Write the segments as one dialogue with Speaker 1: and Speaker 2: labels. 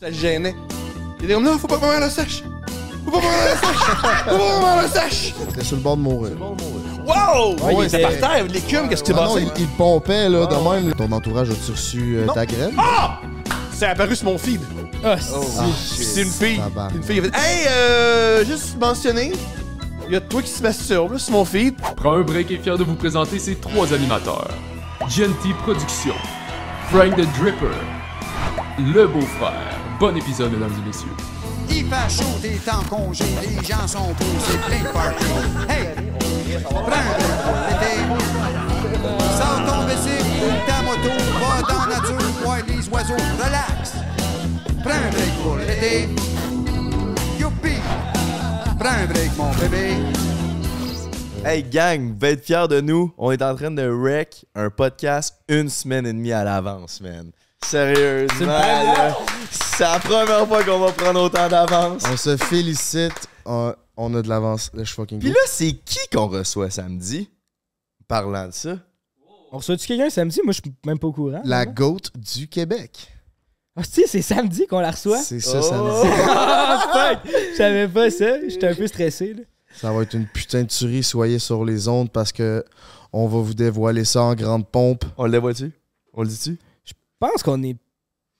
Speaker 1: Ça le gênait. Il était comme non, faut pas que maman le sache. Faut pas que maman le sache. Faut pas que maman le sache.
Speaker 2: T'es sur le bord de mourir.
Speaker 1: Wow!
Speaker 2: Ouais, il
Speaker 1: il était par
Speaker 2: était-
Speaker 1: terre, l'écume, qu'est-ce qui s'est
Speaker 2: Ah non,
Speaker 1: passé?
Speaker 2: il, il pompait, là, de même. Ton entourage, a-tu reçu euh,
Speaker 1: Non.
Speaker 2: ta graine?
Speaker 1: C'est apparu sur mon feed.
Speaker 3: Ah, si.
Speaker 1: Puis c'est une fille.
Speaker 2: Tabarnak.
Speaker 1: Oh, Une fille qui a fait Hey, euh, juste mentionner, il y a toi qui se masturbe là, sur mon feed.
Speaker 4: Prends un break et fier de vous présenter ces trois animateurs. Genty Productions, Frank the Dripper, Le Beau-Frère. Bon épisode, mesdames et messieurs.
Speaker 5: Il fait chaud, t'es en congé, les gens sont beaux, c'est plein de party. Hey! Prends un break pour l'été. Sors ton bicycle ou ta moto, va dans la nature, vois les oiseaux, relax. Prends un break pour l'été. Youpi! Prends un break, mon bébé.
Speaker 6: Hey gang, vous pouvez être fiers de nous. On est en train de wreck un podcast une semaine et demie à l'avance, man. Sérieusement, là, c'est la première fois qu'on va prendre autant d'avance.
Speaker 2: On se félicite. On, on a de l'avance. Là, je suis fucking
Speaker 6: Puis
Speaker 2: good.
Speaker 6: là, c'est qui qu'on reçoit samedi? Parlant de ça.
Speaker 3: On reçoit-tu quelqu'un samedi? Moi, je suis même pas au courant.
Speaker 2: La GOAT du Québec.
Speaker 3: Ah, si, c'est samedi qu'on la reçoit.
Speaker 2: C'est ça, ça va-
Speaker 3: Ah, fuck! Je savais pas ça. J'étais un peu stressé, là.
Speaker 2: Ça va être une putain de tuerie. Soyez sur les ondes parce que on va vous dévoiler ça en grande pompe.
Speaker 6: On le voit-tu? On le dit-tu?
Speaker 3: Je pense qu'on est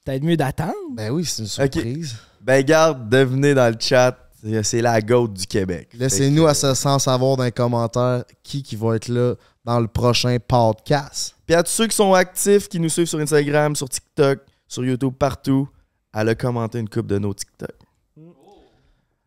Speaker 3: peut-être mieux d'attendre.
Speaker 2: Ben oui, c'est une surprise.
Speaker 6: Ben garde, devenez dans le chat. C'est la GOAT du Québec.
Speaker 2: Laissez-nous à ça sans savoir dans les commentaires qui, qui va être là dans le prochain podcast.
Speaker 6: Puis à tous ceux qui sont actifs, qui nous suivent sur Instagram, sur TikTok, sur YouTube, partout, elle a commenté une coupe de nos TikTok.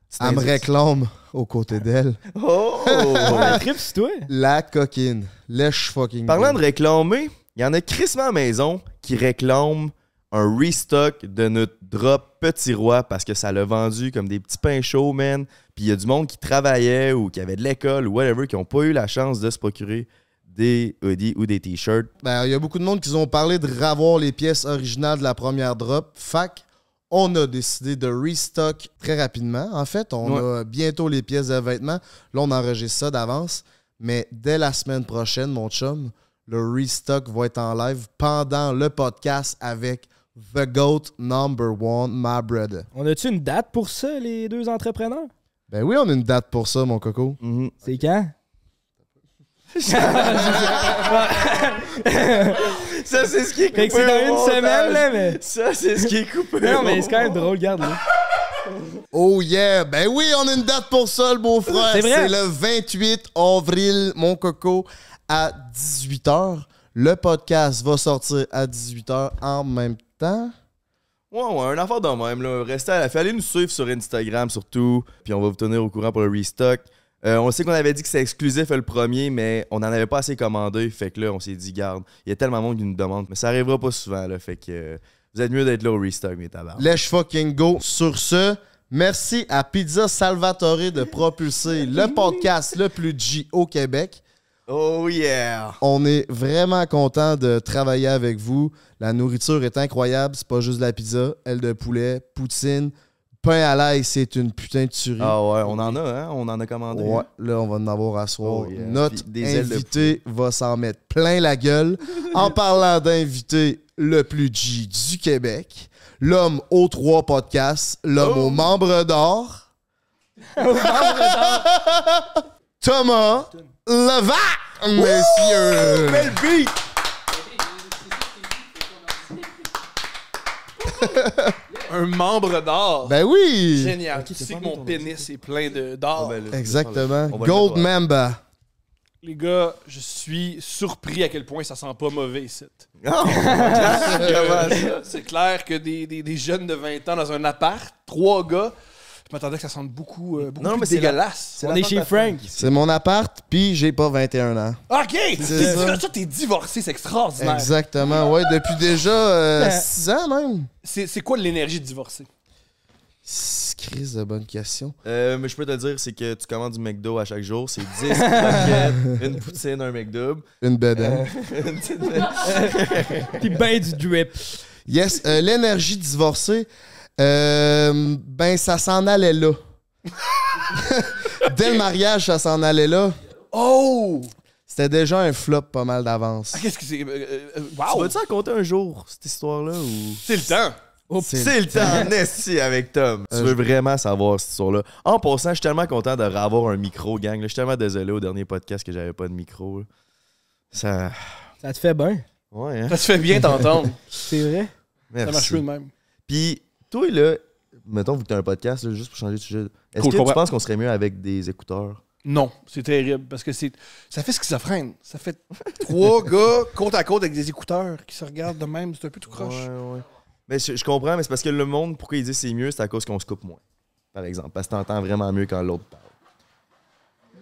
Speaker 6: C'est
Speaker 2: Elle me
Speaker 6: indice.
Speaker 2: réclame aux côtés d'elle.
Speaker 6: Oh!
Speaker 3: La trip, c'est toi.
Speaker 2: La coquine. Lèche fucking.
Speaker 6: Parlant de
Speaker 2: good.
Speaker 6: réclamer, il y en a Christmas à la maison qui réclame un restock de notre drop Petit Roi parce que ça l'a vendu comme des petits pains chauds, man. Puis il y a du monde qui travaillait ou qui avait de l'école ou whatever qui n'ont pas eu la chance de se procurer des hoodies ou des t-shirts.
Speaker 2: Ben, il y a beaucoup de monde qui ont parlé de ravoir les pièces originales de la première drop. Fac, on a décidé de restock très rapidement. En fait, on a bientôt les pièces de vêtements. Là, on enregistre ça d'avance. Mais dès la semaine prochaine, mon chum, le restock va être en live pendant le podcast avec The GOAT Number One, my brother.
Speaker 3: On a-tu une date pour ça, les deux entrepreneurs?
Speaker 2: Ben oui, on a une date pour ça, mon coco.
Speaker 6: Mhm.
Speaker 3: C'est quand?
Speaker 6: Ça, c'est ce qui est
Speaker 3: Fait
Speaker 6: coupé.
Speaker 3: que c'est dans
Speaker 6: au
Speaker 3: une
Speaker 6: montage.
Speaker 3: semaine, là, mais.
Speaker 6: Ça, c'est ce qui est coupé.
Speaker 3: Non, mais
Speaker 6: au
Speaker 3: c'est quand même drôle, regarde, là.
Speaker 2: Oh yeah! Ben oui, on a une date pour ça, le beau-frère.
Speaker 3: C'est vrai.
Speaker 2: le 28 avril, mon coco, à 18h. Le podcast va sortir à 18h en même temps.
Speaker 6: Ouais, ouais, un affaire de même. Là. Restez à la fin. Allez nous suivre sur Instagram surtout. Puis on va vous tenir au courant pour le restock. Euh, on sait qu'on avait dit que c'est exclusif le premier, mais on n'en avait pas assez commandé. Fait que là, on s'est dit, garde, il y a tellement de monde qui nous demande. Mais ça arrivera pas souvent. Là, fait que euh, vous êtes mieux d'être là au restock, mes tabards.
Speaker 2: Lèche fucking go. Sur ce, merci à Pizza Salvatore de propulser le podcast le plus G au Québec.
Speaker 6: Oh yeah!
Speaker 2: On est vraiment content de travailler avec vous. La nourriture est incroyable. C'est pas juste de la pizza, aile de poulet, poutine, pain à l'ail, c'est une putain de tuerie.
Speaker 6: Ah ouais, on en a, hein? On en a commandé.
Speaker 2: Ouais, là, on va en avoir à soir.
Speaker 6: Oh, yeah.
Speaker 2: Notre
Speaker 6: Puis des ailes de
Speaker 2: invité va s'en mettre plein la gueule. en parlant d'invité le plus G du Québec, l'homme aux trois podcasts, l'homme
Speaker 6: Oh!
Speaker 2: aux membres d'or. Thomas Levac, messieurs!
Speaker 6: Belle beat!
Speaker 1: Un membre d'or.
Speaker 2: Ben oui!
Speaker 1: Génial. Tu sais que mon pénis est plein de-
Speaker 6: Ah,
Speaker 1: d'or.
Speaker 6: ben
Speaker 2: Exactement.
Speaker 6: On va le
Speaker 2: Gold
Speaker 6: mettre, ouais.
Speaker 2: member.
Speaker 1: Les gars, je suis surpris à quel point ça sent pas mauvais ici.
Speaker 6: Comment ça?
Speaker 1: C'est clair que des, des- des jeunes de 20 ans dans un appart, trois gars, je m'attendais que ça sente beaucoup, euh, beaucoup
Speaker 6: Non,
Speaker 1: plus
Speaker 6: mais c'est
Speaker 1: dégueulasse.
Speaker 3: On est chez Frank.
Speaker 2: C'est mon appart, puis j'ai pas 21 ans.
Speaker 1: OK! T'es-
Speaker 2: ça.
Speaker 1: Ça, t'es divorcé, c'est extraordinaire.
Speaker 2: Exactement, ouais, depuis déjà 6 ans même.
Speaker 1: C'est c'est quoi l'énergie divorcée?
Speaker 2: Crise de bonne question.
Speaker 6: Euh, mais je peux te dire, c'est que tu commandes du McDo à chaque jour. C'est 10 croquettes, une poutine, un McDo.
Speaker 2: Une bedaine.
Speaker 3: Pis ben du drip.
Speaker 2: Yes, euh, l'énergie divorcée, euh, ben ça s'en allait là. Dès le mariage, ça s'en allait là.
Speaker 1: Oh!
Speaker 2: C'était déjà un flop pas mal d'avance.
Speaker 1: Ah, Qu'est-ce que c'est? euh, euh,
Speaker 6: Tu
Speaker 1: wow!
Speaker 6: vas-tu raconter un jour cette histoire-là ou.
Speaker 1: C'est le temps!
Speaker 6: C'est le temps, Nessie, avec Tom. Tu
Speaker 2: Euh,
Speaker 6: veux vraiment savoir cette histoire-là. En passant, je suis tellement content de revoir un micro, gang. là. Je suis tellement désolé au dernier podcast que j'avais pas de micro. là. Ça.
Speaker 3: Ça te fait bien.
Speaker 6: Ouais, hein?
Speaker 1: Ça se fait bien t'entendre.
Speaker 3: C'est vrai.
Speaker 1: Ça marche
Speaker 6: Merci.
Speaker 1: plus de même.
Speaker 6: Puis, toi, là, mettons, vu que t'as un podcast, là, juste pour changer de sujet,
Speaker 1: Cool, je
Speaker 6: est-ce que tu
Speaker 1: comprends.
Speaker 6: penses qu'on serait mieux avec des écouteurs?
Speaker 1: Non, c'est terrible parce que c'est ça fait schizophrène. Ça fait trois gars côte à côte avec des écouteurs qui se regardent de même, c'est un peu tout croche.
Speaker 6: ouais. Mais je, je comprends, mais c'est parce que le monde, pourquoi ils disent c'est mieux, c'est à cause qu'on se coupe moins, par exemple. Parce que t'entends vraiment mieux quand l'autre parle.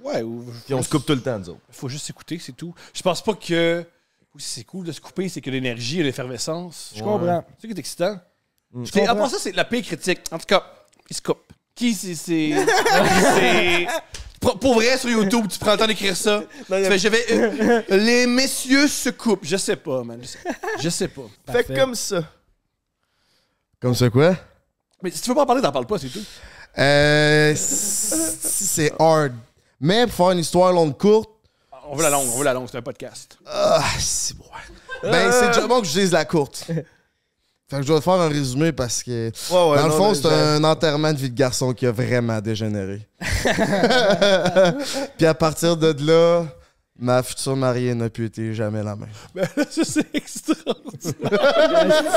Speaker 1: Ouais, ou-
Speaker 6: Puis on se coupe tout le temps, nous autres.
Speaker 1: faut juste s'écouter, c'est tout. Je pense pas que oui, c'est cool de se couper, c'est que l'énergie et l'effervescence.
Speaker 3: Je comprends.
Speaker 1: C'est ça qui est excitant.
Speaker 6: Mm.
Speaker 1: C'est- À
Speaker 3: comprends.
Speaker 1: part ça, c'est la pire critique. En tout cas, ils se coupent. Qui c'est c'est- c'est Pour- pour vrai sur YouTube, tu prends le temps d'écrire ça. Tu fais, je vais euh, les messieurs se coupent, je sais pas man, je sais, je sais pas.
Speaker 6: Fait que comme ça.
Speaker 2: Comme ça quoi?
Speaker 1: Mais si tu veux pas en parler, t'en parles pas, c'est tout.
Speaker 2: Euh, c- c'est hard. Mais pour faire une histoire longue courte,
Speaker 1: On veut la longue, on veut la longue, c'est un podcast.
Speaker 2: ah, c'est bon. Ben, c'est déjà bon que je dise la courte. Fait que je dois te faire un résumé parce que.
Speaker 6: Ouais, ouais,
Speaker 2: dans le
Speaker 6: non,
Speaker 2: fond,
Speaker 6: mais
Speaker 2: c'est
Speaker 6: j'ai-
Speaker 2: un enterrement de vie de garçon qui a vraiment dégénéré. Puis à partir de là, ma future mariée n'a plus été jamais la même.
Speaker 1: Ben là, ça, c'est extraordinaire.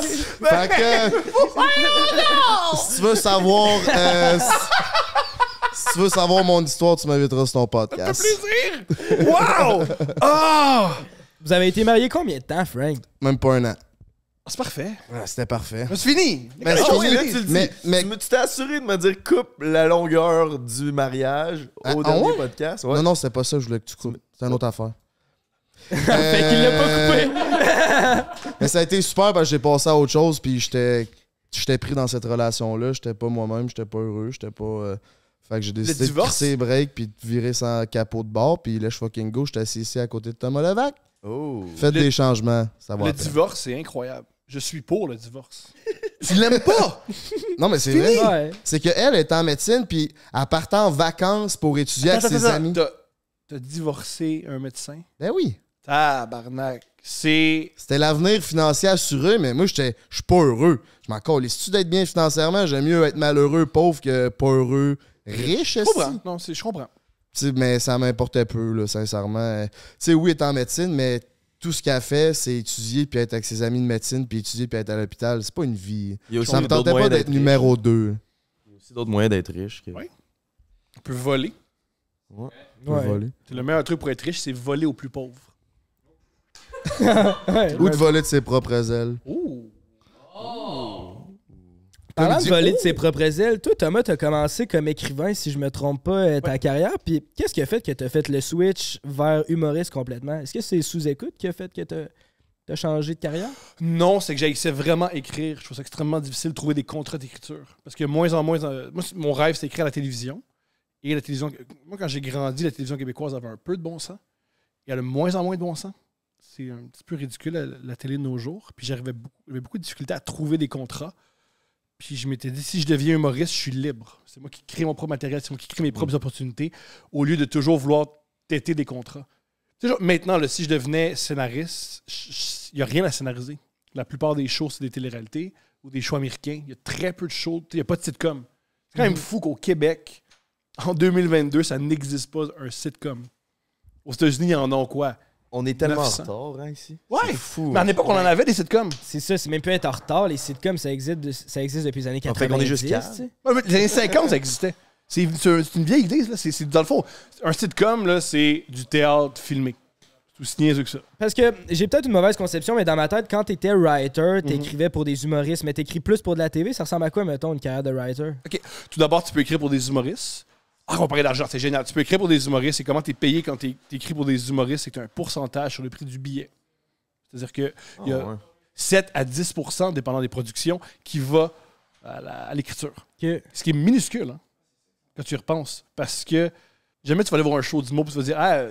Speaker 2: Fait que. euh, si tu veux savoir. euh, si- si tu veux savoir mon histoire, tu m'inviteras sur ton podcast.
Speaker 1: Wow! Ah!
Speaker 3: Vous avez été mariés combien de temps, Frank?
Speaker 2: Même pas un an.
Speaker 1: Ah, c'est parfait.
Speaker 2: Ah, C'était parfait.
Speaker 1: Ben, C'est fini.
Speaker 2: Mais
Speaker 1: Ah,
Speaker 2: c'est
Speaker 1: oui,
Speaker 2: fini.
Speaker 1: là, tu le dis.
Speaker 2: Mais- mais-
Speaker 6: Tu me- tu t'es assuré de me dire coupe la longueur du mariage
Speaker 2: Ah,
Speaker 6: au
Speaker 2: ah
Speaker 6: dernier
Speaker 2: ouais?
Speaker 6: podcast. Ouais.
Speaker 2: Non, non, c'était pas ça, je voulais que tu coupes. C'est une autre affaire.
Speaker 3: Fait qu'il l'a pas coupé.
Speaker 2: Mais ça a été super parce que j'ai passé à autre chose, puis j'étais. J'étais pris dans cette relation-là, j'étais pas moi-même, j'étais pas heureux, j'étais pas. euh, Fait que j'ai décidé de
Speaker 1: divorce?
Speaker 2: casser break puis de virer sans capot de bord, puis là, je fucking go, j'étais assis ici à côté de Thomas Levac.
Speaker 6: Oh.
Speaker 2: Faites
Speaker 1: Le-
Speaker 2: des changements, ça va.
Speaker 1: Le
Speaker 2: après.
Speaker 1: divorce, c'est incroyable. Je suis pour le divorce. tu l'aimes pas?
Speaker 2: Non, mais c'est vrai.
Speaker 3: Ouais.
Speaker 2: C'est qu'elle est en médecine, puis elle partait en vacances pour étudier
Speaker 1: Attends,
Speaker 2: avec ses
Speaker 1: attends,
Speaker 2: amis.
Speaker 1: T'as t'as divorcé un médecin?
Speaker 2: Ben oui.
Speaker 1: Tabarnak. C'est.
Speaker 2: C'était l'avenir financier assuré, mais moi, j'étais, je suis pas heureux. Je m'en calisse. Si tu d'être bien financièrement, j'aime mieux être malheureux, pauvre que pas heureux, riche.
Speaker 1: Je
Speaker 2: esti.
Speaker 1: comprends. Non, c'est- je comprends.
Speaker 2: Tu sais, Mais ça m'importait peu, là, sincèrement. Euh, Tu sais, oui, elle est en médecine, mais tout ce qu'elle fait, c'est étudier, puis être avec ses amis de médecine, puis étudier, puis être à l'hôpital. C'est pas une vie.
Speaker 6: Il y a aussi
Speaker 2: Ça me
Speaker 6: d'autres
Speaker 2: tentait pas
Speaker 6: moyens
Speaker 2: d'être
Speaker 6: riche.
Speaker 2: numéro 2.
Speaker 6: Il y a aussi d'autres moyens d'être riche. que-
Speaker 1: Ouais. Tu peux voler.
Speaker 3: Ouais.
Speaker 1: C'est Le meilleur truc pour être riche, c'est voler aux plus pauvres.
Speaker 3: Ouais.
Speaker 2: Ou de voler de ses propres ailes.
Speaker 1: Ouh!
Speaker 3: Parlant
Speaker 2: Comme
Speaker 3: de
Speaker 2: dit-
Speaker 3: voler de ses propres ailes, toi, Thomas, t'as commencé comme écrivain, si je me trompe pas, euh, ta carrière. Puis qu'est-ce qui a fait que t'as fait le switch vers humoriste complètement? Est-ce que c'est sous-écoute qui a fait que t'as t'as changé de carrière?
Speaker 1: Non, c'est que j'essaie vraiment écrire. Je trouve ça extrêmement difficile de trouver des contrats d'écriture. Parce que moins en moins. euh, moi, c'est- mon rêve, c'est écrire à la télévision. Et la télévision. Moi, quand j'ai grandi, la télévision québécoise avait un peu de bon sens. Et elle a de moins en moins de bon sens. C'est un petit peu ridicule, la, la télé de nos jours. Puis j'arrivais beaucoup, j'avais beaucoup de difficultés à trouver des contrats. Puis je m'étais dit, si je deviens humoriste, je suis libre. C'est moi qui crée mon propre matériel, c'est moi qui crée mes propres opportunités, au lieu de toujours vouloir têter des contrats. Tu sais, genre, maintenant, là, si je devenais scénariste, il n'y a rien à scénariser. La plupart des shows, c'est des téléréalités ou des shows américains. Il y a très peu de shows. Il n'y a pas de sitcom. C'est quand même fou qu'au Québec, en 2022, ça n'existe pas un sitcom. Aux États-Unis, ils en ont quoi? hein.
Speaker 6: On est tellement
Speaker 1: 900.
Speaker 6: en retard hein, ici.
Speaker 1: Ouais!
Speaker 6: C'est fou.
Speaker 1: Mais à l'époque, on en avait des sitcoms.
Speaker 3: C'est ça, c'est même plus être en retard. Les sitcoms, ça existe, de- ça existe depuis les années
Speaker 6: En
Speaker 3: 90.
Speaker 6: fait, qu'on est juste quatre.
Speaker 3: tu sais.
Speaker 1: Ouais, mais Les années 50, ça existait. C'est c'est- c'est une vieille idée, là. C'est- c'est- dans le fond, un sitcom, là, c'est du théâtre filmé. C'est aussi niaiseux que ça.
Speaker 3: Parce que j'ai peut-être une mauvaise conception, mais dans ma tête, quand t'étais writer, t'écrivais pour des humoristes, mais t'écris plus pour de la TV. Ça ressemble à quoi, mettons, une carrière de writer?
Speaker 1: OK. Tout d'abord, tu peux écrire pour des humoristes. Ah, on parlait d'argent, c'est génial. Tu peux écrire pour des humoristes et comment tu es payé quand tu écris pour des humoristes, c'est que t'as un pourcentage sur le prix du billet. C'est-à-dire que il y a
Speaker 6: Ah, ouais.
Speaker 1: 7 à 10 dépendant des productions, qui va à la- à l'écriture.
Speaker 3: Que...
Speaker 1: Ce qui est minuscule, hein, quand tu y repenses. Parce que jamais tu vas aller voir un show du mot et tu vas dire Ah,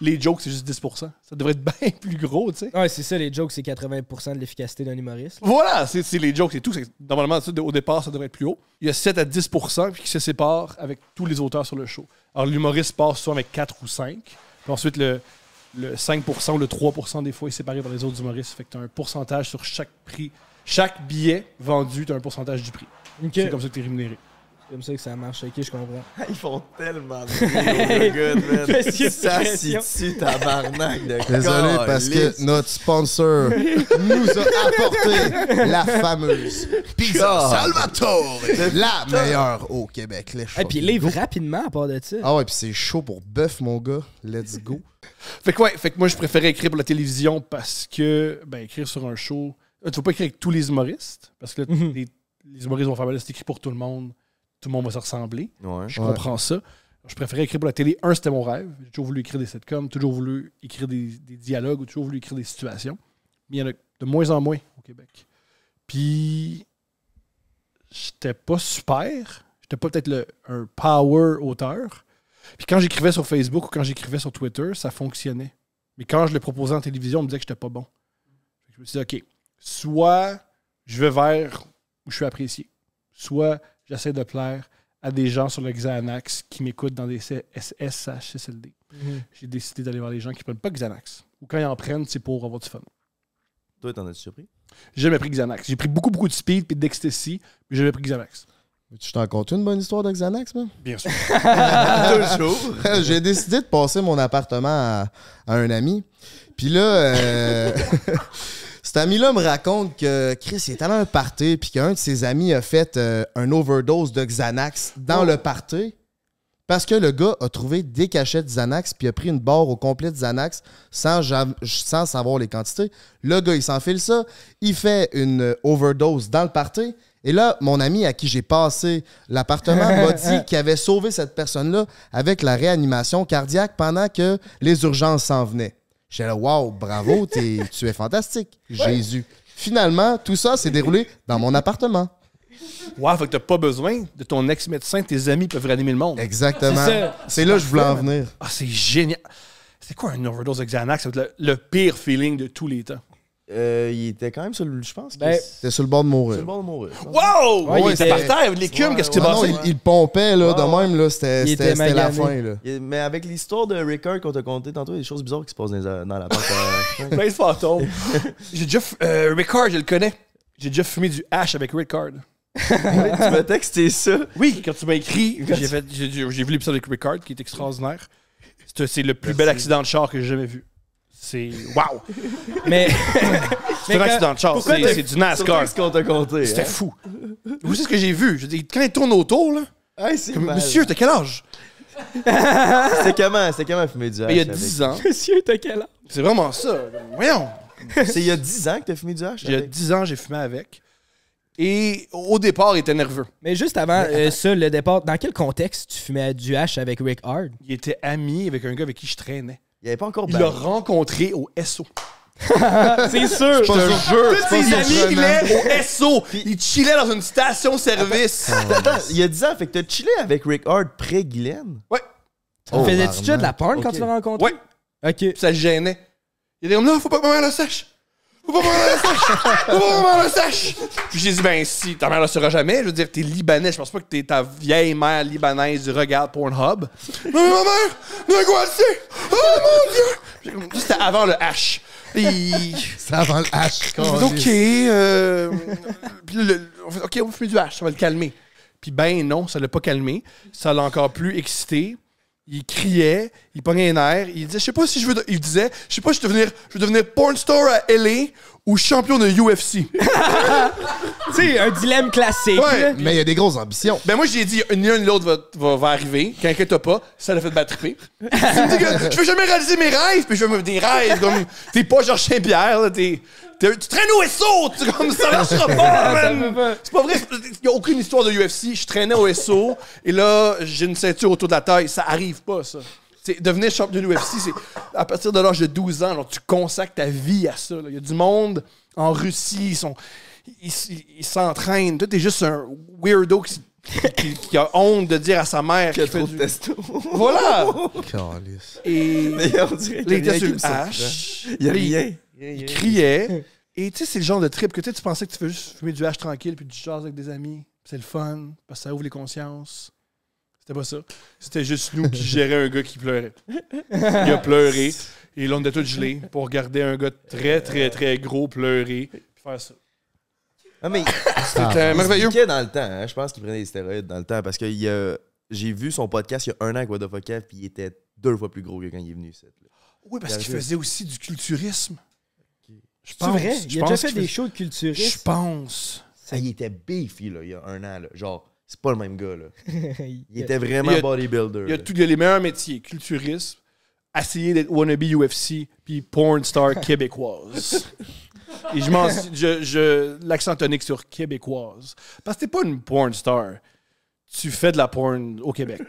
Speaker 1: les jokes, c'est juste 10 Ça devrait être bien plus gros, tu sais.
Speaker 3: Ouais, c'est ça, les jokes, c'est 80% de l'efficacité d'un humoriste.
Speaker 1: Voilà, c'est c'est les jokes, c'est tout. C'est- Normalement, ça, au départ, ça devrait être plus haut. Il y a 7 à 10 puis qui se séparent avec tous les auteurs sur le show. Alors, l'humoriste part soit avec 4 ou 5. Puis ensuite, le, le 5 ou le 3 des fois est séparé par les autres humoristes. Fait que tu as un pourcentage sur chaque prix Chaque billet vendu, tu as un pourcentage du prix. C'est comme ça que tu es rémunéré.
Speaker 3: C'est comme ça que ça marche. Ok, je comprends.
Speaker 6: Ah, Ils font tellement de bruit,
Speaker 3: Parce
Speaker 6: man.
Speaker 3: qu'il y a
Speaker 6: Ça
Speaker 3: une pression.
Speaker 6: situe tabarnak de
Speaker 2: Désolé parce que
Speaker 6: calice.
Speaker 2: notre sponsor nous a apporté la fameuse Pizza
Speaker 6: God.
Speaker 2: Salvatore, la meilleure au Québec. Les
Speaker 3: Et puis livre rapidement à part de ça.
Speaker 2: Ah ouais, puis c'est chaud pour bœuf, mon gars. Let's go.
Speaker 1: Fait que, ouais, fait que moi, je préférais écrire pour la télévision parce que, ben, écrire sur un show. Là, tu vas pas écrire avec tous les humoristes parce que là,
Speaker 3: Mhm.
Speaker 1: les, les humoristes vont faire ben là, c'est écrit pour tout le monde, tout le monde va se ressembler.
Speaker 6: Ouais.
Speaker 1: Je
Speaker 2: Ouais.
Speaker 1: comprends ça. Je préférais écrire pour la télé. Un, c'était mon rêve. J'ai toujours voulu écrire des sitcoms, toujours voulu écrire des, des dialogues ou toujours voulu écrire des situations. Mais il y en a de moins en moins au Québec. Puis, j'étais pas super. J'étais pas peut-être le- un power auteur. Puis quand j'écrivais sur Facebook ou quand j'écrivais sur Twitter, ça fonctionnait. Mais quand je le proposais en télévision, on me disait que j'étais pas bon. Fait que Je me suis dit, OK, soit je vais vers où je suis apprécié, soit j'essaie de plaire à des gens sur le Xanax qui m'écoutent dans des C- SSHSLD. J'ai décidé d'aller voir les gens qui prennent pas Xanax. Ou quand ils en prennent, c'est pour avoir du fun.
Speaker 6: Toi, t'en as-tu surpris?
Speaker 1: J'ai jamais pris Xanax. J'ai pris beaucoup, beaucoup de speed et d'ecstasy, mais j'ai jamais pris Xanax.
Speaker 2: Tu t'en comptes une bonne histoire de Xanax, man?
Speaker 1: Bien sûr.
Speaker 6: Toujours.
Speaker 2: J'ai décidé de passer mon appartement à, à un ami. Puis là, euh, cet ami-là me raconte que Chris il est allé à un party, puis qu'un de ses amis a fait euh, un overdose de Xanax dans le party. Parce que le gars a trouvé des cachettes Xanax, puis a pris une barre au complet de Xanax sans, jam- sans savoir les quantités. Le gars, il s'enfile ça, il fait une overdose dans le party. Et là, mon ami à qui j'ai passé l'appartement m'a dit qu'il avait sauvé cette personne-là avec la réanimation cardiaque pendant que les urgences s'en venaient. J'ai là, wow, bravo, t'es- tu es fantastique, Jésus. Finalement, tout ça s'est déroulé dans mon appartement.
Speaker 1: Wow, fait que t'as pas besoin de ton ex-médecin, tes amis peuvent réanimer le monde.
Speaker 2: Exactement.
Speaker 1: C'est ça.
Speaker 2: C'est là que je voulais en venir.
Speaker 1: Ah, c'est génial. C'est quoi un overdose de Xanax? Ça doit être le, le pire feeling de tous les temps.
Speaker 6: Euh, il était quand même sur le. Je pense que
Speaker 3: Ben,
Speaker 6: c'est
Speaker 2: T'es sur le bord de
Speaker 6: sur le
Speaker 2: mourir.
Speaker 6: bord de mourir.
Speaker 1: Wow!
Speaker 3: Ouais, il
Speaker 1: Ouais, c'était
Speaker 3: était-
Speaker 1: par terre, l'écume,
Speaker 6: Ouais,
Speaker 1: qu'est-ce qui
Speaker 6: ouais,
Speaker 1: s'est
Speaker 2: Ah
Speaker 1: passé?
Speaker 2: non, il, il pompait là,
Speaker 6: Ouais,
Speaker 2: de même, là, c'était
Speaker 3: Il
Speaker 2: c'était-
Speaker 3: était
Speaker 2: c'était la
Speaker 3: magané.
Speaker 2: fin. Là.
Speaker 6: Il- Mais avec l'histoire de Ricker qu'on t'a conté tantôt, il y a des choses bizarres qui se passent dans, les- dans la porte. euh,
Speaker 1: Plein de fantômes. j'ai déjà. f- euh, Ricard, je le connais. J'ai déjà fumé du hash avec Ricard.
Speaker 6: tu m'as texté ça.
Speaker 1: Oui, quand tu m'as écrit, j'ai fait- j'ai j'ai- j'ai vu l'épisode avec Ricard qui est extraordinaire. C'est c'est le plus bel accident de char que j'ai jamais vu. C'est wow!
Speaker 3: mais
Speaker 1: C'est un
Speaker 3: quand-
Speaker 1: accident de char,
Speaker 3: pourquoi
Speaker 1: c'est
Speaker 3: t'as-
Speaker 1: c'est du
Speaker 6: Surtout
Speaker 1: NASCAR.
Speaker 6: avec ce qu'on t'a conté.
Speaker 1: C'était
Speaker 6: hein.
Speaker 1: fou. Vous savez ce que j'ai vu? Je dis, quand il tourne autour, là,
Speaker 6: Hey, c'est
Speaker 1: comme,
Speaker 6: mal.
Speaker 1: monsieur, t'as quel âge?
Speaker 6: C'était comment, c'était comment fumer du hash?
Speaker 1: Ben, il y a
Speaker 6: avec-
Speaker 1: 10 ans.
Speaker 3: monsieur, t'as quel âge?
Speaker 1: C'est vraiment ça. Voyons!
Speaker 6: C'est il y a 10 ans que t'as fumé du hash?
Speaker 1: Il y a
Speaker 6: avec?
Speaker 1: 10 ans, j'ai fumé avec. Et au départ, il était nerveux.
Speaker 3: Mais juste avant euh, ça, le départ, dans quel contexte tu fumais du hash avec Rick Hard?
Speaker 1: Il était ami avec un gars avec qui je traînais.
Speaker 6: Il n'y avait pas encore
Speaker 1: Il l'a
Speaker 6: Barry.
Speaker 1: rencontré au SO.
Speaker 3: C'est sûr!
Speaker 1: Je te jure, tous
Speaker 2: pas
Speaker 1: ses amis,
Speaker 2: surprenant.
Speaker 1: il est au SO. Il chillait dans une station-service.
Speaker 6: Attends, il y a 10 ans, fait que t'as chillé avec Rick Hard pré-Guylaine.
Speaker 1: Ouais,
Speaker 2: Oh,
Speaker 3: Faisais-tu déjà de la porn quand
Speaker 6: Ok.
Speaker 3: tu l'as rencontré?
Speaker 1: ouais.
Speaker 3: Ok.
Speaker 1: Puis ça le gênait. Il était comme là, faut pas que ma mère le sache. Faut pas que ma mère le sache. Faut pas que ma mère le sache. Puis j'ai dit, ben si, ta mère le saura jamais. Je veux dire, t'es libanais. Je pense pas que t'es ta vieille mère libanaise du regard Pornhub. Mais ma mère, de quoi c'est? Oh mon dieu! J'ai comme- C'était avant le H. Puis.
Speaker 2: C'est avant le hash.
Speaker 1: Ah, OK. euh, puis le- le- on fait, OK, on fait du hash, ça va le calmer. Puis ben non, ça l'a pas calmé. Ça l'a encore plus excité. Il criait, il pognait un air. Il disait, je sais pas si je veux... de- Il disait, je sais pas si je veux devenir, je veux devenir porn star à L.A. ou champion de UFC.
Speaker 3: Tu sais, un dilemme classique.
Speaker 1: Ouais.
Speaker 3: là.
Speaker 2: Mais il y a des grosses ambitions.
Speaker 1: Ben moi, j'ai dit, une l'un ou l'autre va, va, va arriver. Qu'inquiète pas, ça l'a fait battre Tu me dis que je veux jamais réaliser mes rêves, puis je veux me des rêves comme... T'es pas Georges Saint-Pierre, là, t'es... t'es- Tu traînes au SO, tu comme ça marchera pas, man! C'est pas vrai, il n'y a aucune histoire de UFC. Je traînais au SO et là, j'ai une ceinture autour de la taille. Ça arrive pas, ça. C'est- devenir champion de l'UFC, c'est à partir de l'âge de 12 ans, genre, tu consacres ta vie à ça. là. Il y a du monde en Russie, ils sont. Ils ils- ils s'entraînent. Toi, t'es juste un weirdo qui, qui- qui a honte de dire à sa mère
Speaker 6: Il y a
Speaker 1: qu'il fait
Speaker 6: trop de
Speaker 1: du...
Speaker 6: testo.
Speaker 1: Voilà!
Speaker 2: Calice.
Speaker 1: Et là,
Speaker 6: Mais on dirait qu'il
Speaker 1: il
Speaker 6: y a
Speaker 1: était
Speaker 6: rien qui
Speaker 1: sur
Speaker 6: me
Speaker 1: le
Speaker 6: surprend.
Speaker 1: H.
Speaker 6: Il y a
Speaker 1: Là,
Speaker 6: rien.
Speaker 1: il criait. Et tu sais, c'est le genre de trip que tu sais, tu pensais que tu fais juste fumer du hash tranquille puis du jazz avec des amis. C'est le fun, parce que ça ouvre les consciences. C'était pas ça. C'était juste nous qui gérait un gars qui pleurait. Il a pleuré. Et là, on était tous gelés pour regarder un gars très, très, très gros pleurer. Puis faire ça.
Speaker 6: Non, mais
Speaker 2: Ah.
Speaker 1: C'était euh, merveilleux.
Speaker 6: expliquait dans le temps. hein. Je pense qu'il prenait des stéroïdes dans le temps parce que il y a- j'ai vu son podcast il y a un an avec What the Fuck Kev, puis il était deux fois plus gros que quand il est venu. cette-
Speaker 1: Oui, parce qu'il faisait aussi du culturisme. Je
Speaker 3: C'est vrai,
Speaker 1: je
Speaker 3: il a déjà
Speaker 1: pense
Speaker 3: fait
Speaker 1: qu'il
Speaker 3: des
Speaker 1: fais-
Speaker 3: shows de
Speaker 1: Je
Speaker 3: culturistes.
Speaker 1: pense.
Speaker 6: Ah, il était beefy là, il y a un an. Là. Genre, c'est pas le même gars. Là. Il
Speaker 3: Il-
Speaker 6: était vraiment
Speaker 1: Il y a-
Speaker 6: bodybuilder.
Speaker 1: Il y a,
Speaker 6: là.
Speaker 1: tout, il y a les meilleurs métiers culturisme, essayer d'être wannabe UFC, puis porn star québécoise. Et je m'en. Je, je, L'accent tonique sur québécoise. Parce que t'es pas une porn star. Tu fais de la porn au Québec.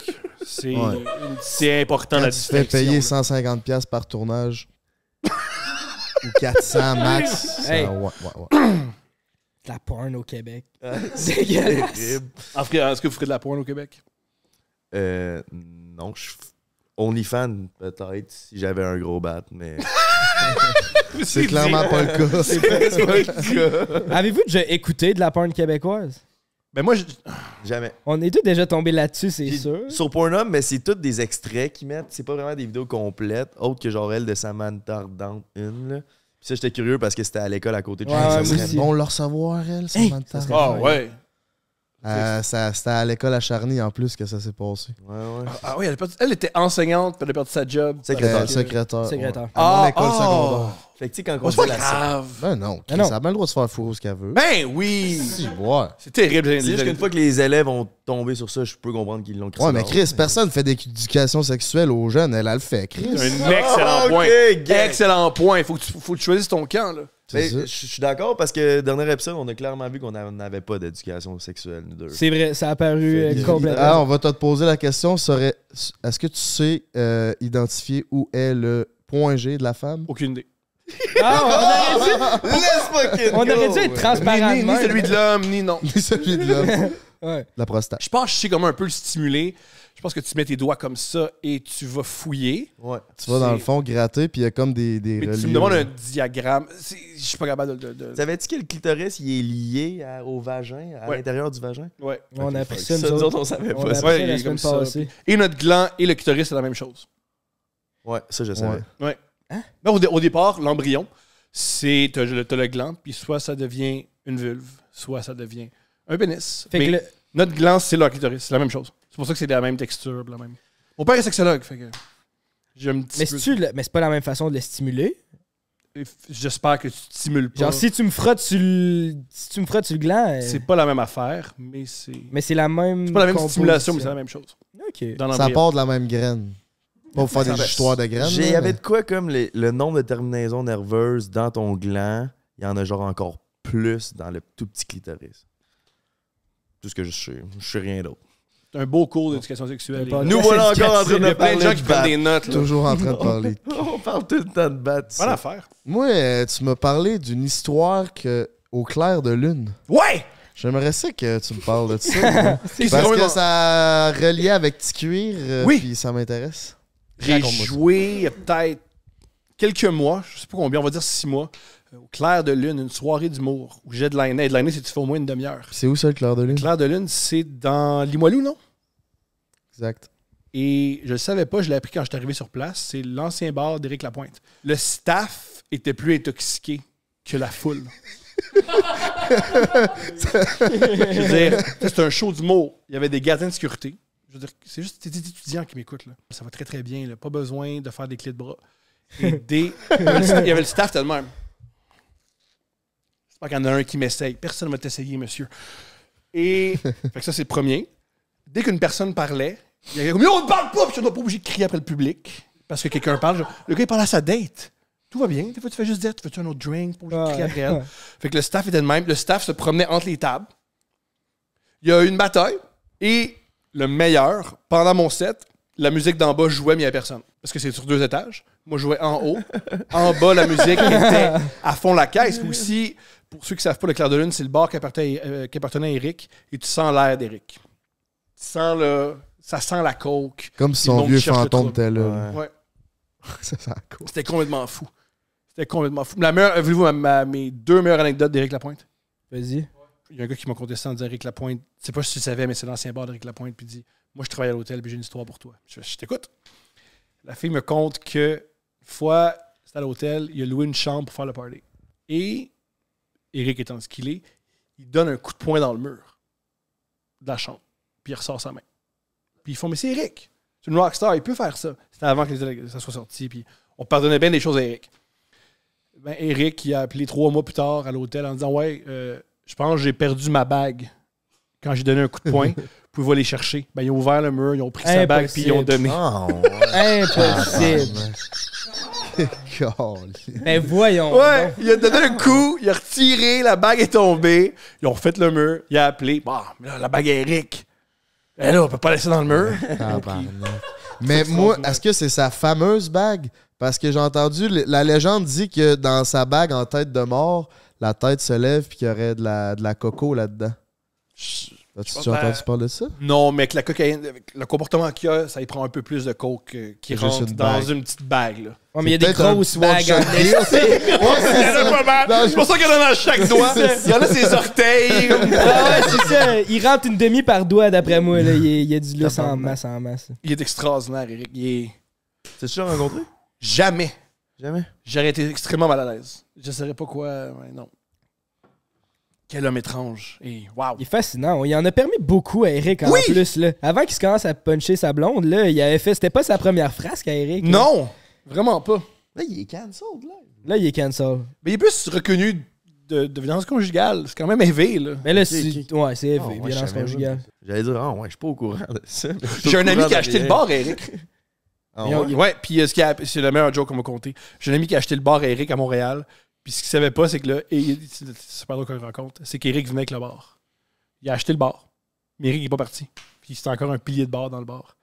Speaker 1: C'est
Speaker 2: Ouais.
Speaker 1: c'est important la
Speaker 2: tu te fais
Speaker 1: distinction.
Speaker 2: payer
Speaker 1: là.
Speaker 2: 150$ piastres par tournage ou 400 max. ça-
Speaker 3: Hey.
Speaker 2: ouais, ouais, ouais.
Speaker 3: La porn au Québec.
Speaker 6: Ah,
Speaker 3: Dégueulasse.
Speaker 6: terrible.
Speaker 1: En fait, Est-ce que vous ferez de la porn au Québec?
Speaker 6: Euh, non, je suis OnlyFan peut-être si j'avais un gros bat, mais
Speaker 2: C'est clairement pas le cas.
Speaker 6: c'est pas le cas.
Speaker 3: Avez-vous déjà écouté de la porn québécoise?
Speaker 1: Ben moi, je-
Speaker 6: Jamais.
Speaker 3: On est tous déjà tombés là-dessus, c'est
Speaker 6: J'ai-
Speaker 3: sûr.
Speaker 6: Sur Pornhub, mais c'est toutes des extraits qu'ils mettent. C'est pas vraiment des vidéos complètes, autre que genre elle de Samantha Ardente, une. Là. Puis ça, j'étais curieux parce que c'était à l'école à côté de
Speaker 3: Ouais,
Speaker 6: chez
Speaker 2: Ça
Speaker 3: moi
Speaker 6: nous.
Speaker 2: serait
Speaker 3: aussi.
Speaker 2: bon de le recevoir, elle,
Speaker 3: Hey,
Speaker 2: Samantha.
Speaker 3: ça serait-
Speaker 1: Ah ouais.
Speaker 2: Euh, ça- C'était à l'école à Charny, en plus, que ça s'est passé.
Speaker 6: Ouais,
Speaker 3: Oh.
Speaker 6: ouais.
Speaker 1: Ah oui, elle, a perdu- elle était enseignante, puis elle a perdu sa job.
Speaker 6: Secrétaire.
Speaker 2: Euh, secrétaire.
Speaker 3: Secrétaire.
Speaker 2: ouais. À mon
Speaker 1: Ah,
Speaker 2: école
Speaker 1: ah.
Speaker 2: secondaire.
Speaker 6: Fait que tu sais, quand
Speaker 1: Oh,
Speaker 6: on
Speaker 1: c'est pas
Speaker 6: dit la
Speaker 1: grave.
Speaker 2: Ben non, Chris,
Speaker 3: Ben non.
Speaker 2: elle a bien le droit de se faire fourrer ce qu'elle veut.
Speaker 1: Ben oui.
Speaker 2: Si, ouais.
Speaker 1: C'est terrible. les-
Speaker 6: C'est juste
Speaker 1: les-
Speaker 6: qu'une fois que les élèves ont tombé sur ça, je peux comprendre qu'ils l'ont crissé
Speaker 2: Ouais, mais
Speaker 6: dehors.
Speaker 2: Chris, personne fait d'éducation sexuelle aux jeunes. Elle, elle le fait, Chris.
Speaker 1: Un excellent
Speaker 6: Ah,
Speaker 3: oh,
Speaker 6: ok,
Speaker 1: point.
Speaker 6: gang.
Speaker 1: Excellent point. Faut que tu, faut que tu choisisses ton camp, là.
Speaker 6: Mais
Speaker 2: C'est ça.
Speaker 6: je je suis d'accord parce que dernier épisode, on a clairement vu qu'on a- n'avait pas d'éducation sexuelle, nous deux.
Speaker 3: C'est vrai, ça a paru euh,
Speaker 6: C'est-
Speaker 3: complètement.
Speaker 2: Ah, on va te poser la question. serait- Est-ce que tu sais euh, identifier où est le point G de la femme?
Speaker 1: Aucune idée.
Speaker 3: Ah, on aurait dû-
Speaker 6: Laisse fucking
Speaker 3: on aurait
Speaker 6: go,
Speaker 3: dû
Speaker 6: Ah,
Speaker 3: être
Speaker 6: ouais.
Speaker 1: Ah, Ni,
Speaker 3: transparent.
Speaker 1: ni-
Speaker 3: de
Speaker 1: ni
Speaker 3: même.
Speaker 1: celui de l'homme, ni non.
Speaker 2: Ni celui de l'homme.
Speaker 3: Ouais.
Speaker 2: La prostate.
Speaker 1: Je pense que je sais comment un peu le stimuler. Je pense que tu mets tes doigts comme ça et tu vas fouiller.
Speaker 6: Ouais.
Speaker 2: Tu vas dans le fond gratter, puis il y a comme des. des
Speaker 1: Mais tu
Speaker 2: reliures.
Speaker 1: me demandes un diagramme. C'est- Je suis pas capable de. de- de-
Speaker 6: Savais-tu que le clitoris, il est lié à- au vagin, à
Speaker 1: Ouais.
Speaker 6: l'intérieur du vagin?
Speaker 1: Ouais.
Speaker 3: On a appris ça, nous
Speaker 6: Ça, nous
Speaker 3: autres.
Speaker 6: autres, on savait
Speaker 3: On
Speaker 6: pas
Speaker 3: a
Speaker 6: ça.
Speaker 3: appris
Speaker 1: Ouais, il
Speaker 3: ça
Speaker 1: est
Speaker 3: la semaine
Speaker 1: comme ça,
Speaker 3: passée.
Speaker 1: Et notre gland et le clitoris, c'est la même chose.
Speaker 6: Ouais, ça, je
Speaker 2: Ouais.
Speaker 6: savais.
Speaker 1: Ben, au, dé- au départ, l'embryon, c'est. T'as le, t'as le gland, puis soit ça devient une vulve, soit ça devient un pénis.
Speaker 3: Fait que
Speaker 1: Mais
Speaker 3: le-
Speaker 1: notre gland, c'est leur clitoris. C'est la même chose. C'est pour ça que c'est de la même texture, de la même. Mon père est sexologue, fait que. J'ai un petit
Speaker 3: Mais
Speaker 1: peu-
Speaker 3: c'est-tu le- mais c'est pas la même façon de le stimuler.
Speaker 1: J'espère que tu te stimules pas.
Speaker 3: Genre, si tu me frottes sur le, si tu me frottes sur le gland, euh,
Speaker 1: C'est pas la même affaire, mais c'est.
Speaker 3: mais c'est la même.
Speaker 1: C'est pas la même
Speaker 3: composition.
Speaker 1: stimulation, mais c'est la même chose.
Speaker 3: Ok.
Speaker 1: Dans
Speaker 2: Ça
Speaker 1: l'embryon.
Speaker 2: part de la même graine. Pas pour faire des
Speaker 6: Ça-
Speaker 2: histoires de graines.
Speaker 6: J'ai- Il y
Speaker 2: là,
Speaker 6: avait de quoi comme les- le nombre de terminaisons nerveuses dans ton gland, il y en a genre encore plus dans le tout petit clitoris. Tout ce que je sais. Je sais rien d'autre.
Speaker 1: C'est un beau cours d'éducation sexuelle.
Speaker 3: Un
Speaker 1: les
Speaker 3: podcast
Speaker 1: gars.
Speaker 6: Nous voilà encore en train
Speaker 1: Il y
Speaker 6: de
Speaker 1: a plein
Speaker 6: parler
Speaker 1: de gens qui
Speaker 6: de
Speaker 1: prennent
Speaker 6: battre.
Speaker 1: des notes.
Speaker 2: mais
Speaker 1: Là.
Speaker 2: Toujours en train de parler.
Speaker 6: On parle tout le temps de battre.
Speaker 1: Bonne affaire.
Speaker 2: Moi, euh, tu m'as parlé d'une histoire que au clair de lune.
Speaker 1: Ouais!
Speaker 2: J'aimerais ça que tu me parles de ça.
Speaker 1: Ils
Speaker 2: parce
Speaker 1: sont
Speaker 2: que
Speaker 1: vraiment-
Speaker 2: ça reliait avec petit cuir, euh,
Speaker 1: Oui.
Speaker 2: puis ça m'intéresse.
Speaker 1: J'ai
Speaker 2: Raconte-moi ça.
Speaker 1: joué il y a peut-être quelques mois, je sais pas combien, on va dire six mois, euh, au clair de lune, une soirée d'humour où j'ai de l'année. De l'année, c'est tu fais au moins une demi-heure.
Speaker 2: C'est où ça, le clair de lune?
Speaker 1: Clair de lune, c'est dans Limoilou, non?
Speaker 2: Exact.
Speaker 1: Et je le savais pas, je l'ai appris quand je suis arrivé sur place. C'est l'ancien bar d'Éric Lapointe. Le staff était plus intoxiqué que la foule. je veux dire, c'est un show d'humour. Il y avait des gardiens de sécurité. Je veux dire, c'est juste des étudiants qui m'écoutent. là. Ça va très, très bien. là. Pas besoin de faire des clés de bras. Et des... il, y avait le, il y avait le staff tellement. J'espère qu'il y en a un qui m'essaye. Personne ne va t'essayer, monsieur. Et fait que ça, c'est le premier. Dès qu'une personne parlait, il y avait comme Yo, on ne parle pas! Puis je n'ai pas obligé de crier après le public parce que quelqu'un parle. genre, le gars, il parle à sa date. Tout va bien. Des fois, tu fais juste dire Tu veux-tu un autre drink pour
Speaker 3: Ouais.
Speaker 1: crier après elle? Fait que le staff était de même. Le staff se promenait entre les tables. Il y a eu une bataille. Et le meilleur, pendant mon set, la musique d'en bas jouait, mais il n'y avait personne. Parce que c'est sur deux étages. Moi, je jouais en haut. En bas, la musique était à fond la caisse. Puis aussi, pour ceux qui ne savent pas, le Clair de Lune, c'est le bar qui appartenait, euh, qui appartenait à Eric. Et tu sens l'air d'Eric. Tu sens le. Ça sent la coke.
Speaker 2: Comme
Speaker 1: Puis
Speaker 2: si
Speaker 1: le
Speaker 2: son
Speaker 1: monde
Speaker 2: vieux
Speaker 1: cherche le
Speaker 2: fantôme
Speaker 1: trouble.
Speaker 2: était là.
Speaker 1: Ouais.
Speaker 2: ça, ça court.
Speaker 1: C'était complètement fou. C'était complètement fou. La meilleure, voulez-vous ma- ma- mes deux meilleures anecdotes d'Éric Lapointe?
Speaker 3: Vas-y.
Speaker 1: Il y a un gars qui m'a contesté en disant Eric Lapointe, je sais pas si tu le savais, mais c'est l'ancien bar d'Eric Lapointe, puis il dit Moi, je travaille à l'hôtel, puis j'ai une histoire pour toi. Je, fais, je t'écoute. La fille me compte que une fois, c'était à l'hôtel, il a loué une chambre pour faire le party. Et Eric étant ce qu'il est, il donne un coup de poing dans le mur de la chambre, puis il ressort sa main. Puis ils font, mais c'est Eric, c'est une rockstar, il peut faire ça. C'était avant que les- ça soit sorti, puis on pardonnait bien des choses à Eric. Ben, Eric, il a appelé trois mois plus tard à l'hôtel en disant, ouais, euh, je pense que j'ai perdu ma bague quand j'ai donné un coup de poing. Pouvez-vous aller chercher? Ben, ils ont ouvert le mur, ils ont pris sa bague, puis ils ont donné.
Speaker 2: Ah,
Speaker 3: Impossible.
Speaker 2: ouais.
Speaker 3: Mais voyons.
Speaker 1: Ouais,
Speaker 3: donc.
Speaker 1: il a donné un coup, il a retiré, la bague est tombée. Ils ont refait le mur, il a appelé. Bah, mais là, la bague est Eric. Eh là, on peut pas laisser dans le mur.
Speaker 2: Tabarnak. Mais moi, est-ce que c'est sa fameuse bague? Parce que j'ai entendu, l- la légende dit que dans sa bague en tête de mort, la tête se lève puis qu'il y aurait de la, de la coco là-dedans. As-tu déjà
Speaker 1: Ben,
Speaker 2: entendu parler de ça?
Speaker 1: Non, mais avec la cocaïne, avec le comportement qu'il a, ça y prend un peu plus de coke euh, qui
Speaker 2: Juste
Speaker 1: rentre
Speaker 2: une
Speaker 1: dans
Speaker 2: bague.
Speaker 1: une petite bague. là.
Speaker 3: Ouais, mais il y a des
Speaker 2: C'est peut-être un
Speaker 3: grosses
Speaker 2: petit
Speaker 3: bagues
Speaker 2: one-shot
Speaker 3: en
Speaker 2: deal.
Speaker 3: esti.
Speaker 2: Ouais, c'est
Speaker 1: Il y en a
Speaker 2: ça.
Speaker 1: pas mal.
Speaker 2: Non,
Speaker 1: C'est pour ça qu'il y en a dans chaque doigt. Il y en a ses orteils.
Speaker 3: Ah ouais, c'est ça. Il rentre une demi par doigt, d'après moi. Là. Il, y a- il y a du lousse en masse, en masse.
Speaker 1: il est extraordinaire, Eric. Il est...
Speaker 6: T'as déjà rencontré?
Speaker 1: Jamais.
Speaker 6: Jamais.
Speaker 1: J'aurais été extrêmement mal à l'aise. Je ne saurais pas quoi. ouais, non. Quel homme étrange. Et waouh.
Speaker 3: Il est fascinant. Il en a permis beaucoup à Eric, en
Speaker 1: Oui!
Speaker 3: plus. Là. Avant qu'il se commence à puncher sa blonde, là, il avait fait... C'était pas sa première frasque à Eric. là.
Speaker 1: Non, vraiment pas.
Speaker 2: Là, il est cancelled, là.
Speaker 3: Là, il est cancel.
Speaker 1: Mais il est plus reconnu de, de violence conjugale. C'est quand même élevé, là.
Speaker 3: Mais là,
Speaker 6: Ok,
Speaker 3: c'est...
Speaker 6: ok.
Speaker 3: Ouais, c'est
Speaker 6: Ah, ouais, je
Speaker 3: violence
Speaker 6: savais
Speaker 3: conjugale.
Speaker 6: J'allais dire, ah ouais, je suis pas au courant de ça. mais je suis
Speaker 1: J'ai
Speaker 6: au
Speaker 1: un ami
Speaker 6: courant
Speaker 1: qui a
Speaker 6: de
Speaker 1: acheté
Speaker 6: rien.
Speaker 1: le bar à Eric.
Speaker 6: Ah
Speaker 1: Ils ont-
Speaker 6: ouais?
Speaker 1: ouais, puis euh, ce qui a- c'est le meilleur joke qu'on m'a conté. J'ai un ami qui a acheté le bar à Eric à Montréal. Puis ce qu'il savait pas, c'est que là, et, il- c'est c'est super drôle qu'on raconte, c'est qu'Eric venait avec le bar. Il a acheté le bar. Mais Eric n'est pas parti. Puis c'était encore un pilier de bar dans le bar.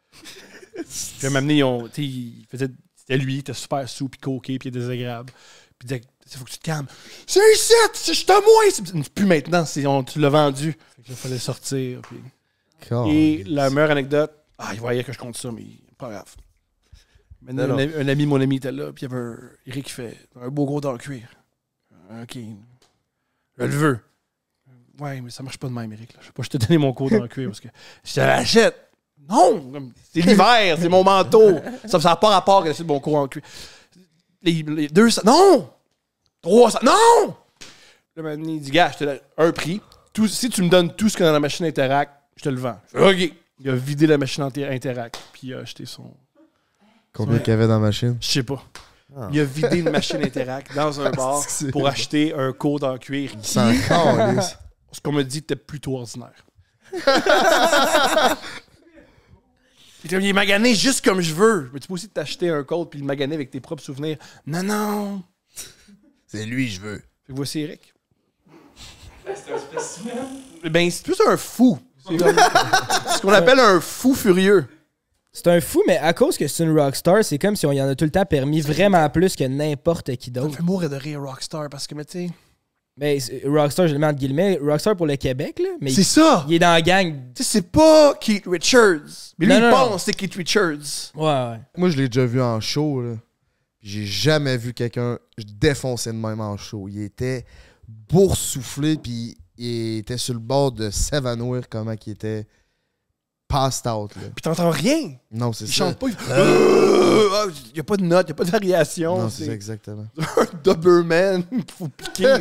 Speaker 1: puis à un moment donné, ils ont- tu sais, il faisait- c'était lui, il était super sous, puis coqué, puis désagréable. Puis il disait, il faut que tu te calmes. C'est ici, c'est- je suis à moi. C'est- Plus maintenant, c'est- on- tu l'as vendu. Il fallait sortir. puis- et la meilleure anecdote, ah, il voyait que je compte ça, mais pas grave. Maintenant,
Speaker 6: Non,
Speaker 1: un, ami- un ami, mon ami, était là, puis il y avait un Eric qui fait un beau gros dans le cuir. Ok. Je le veux. Ouais, mais ça marche pas de même, Eric. là. Je sais pas, je te donnais mon gros dans le cuir parce que je te l'achète. Non! Comme, C'est l'hiver, c'est mon manteau. Ça n'a pas rapport avec mon cours en cuir. Les, les 200. Non! 300. Non! Là, maintenant, il dit, gars, je te donne un prix. Tout- si tu me donnes tout ce qu'il y a dans la machine Interact, je te le vends. Je fais, OK. Il a vidé la machine Inter- Interact, puis il a acheté son.
Speaker 2: Combien qu'il y avait dans la machine?
Speaker 1: Je sais pas. Il a vidé une machine Interact dans un bar
Speaker 2: C'est-
Speaker 1: pour acheter un code en cuir.
Speaker 2: Sans câlisse.
Speaker 1: Ce qu'on me dit était plutôt ordinaire. Il était, Il est magané juste comme je veux. Mais tu peux aussi t'acheter un code puis le maganer avec tes propres souvenirs. Non, non.
Speaker 2: C'est lui, je veux.
Speaker 1: Fait que voici Eric. C'est un Ben, c'est plus un fou. C'est comme- ce qu'on appelle un fou furieux.
Speaker 3: C'est un fou, mais à cause que c'est une rockstar, c'est comme si on y en a tout le temps permis vraiment plus que n'importe qui
Speaker 1: Ça me
Speaker 3: d'autre.
Speaker 1: fait mourir de rire, Rockstar, parce que, mais tu sais.
Speaker 3: Mais c'est- rockstar, je le mets entre guillemets, rockstar pour le Québec, là. Mais
Speaker 1: C'est
Speaker 3: il,
Speaker 1: ça!
Speaker 3: il est dans la gang.
Speaker 1: Tu sais, c'est pas Keith Richards. Mais lui,
Speaker 3: Non,
Speaker 1: il
Speaker 3: non,
Speaker 1: pense
Speaker 3: non.
Speaker 1: que c'est Keith Richards.
Speaker 3: Ouais, ouais.
Speaker 2: Moi, je l'ai déjà vu en show. là. J'ai jamais vu quelqu'un défoncer de même en show. Il était boursouflé, puis il était sur le bord de s'évanouir comment qu'il était passed out. là.
Speaker 1: Puis t'entends rien.
Speaker 2: Non, c'est
Speaker 1: Il
Speaker 2: ça.
Speaker 1: chante pas. Il Ah, y a pas de note, il a pas de variation.
Speaker 2: Non, c'est ça,
Speaker 1: c'est
Speaker 2: exactement.
Speaker 1: un Doberman qu'il faut piquer.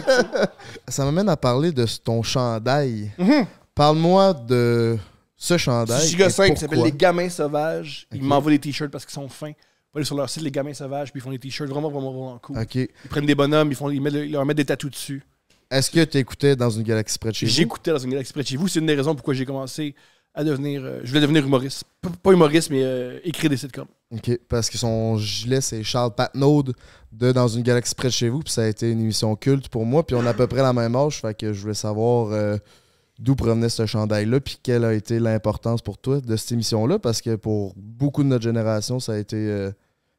Speaker 2: Ça m'amène à parler de ton chandail.
Speaker 1: Mhm.
Speaker 2: Parle-moi de ce
Speaker 1: C'est
Speaker 2: chandail.
Speaker 1: giga
Speaker 2: et
Speaker 1: simple, ça s'appelle
Speaker 2: Ben, pourquoi.
Speaker 1: Les Gamins Sauvages. Ils
Speaker 2: Ok.
Speaker 1: m'envoient des t-shirts parce qu'ils sont fins. Ils aller sur leur site, Les Gamins Sauvages, puis ils font des t-shirts vraiment, vraiment, vraiment cool.
Speaker 2: Ok.
Speaker 1: Ils prennent des bonhommes, ils, font, ils, mettent- ils leur mettent des tatous dessus.
Speaker 2: Est-ce que tu écoutais dans une galaxie près de chez vous?
Speaker 1: J'écoutais dans une galaxie près de chez vous. C'est une des raisons pourquoi j'ai commencé à devenir. euh, je voulais devenir humoriste. P- pas humoriste, mais euh, écrire des sitcoms.
Speaker 2: OK, parce que son gilet, c'est Charles Patnaud de Dans une galaxie près de chez vous, puis ça a été une émission culte pour moi, puis on a à peu près la même âge, fait que je voulais savoir euh, d'où provenait ce chandail-là, puis quelle a été l'importance pour toi de cette émission-là, parce que pour beaucoup de notre génération, ça a été euh,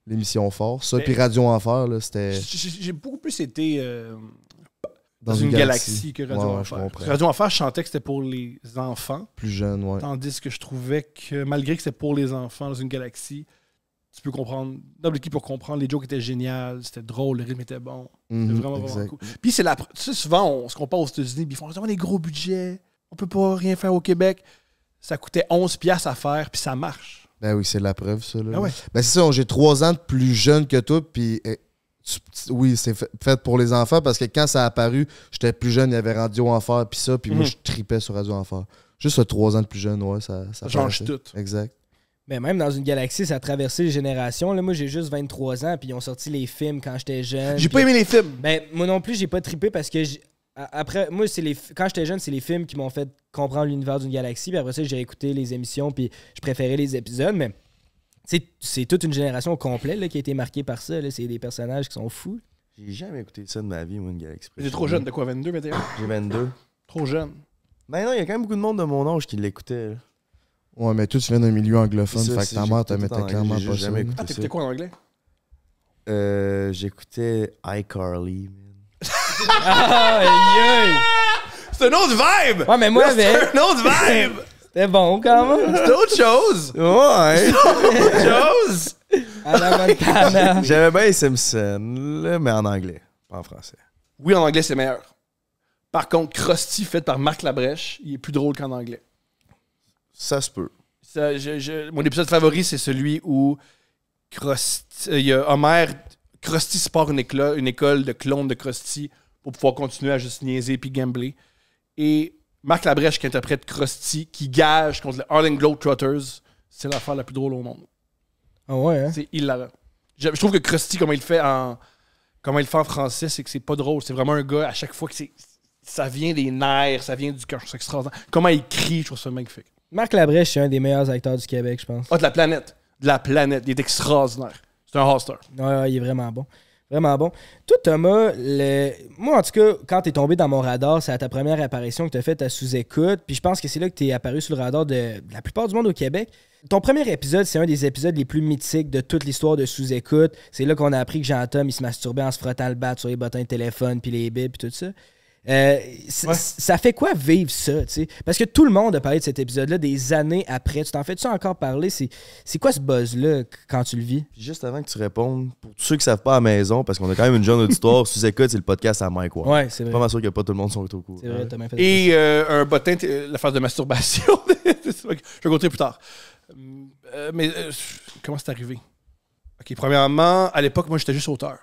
Speaker 2: l'émission fort. Ça,
Speaker 1: Mais-
Speaker 2: puis Radio Enfer, là, c'était
Speaker 1: J- j- J'ai beaucoup plus été euh,
Speaker 2: dans,
Speaker 1: dans, une, galaxie, que Radio
Speaker 2: Ouais, ouais,
Speaker 1: Enfer.
Speaker 2: je
Speaker 1: Parce
Speaker 2: comprends.
Speaker 1: que Radio Enfer, je chantais que c'était pour les enfants,
Speaker 2: Plus jeune, ouais.
Speaker 1: tandis que je trouvais que malgré que c'était pour les enfants dans une galaxie, tu peux comprendre. Double qui pour comprendre, les jokes étaient géniaux, c'était drôle, le rythme était bon. C'est
Speaker 2: Mhm,
Speaker 1: vraiment, vraiment
Speaker 2: exact.
Speaker 1: cool. Puis c'est la. pr- Tu sais, souvent, on se compare aux États-Unis, puis ils font on a des gros budgets, on peut pas rien faire au Québec. Ça coûtait 11$ piastres à faire, puis ça marche.
Speaker 2: Ben oui, c'est la preuve, ça. Là.
Speaker 1: Ah ouais.
Speaker 2: Ben c'est ça, j'ai trois ans de plus jeune que toi, puis eh, tu- tu- oui, c'est fait, fait pour les enfants parce que quand ça a apparu, j'étais plus jeune, il y avait Radio Enfer, puis ça, puis moi,
Speaker 1: Mhm.
Speaker 2: je tripais sur Radio Enfer. Juste euh, trois ans de plus jeune, ouais, ça,
Speaker 1: Ça
Speaker 2: ça
Speaker 1: change
Speaker 2: paraissait.
Speaker 1: tout.
Speaker 2: Exact.
Speaker 3: Mais même dans une galaxie, ça a traversé les générations. Là, moi, j'ai juste 23 ans, puis ils ont sorti les films quand j'étais jeune.
Speaker 1: J'ai
Speaker 3: puis-
Speaker 1: pas aimé les films.
Speaker 3: Ben, moi non plus, j'ai pas trippé parce que j'- a- après, moi, c'est les f- quand j'étais jeune, c'est les films qui m'ont fait comprendre l'univers d'une galaxie. Puis après ça, j'ai écouté les émissions, puis je préférais les épisodes. Mais c'est- c'est toute une génération complète là, qui a été marquée par ça. là. C'est des personnages qui sont fous.
Speaker 6: J'ai jamais écouté ça de ma vie, moi, une Galaxy
Speaker 1: J'étais trop
Speaker 2: Mhm.
Speaker 1: jeune, de quoi, 22, 21?
Speaker 6: J'ai 22.
Speaker 1: Trop jeune.
Speaker 6: Ben non, il y a quand même beaucoup de monde de mon âge qui l'écoutait. là.
Speaker 2: Ouais, mais toi, tu viens d'un milieu anglophone,
Speaker 6: C'est ça,
Speaker 2: fait que ta
Speaker 6: c'est-
Speaker 2: mère te
Speaker 6: j'écoutais tout
Speaker 2: mettait
Speaker 6: en anglais,
Speaker 2: clairement
Speaker 6: j'ai
Speaker 2: pas ça.
Speaker 6: jamais
Speaker 1: Ah,
Speaker 6: écouté
Speaker 1: t'écoutais quoi en anglais?
Speaker 6: ça. Euh, J'écoutais iCarly. man.
Speaker 1: C'est un autre vibe!
Speaker 3: Ouais, mais moi, avec,
Speaker 1: Un autre vibe!
Speaker 3: c'était bon quand même.
Speaker 1: C'est autre chose!
Speaker 6: Oh, Ouais!
Speaker 1: Autre chose!
Speaker 3: Anna Montana.
Speaker 6: J'aimais bien les Simpsons, là, mais en anglais, pas en français.
Speaker 1: Oui, en anglais, c'est meilleur. Par contre, Krusty, fait par Marc Labrèche, il est plus drôle qu'en anglais.
Speaker 6: Ça se peut.
Speaker 1: Ça, je- je- mon épisode favori, c'est celui où Krusty- euh, il y a Homer, Krusty se part une, écla- une école de clones de Krusty pour pouvoir continuer à juste niaiser puis gambler. Et Marc Labrèche qui interprète Krusty, qui gage contre les Harlem Globetrotters, c'est l'affaire la plus drôle au monde.
Speaker 3: Ah ouais, hein?
Speaker 1: C'est hilarant. Je, je trouve que Krusty, comment il le fait en, comment il le fait en français, c'est que c'est pas drôle. C'est vraiment un gars, à chaque fois que c'est... Ça vient des nerfs, ça vient du cœur, je trouve ça extraordinaire. Comment il crie, je trouve ça magnifique.
Speaker 3: Marc Labrèche, c'est un des meilleurs acteurs du Québec, je pense.
Speaker 1: Ah, de la planète. De la planète. Il est extraordinaire. C'est un hoster.
Speaker 3: Ouais, ouais, il est vraiment bon. Vraiment bon. Toi, Thomas, le... moi, en tout cas, quand t'es tombé dans mon radar, c'est à ta première apparition que t'as faite à sous-écoute. Puis je pense que c'est là que t'es apparu sur le radar de la plupart du monde au Québec. Ton premier épisode, c'est un des épisodes les plus mythiques de toute l'histoire de sous-écoute. C'est là qu'on a appris que Jean-Tom, il se masturbait en se frottant le bat sur les bottins de téléphone, puis les bibles, puis tout ça. Euh, c-
Speaker 1: Ouais.
Speaker 3: c- Ça fait quoi vivre ça, tu sais? Parce que tout le monde a parlé de cet épisode-là des années après. Tu t'en fais-tu encore parler? C'est c'est quoi ce buzz-là quand tu le vis?
Speaker 6: Puis juste avant que tu répondes, pour tous ceux qui savent pas à la maison, parce qu'on a quand même une jeune auditoire, sous écoute, c'est le podcast à Mike Ward.
Speaker 3: Ouais, c'est
Speaker 6: Pas mal sûr que pas tout le monde sont au courant.
Speaker 3: C'est vrai, t'as bien fait.
Speaker 1: Et euh, un bottin, t- euh, la phase de masturbation. je vais compter plus tard. Euh, mais euh, comment c'est arrivé? OK, premièrement, à l'époque, moi, j'étais juste auteur.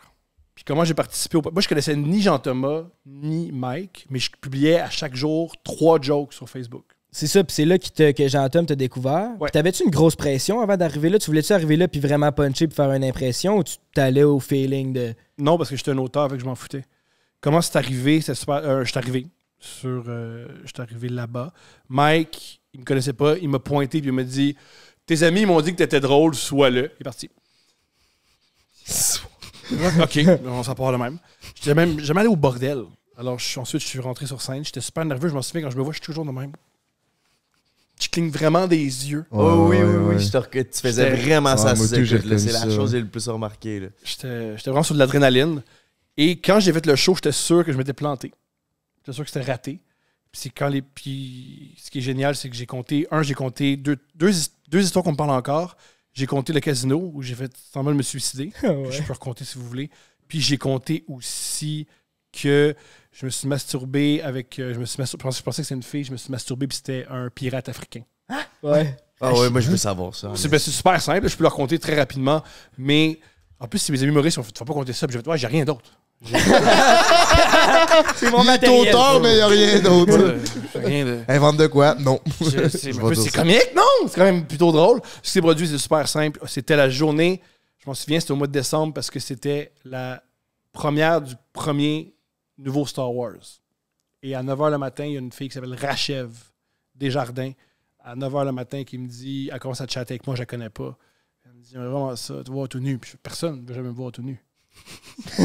Speaker 1: Puis comment j'ai participé au... Moi, je connaissais ni Jean-Thomas, ni Mike, mais je publiais à chaque jour trois jokes sur Facebook.
Speaker 3: C'est ça, puis c'est là qui te- que Jean-Tom t'a découvert.
Speaker 1: Ouais.
Speaker 3: Puis T'avais-tu une grosse pression avant d'arriver là? Tu voulais-tu arriver là puis vraiment puncher puis faire une impression ou tu t'allais au feeling de.
Speaker 1: Non, parce que j'étais un auteur, fait que je m'en foutais. Comment c'est arrivé? C'est super. euh, je suis arrivé. Sur, euh, je suis arrivé là-bas. Mike, il me connaissait pas, il m'a pointé puis il m'a dit Tes amis m'ont dit que t'étais drôle, sois-le. Il est parti. ok, on s'en part de même. J'étais même jamais allé au bordel. Alors je suis- ensuite, je suis rentré sur scène. J'étais super nerveux. Je m'en souviens quand je me vois, je suis toujours de même. Je cligne vraiment des yeux.
Speaker 2: Ouais,
Speaker 6: Oh oui,
Speaker 2: ouais,
Speaker 6: oui,
Speaker 2: ouais.
Speaker 6: oui, je te reconnais. Tu faisais
Speaker 1: J'étais-
Speaker 6: vraiment ça
Speaker 2: Ah,
Speaker 6: à
Speaker 2: moi,
Speaker 6: sous
Speaker 2: tout, j'ai
Speaker 6: écoute. là. C'est
Speaker 2: reconnu
Speaker 6: la
Speaker 2: ça,
Speaker 6: chose que j'ai le plus remarqué. là.
Speaker 1: J'étais j'étais vraiment sur de l'adrénaline. Et quand j'ai fait le show, j'étais sûr que je m'étais planté. J'étais sûr que c'était raté. Puis c'est quand les. Puis ce qui est génial, c'est que j'ai compté. Un, j'ai compté deux, deux, his- deux histoires qu'on me parle encore. J'ai compté le casino où j'ai fait semblant de me suicider. Je peux raconter si vous voulez. Puis j'ai compté aussi que je me suis masturbé avec. euh, Je me suis mastur- je pensais- je pensais que c'était une fille, je me suis masturbé puis c'était un pirate africain.
Speaker 3: Ouais.
Speaker 6: Ah ouais, moi je veux savoir ça.
Speaker 1: C'est ben, c'est super simple, je peux leur compter très rapidement, mais en plus, si mes amis humoristes ont fait, tu vas pas compter ça, puis je vais ouais, j'ai rien d'autre.
Speaker 3: C'est mon
Speaker 2: Il est auteur, mais il n'y a rien d'autre.
Speaker 1: J'ai rien de.
Speaker 2: Invente de quoi? Non.
Speaker 1: Je- C'est
Speaker 2: Je
Speaker 1: un
Speaker 2: vais
Speaker 1: peu-
Speaker 2: dire
Speaker 1: c'est
Speaker 2: ça.
Speaker 1: comique, non? C'est quand même plutôt drôle. Ce qui s'est produit, c'est super simple. C'était la journée, je m'en souviens, c'était au mois de décembre parce que c'était la première du premier nouveau Star Wars. Et à 9h le matin, il y a une fille qui s'appelle Rachev Desjardins. À 9h le matin, qui me dit, elle commence à chatter avec moi, je la connais pas. Elle me dit, j'aimerais vraiment ça, te voir tout nu. Puis je fais, personne ne veut jamais me voir tout nu.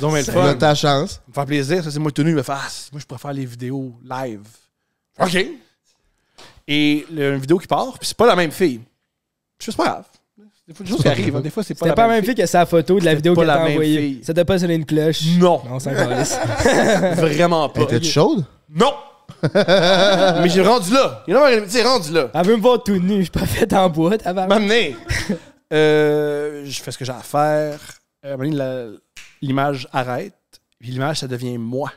Speaker 1: Donc, mais le
Speaker 2: T'as
Speaker 1: fun
Speaker 2: ta chance.
Speaker 1: me faire plaisir, ça c'est moi tenu, il me fait Ah, moi je préfère les vidéos live. OK. Et le- une vidéo qui part, puis c'est pas la même fille. Puis c'est pas grave. Des fois, des choses qui arrivent, hein. des fois c'est pas
Speaker 3: C'était
Speaker 1: la
Speaker 3: pas la
Speaker 1: même
Speaker 3: même fille que sa photo de la
Speaker 1: C'était
Speaker 3: vidéo
Speaker 1: pas
Speaker 3: qu'elle
Speaker 1: la
Speaker 3: t'a
Speaker 1: même
Speaker 3: envoyée.
Speaker 1: fille.
Speaker 3: Ça t'a pas sonné une cloche?
Speaker 1: Non.
Speaker 3: Non, c'est encore
Speaker 1: Vraiment pas.
Speaker 2: Elle était chaude?
Speaker 1: Non! Mais j'ai rendu là. Il y en a un qui rendu là.
Speaker 3: Elle veut me voir tout nu, je suis pas fait en boîte avant.
Speaker 1: M'amener. Euh, je fais ce que j'ai à faire. Euh, à un moment donné, la- l'image arrête. Puis l'image, ça devient moi.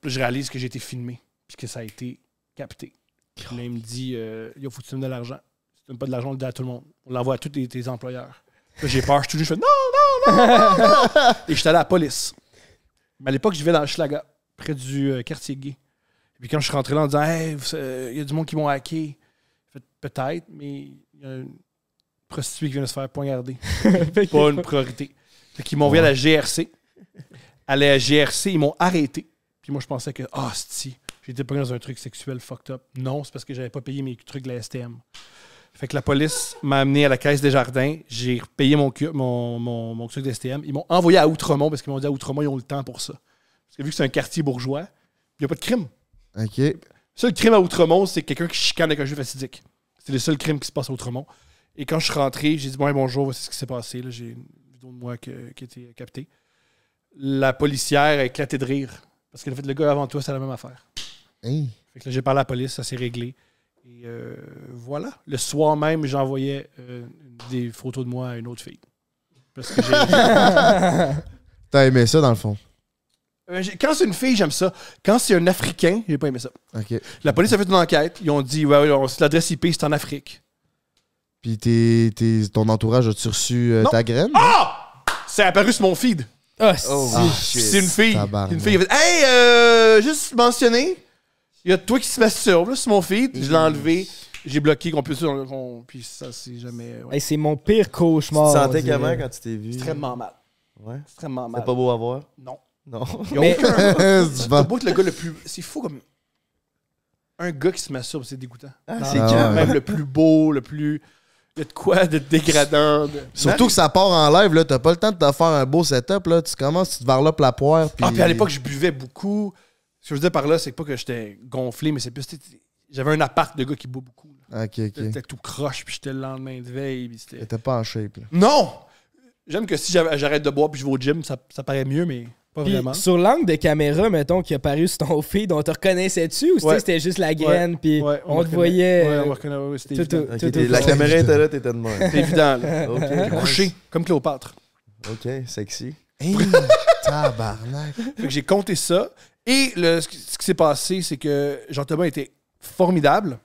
Speaker 1: Puis là, je réalise que j'ai été filmé. Puis que ça a été capté. Puis là, il me dit euh, Yo, faut que tu me donnes de l'argent. Si tu me donnes pas de l'argent, on le dit à tout le monde. On l'envoie à tous tes, tes employeurs. Puis là, j'ai peur. Je suis tout nu, je fais Non, non, Et j'étais allé à la police. Mais à l'époque, je vivais dans le Schlaga, près du euh, quartier gay. Et puis quand je suis rentré là en disant, hey, vous- euh, il y a du monde qui m'ont hacké. J'ai fait, peut-être, mais il y a une prostituée qui vient de se faire poignarder.
Speaker 3: Fait que-
Speaker 1: pas une priorité. Fait qu'ils m'ont envoyé à la GRC. À la GRC, ils m'ont arrêté. Puis moi, je pensais que, ah, si, j'étais pas dans un truc sexuel fucked up. Non, c'est parce que j'avais pas payé mes trucs de la STM. Fait que la police m'a amené à la caisse des jardins. J'ai payé mon, cu- mon, mon, mon truc de STM. Ils m'ont envoyé à Outremont parce qu'ils m'ont dit à Outremont, ils ont le temps pour ça. Parce que vu que c'est un quartier bourgeois, il n'y a pas de crime.
Speaker 2: OK.
Speaker 1: Le seul crime à Outremont, c'est quelqu'un qui chicane avec un jeu fastidique. C'est le seul crime qui se passe à Outremont. Et quand je suis rentré, j'ai dit bon, bonjour, voici ce qui s'est passé. Là, j'ai une vidéo de moi que- qui a été captée. La policière a éclaté de rire. Parce qu'elle a fait le gars avant toi, c'est la même affaire.
Speaker 2: Hey.
Speaker 1: Fait que là, j'ai parlé à la police, ça s'est réglé. Et euh, voilà. Le soir même, j'envoyais euh, des photos de moi à une autre fille. Parce que j'ai.
Speaker 2: T'as aimé ça, dans le fond.
Speaker 1: Euh, j'ai- Quand c'est une fille, j'aime ça. Quand c'est un Africain, j'ai pas aimé ça.
Speaker 2: OK.
Speaker 1: La police a fait une enquête. Ils ont dit ouais, ouais, on- l'adresse IP, c'est en Afrique.
Speaker 2: Puis t'es, t'es- ton entourage, as-tu reçu euh,
Speaker 1: Non. Ah!
Speaker 2: ta graine?
Speaker 1: C'est apparu sur mon feed.
Speaker 3: Ah, si.
Speaker 6: Oh,
Speaker 2: Ah,
Speaker 1: Puis c'est une fille.
Speaker 2: tabarnak.
Speaker 1: Une fille qui a fait Hey, euh, juste mentionner, il y a toi qui se masturbe là, sur mon feed. Je l'ai enlevé, j'ai bloqué, qu'on puisse. qu'on- puis ça, c'est jamais. ouais.
Speaker 3: Hey, c'est mon pire
Speaker 6: Tu te
Speaker 3: cauchemar.
Speaker 6: sentais
Speaker 3: on dirait.
Speaker 6: comment quand tu t'es vu?
Speaker 1: Extrêmement mal.
Speaker 6: Ouais.
Speaker 1: Extrêmement mal.
Speaker 6: C'était pas beau à voir?
Speaker 1: Non.
Speaker 6: Non.
Speaker 1: Il y a
Speaker 3: Mais-
Speaker 1: aucun-
Speaker 2: C'est du
Speaker 1: C'est
Speaker 2: vent.
Speaker 1: beau que le gars le plus. C'est fou comme. Un gars qui se masturbe, c'est dégoûtant.
Speaker 6: Ah,
Speaker 2: c'est
Speaker 1: Non,
Speaker 2: quand?
Speaker 1: Même le plus beau, le plus. Il y a de quoi de dégradant. de- Ah,
Speaker 2: Surtout que ça part en live, là. T'as pas le temps de te faire un beau setup, là. Tu commences, tu te varlopes la poire. Puis...
Speaker 1: Ah, puis à l'époque, je buvais beaucoup. Ce que je veux dire par là, c'est pas que j'étais gonflé, mais c'est plus. tu sais, J'avais un appart de gars qui boit beaucoup. là.
Speaker 2: Ah, OK, OK.
Speaker 1: J'étais tout croche, puis j'étais le lendemain de veille. puis c'était-
Speaker 2: T'étais pas en shape, là.
Speaker 1: Non! J'aime que si j'avais- j'arrête de boire puis je vais au gym, ça, ça paraît mieux, mais pas
Speaker 3: Puis,
Speaker 1: vraiment.
Speaker 3: sur l'angle de caméra, mettons, qui a paru sur ton feed, on te reconnaissait-tu ou c'était-
Speaker 1: Ouais.
Speaker 3: c'était juste la graine, puis
Speaker 1: Ouais, me
Speaker 3: on, te
Speaker 1: reconnaît.
Speaker 3: voyait...
Speaker 1: Ouais,
Speaker 3: euh,
Speaker 1: on me reconnaît, ouais, c'était
Speaker 3: tout-
Speaker 1: évident.
Speaker 3: tout-
Speaker 6: Ok,
Speaker 3: tout-
Speaker 6: t'es-
Speaker 3: tout-
Speaker 6: la
Speaker 3: tout-
Speaker 6: caméra était là, t'étais de même.
Speaker 1: C'était évident, là.
Speaker 6: Ok,
Speaker 1: Couché, comme Cléopâtre.
Speaker 6: ok, sexy.
Speaker 2: Hey, tabarnak.
Speaker 1: Fait que j'ai compté ça. Et le- ce qui ce qui s'est passé, c'est que Jean-Thomas était formidable.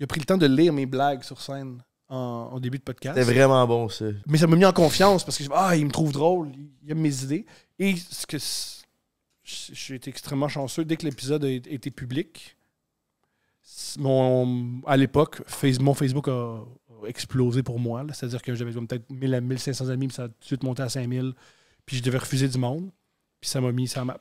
Speaker 1: Il a pris le temps de lire mes blagues sur scène en, en début de podcast.
Speaker 6: C'était vraiment bon, ça.
Speaker 1: Mais ça m'a mis en confiance parce que je- ah, il me trouve drôle, il aime mes idées. Et ce que c- j'ai été extrêmement chanceux dès que l'épisode a été public. c- Mon, à l'époque, Face- mon Facebook a a explosé pour moi. là. C'est-à-dire que j'avais comme peut-être 1000 à 1500 amis, puis ça a tout de suite monté à 5000. Puis je devais refuser du monde. Puis ça m'a mis sur la map.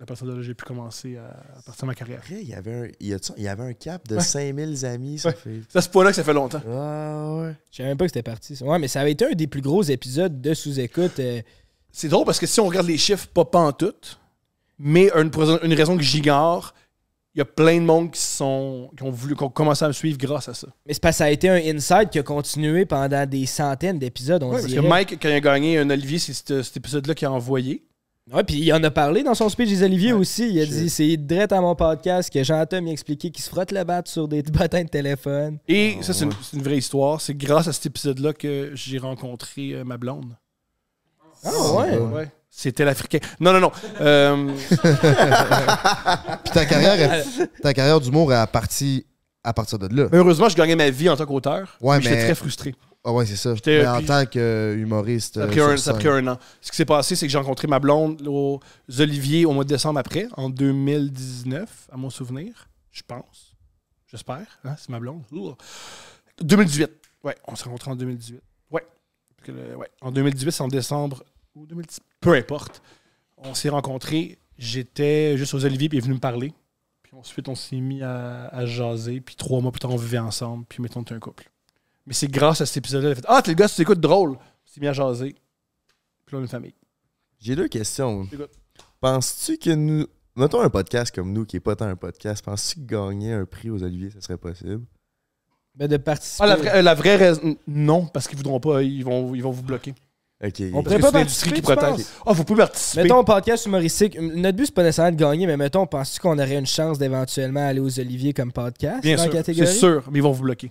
Speaker 1: À partir de là, j'ai pu commencer à, à partir de ma carrière.
Speaker 6: Après, il y avait un, il y a-tu- il y avait un cap de
Speaker 1: Ouais.
Speaker 6: 5000 amis sur
Speaker 1: Ouais.
Speaker 6: Facebook.
Speaker 1: C'est à ce point-là que ça fait longtemps.
Speaker 6: Ah ouais.
Speaker 3: Je savais même pas que c'était parti. ça. Ouais, mais ça avait été un des plus gros épisodes de sous-écoute. euh,
Speaker 1: C'est drôle parce que si on regarde les chiffres, pas pas en tout, mais une, pros- une raison que j'ignore, il y a plein de monde qui sont qui ont voulu qu'on commence à me suivre grâce à ça.
Speaker 3: Mais c'est parce que ça a été un insight qui a continué pendant des centaines d'épisodes, on
Speaker 1: Ouais, parce que
Speaker 3: dirait.
Speaker 1: Mike, quand il a gagné un Olivier, c'est cet, cet épisode-là qu'il a envoyé.
Speaker 3: Ouais, puis il en a parlé dans son speech des Olivier aussi. Il a
Speaker 6: Shit.
Speaker 3: dit c'est direct à mon podcast que Jean-Tom il a expliqué qu'il se frotte le bat sur des bottins de téléphone.
Speaker 1: Et
Speaker 6: Ah,
Speaker 1: ça, c'est une,
Speaker 6: ouais.
Speaker 1: c'est une vraie histoire. C'est grâce à cet épisode-là que j'ai rencontré euh, ma blonde.
Speaker 3: Ah ouais?
Speaker 1: Ouais. C'était l'Africain. Non, non, non. Euh,
Speaker 2: Puis ta carrière, ta carrière d'humour est partie à partir de là.
Speaker 1: heureusement, je gagnais ma vie en tant qu'auteur.
Speaker 2: Ouais,
Speaker 1: mais Ben, j'étais
Speaker 2: mais-
Speaker 1: très frustré.
Speaker 2: Ah ouais, c'est ça.
Speaker 1: J'étais-
Speaker 2: Mais en
Speaker 1: puis-
Speaker 2: tant euh, qu'humoriste.
Speaker 1: Ça a pris, un, ça a pris un an. hein. Ce qui s'est passé, c'est que j'ai rencontré ma blonde aux Olivier au mois de décembre après, en 2019, à mon souvenir, je pense. J'espère. Hein, c'est ma blonde. Ouh. 2018. Ouais, on s'est rencontrés en 2018. Ouais. Parce que le- ouais. En 2018, c'est en décembre ou 2010. Peu importe. On s'est rencontrés. J'étais juste aux Olivier, puis il est venu me parler. Puis ensuite, on s'est mis à, à jaser. Puis trois mois plus tard, on vivait ensemble. Puis mettons, t'es un couple. Mais c'est grâce à cet épisode-là. elle a fait, Ah, t'es le gars, tu t'écoutes drôle. On s'est mis à jaser. Puis là, on est une famille.
Speaker 6: J'ai deux questions.
Speaker 1: Écoute.
Speaker 6: Penses-tu que nous. Mettons un podcast comme nous qui est pas tant un podcast. Penses-tu que gagner un prix aux Oliviers, ça serait possible?
Speaker 3: Ben, de participer.
Speaker 1: Ah, la, vraie- euh, la vraie raison. Non, parce qu'ils voudront pas. Ils vont, ils vont vous bloquer.
Speaker 6: Ok.
Speaker 3: On
Speaker 1: Parce
Speaker 3: pourrait
Speaker 1: que
Speaker 3: pas
Speaker 1: c'est l'industrie
Speaker 3: participer,
Speaker 1: qui
Speaker 3: tu
Speaker 1: protège.
Speaker 3: penses?
Speaker 1: Ah, vous pouvez participer.
Speaker 3: Mettons, podcast humoristique, notre but, c'est pas nécessairement de gagner, mais mettons, penses-tu qu'on aurait une chance d'éventuellement aller aux Olivier comme podcast
Speaker 1: Bien
Speaker 3: dans la
Speaker 1: sûr. C'est
Speaker 3: catégorie?
Speaker 1: sûr, mais ils vont vous bloquer.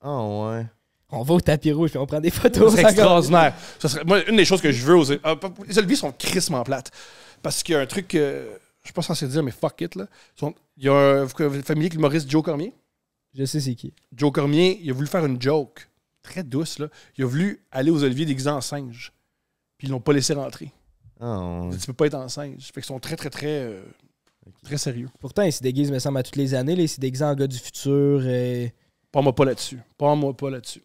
Speaker 6: Ah ouais.
Speaker 3: On va au tapis rouge puis on prend des
Speaker 1: Ça
Speaker 3: photos.
Speaker 1: serait
Speaker 3: ça
Speaker 1: extraordinaire. Ça serait, moi, une des choses que je veux aux. ah, pas- les Olivier sont crissement plates. Parce qu'il y a un truc que. Je suis pas censé dire, mais fuck it, là. Ils sont- Il y a un vous connaissez le familier qui est l'humoriste Joe Cormier.
Speaker 3: Je sais c'est qui.
Speaker 1: Joe Cormier, il a voulu faire une joke très douce, là. Il a voulu aller aux Olivier déguisé en singe. puis ils l'ont pas laissé rentrer.
Speaker 6: Ah, on-
Speaker 1: Tu peux pas être enceinte. Fait qu'ils sont très, très, très, euh, très sérieux.
Speaker 3: Pourtant, il se déguise, me semble, à toutes les années. Là, il se déguise en gars du futur. euh,
Speaker 1: Parle-moi pas là-dessus. Parle-moi pas là-dessus.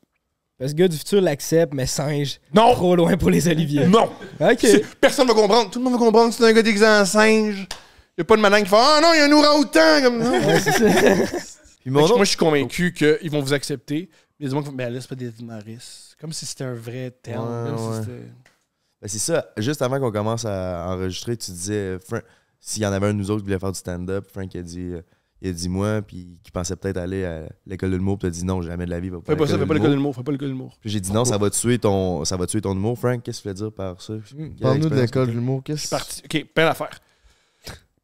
Speaker 3: Parce que gars du futur l'accepte, mais singe.
Speaker 1: Non!
Speaker 3: Trop loin pour les oliviers.
Speaker 1: Non!
Speaker 3: OK.
Speaker 1: C'est- Personne va comprendre. Tout le monde va comprendre que c'est un gars déguisé en singe. Il a pas de madame qui fait Ah non, il y a un orang-outan! Comme... Non.
Speaker 3: Ouais, c'est ça.
Speaker 6: Puis mon
Speaker 1: Fait que
Speaker 6: nom,
Speaker 1: Moi, je suis convaincu qu'ils vont vous accepter. Mais dis-moi que ben là, c'est pas des vétérinaristes. Comme si c'était un vrai terme.
Speaker 6: Ouais,
Speaker 1: comme si
Speaker 6: ouais.
Speaker 1: c'était-
Speaker 6: Ben, c'est ça. Juste avant qu'on commence à enregistrer, tu disais, Frank- s'il y en avait un de nous autres qui voulait faire du stand-up, Frank a dit, euh, il a dit moi, puis qui pensait peut-être aller à l'école de l'humour, puis t'as dit non, jamais de la vie, va pas
Speaker 1: Fais
Speaker 6: à
Speaker 1: pas ça, fais pas
Speaker 6: de
Speaker 1: l'école de
Speaker 6: l'humour.
Speaker 1: l'humour. Fais pas l'école de l'humour. Hmm,
Speaker 6: Puis j'ai dit non, ça va tuer ton, ça va tuer ton humour, Frank. Qu'est-ce que tu voulais dire par ça Quelle
Speaker 2: Parle-nous de
Speaker 6: expérience
Speaker 2: l'école
Speaker 6: que
Speaker 2: de l'humour. Qu'est-ce
Speaker 1: C'est parti. OK, plein d'affaires.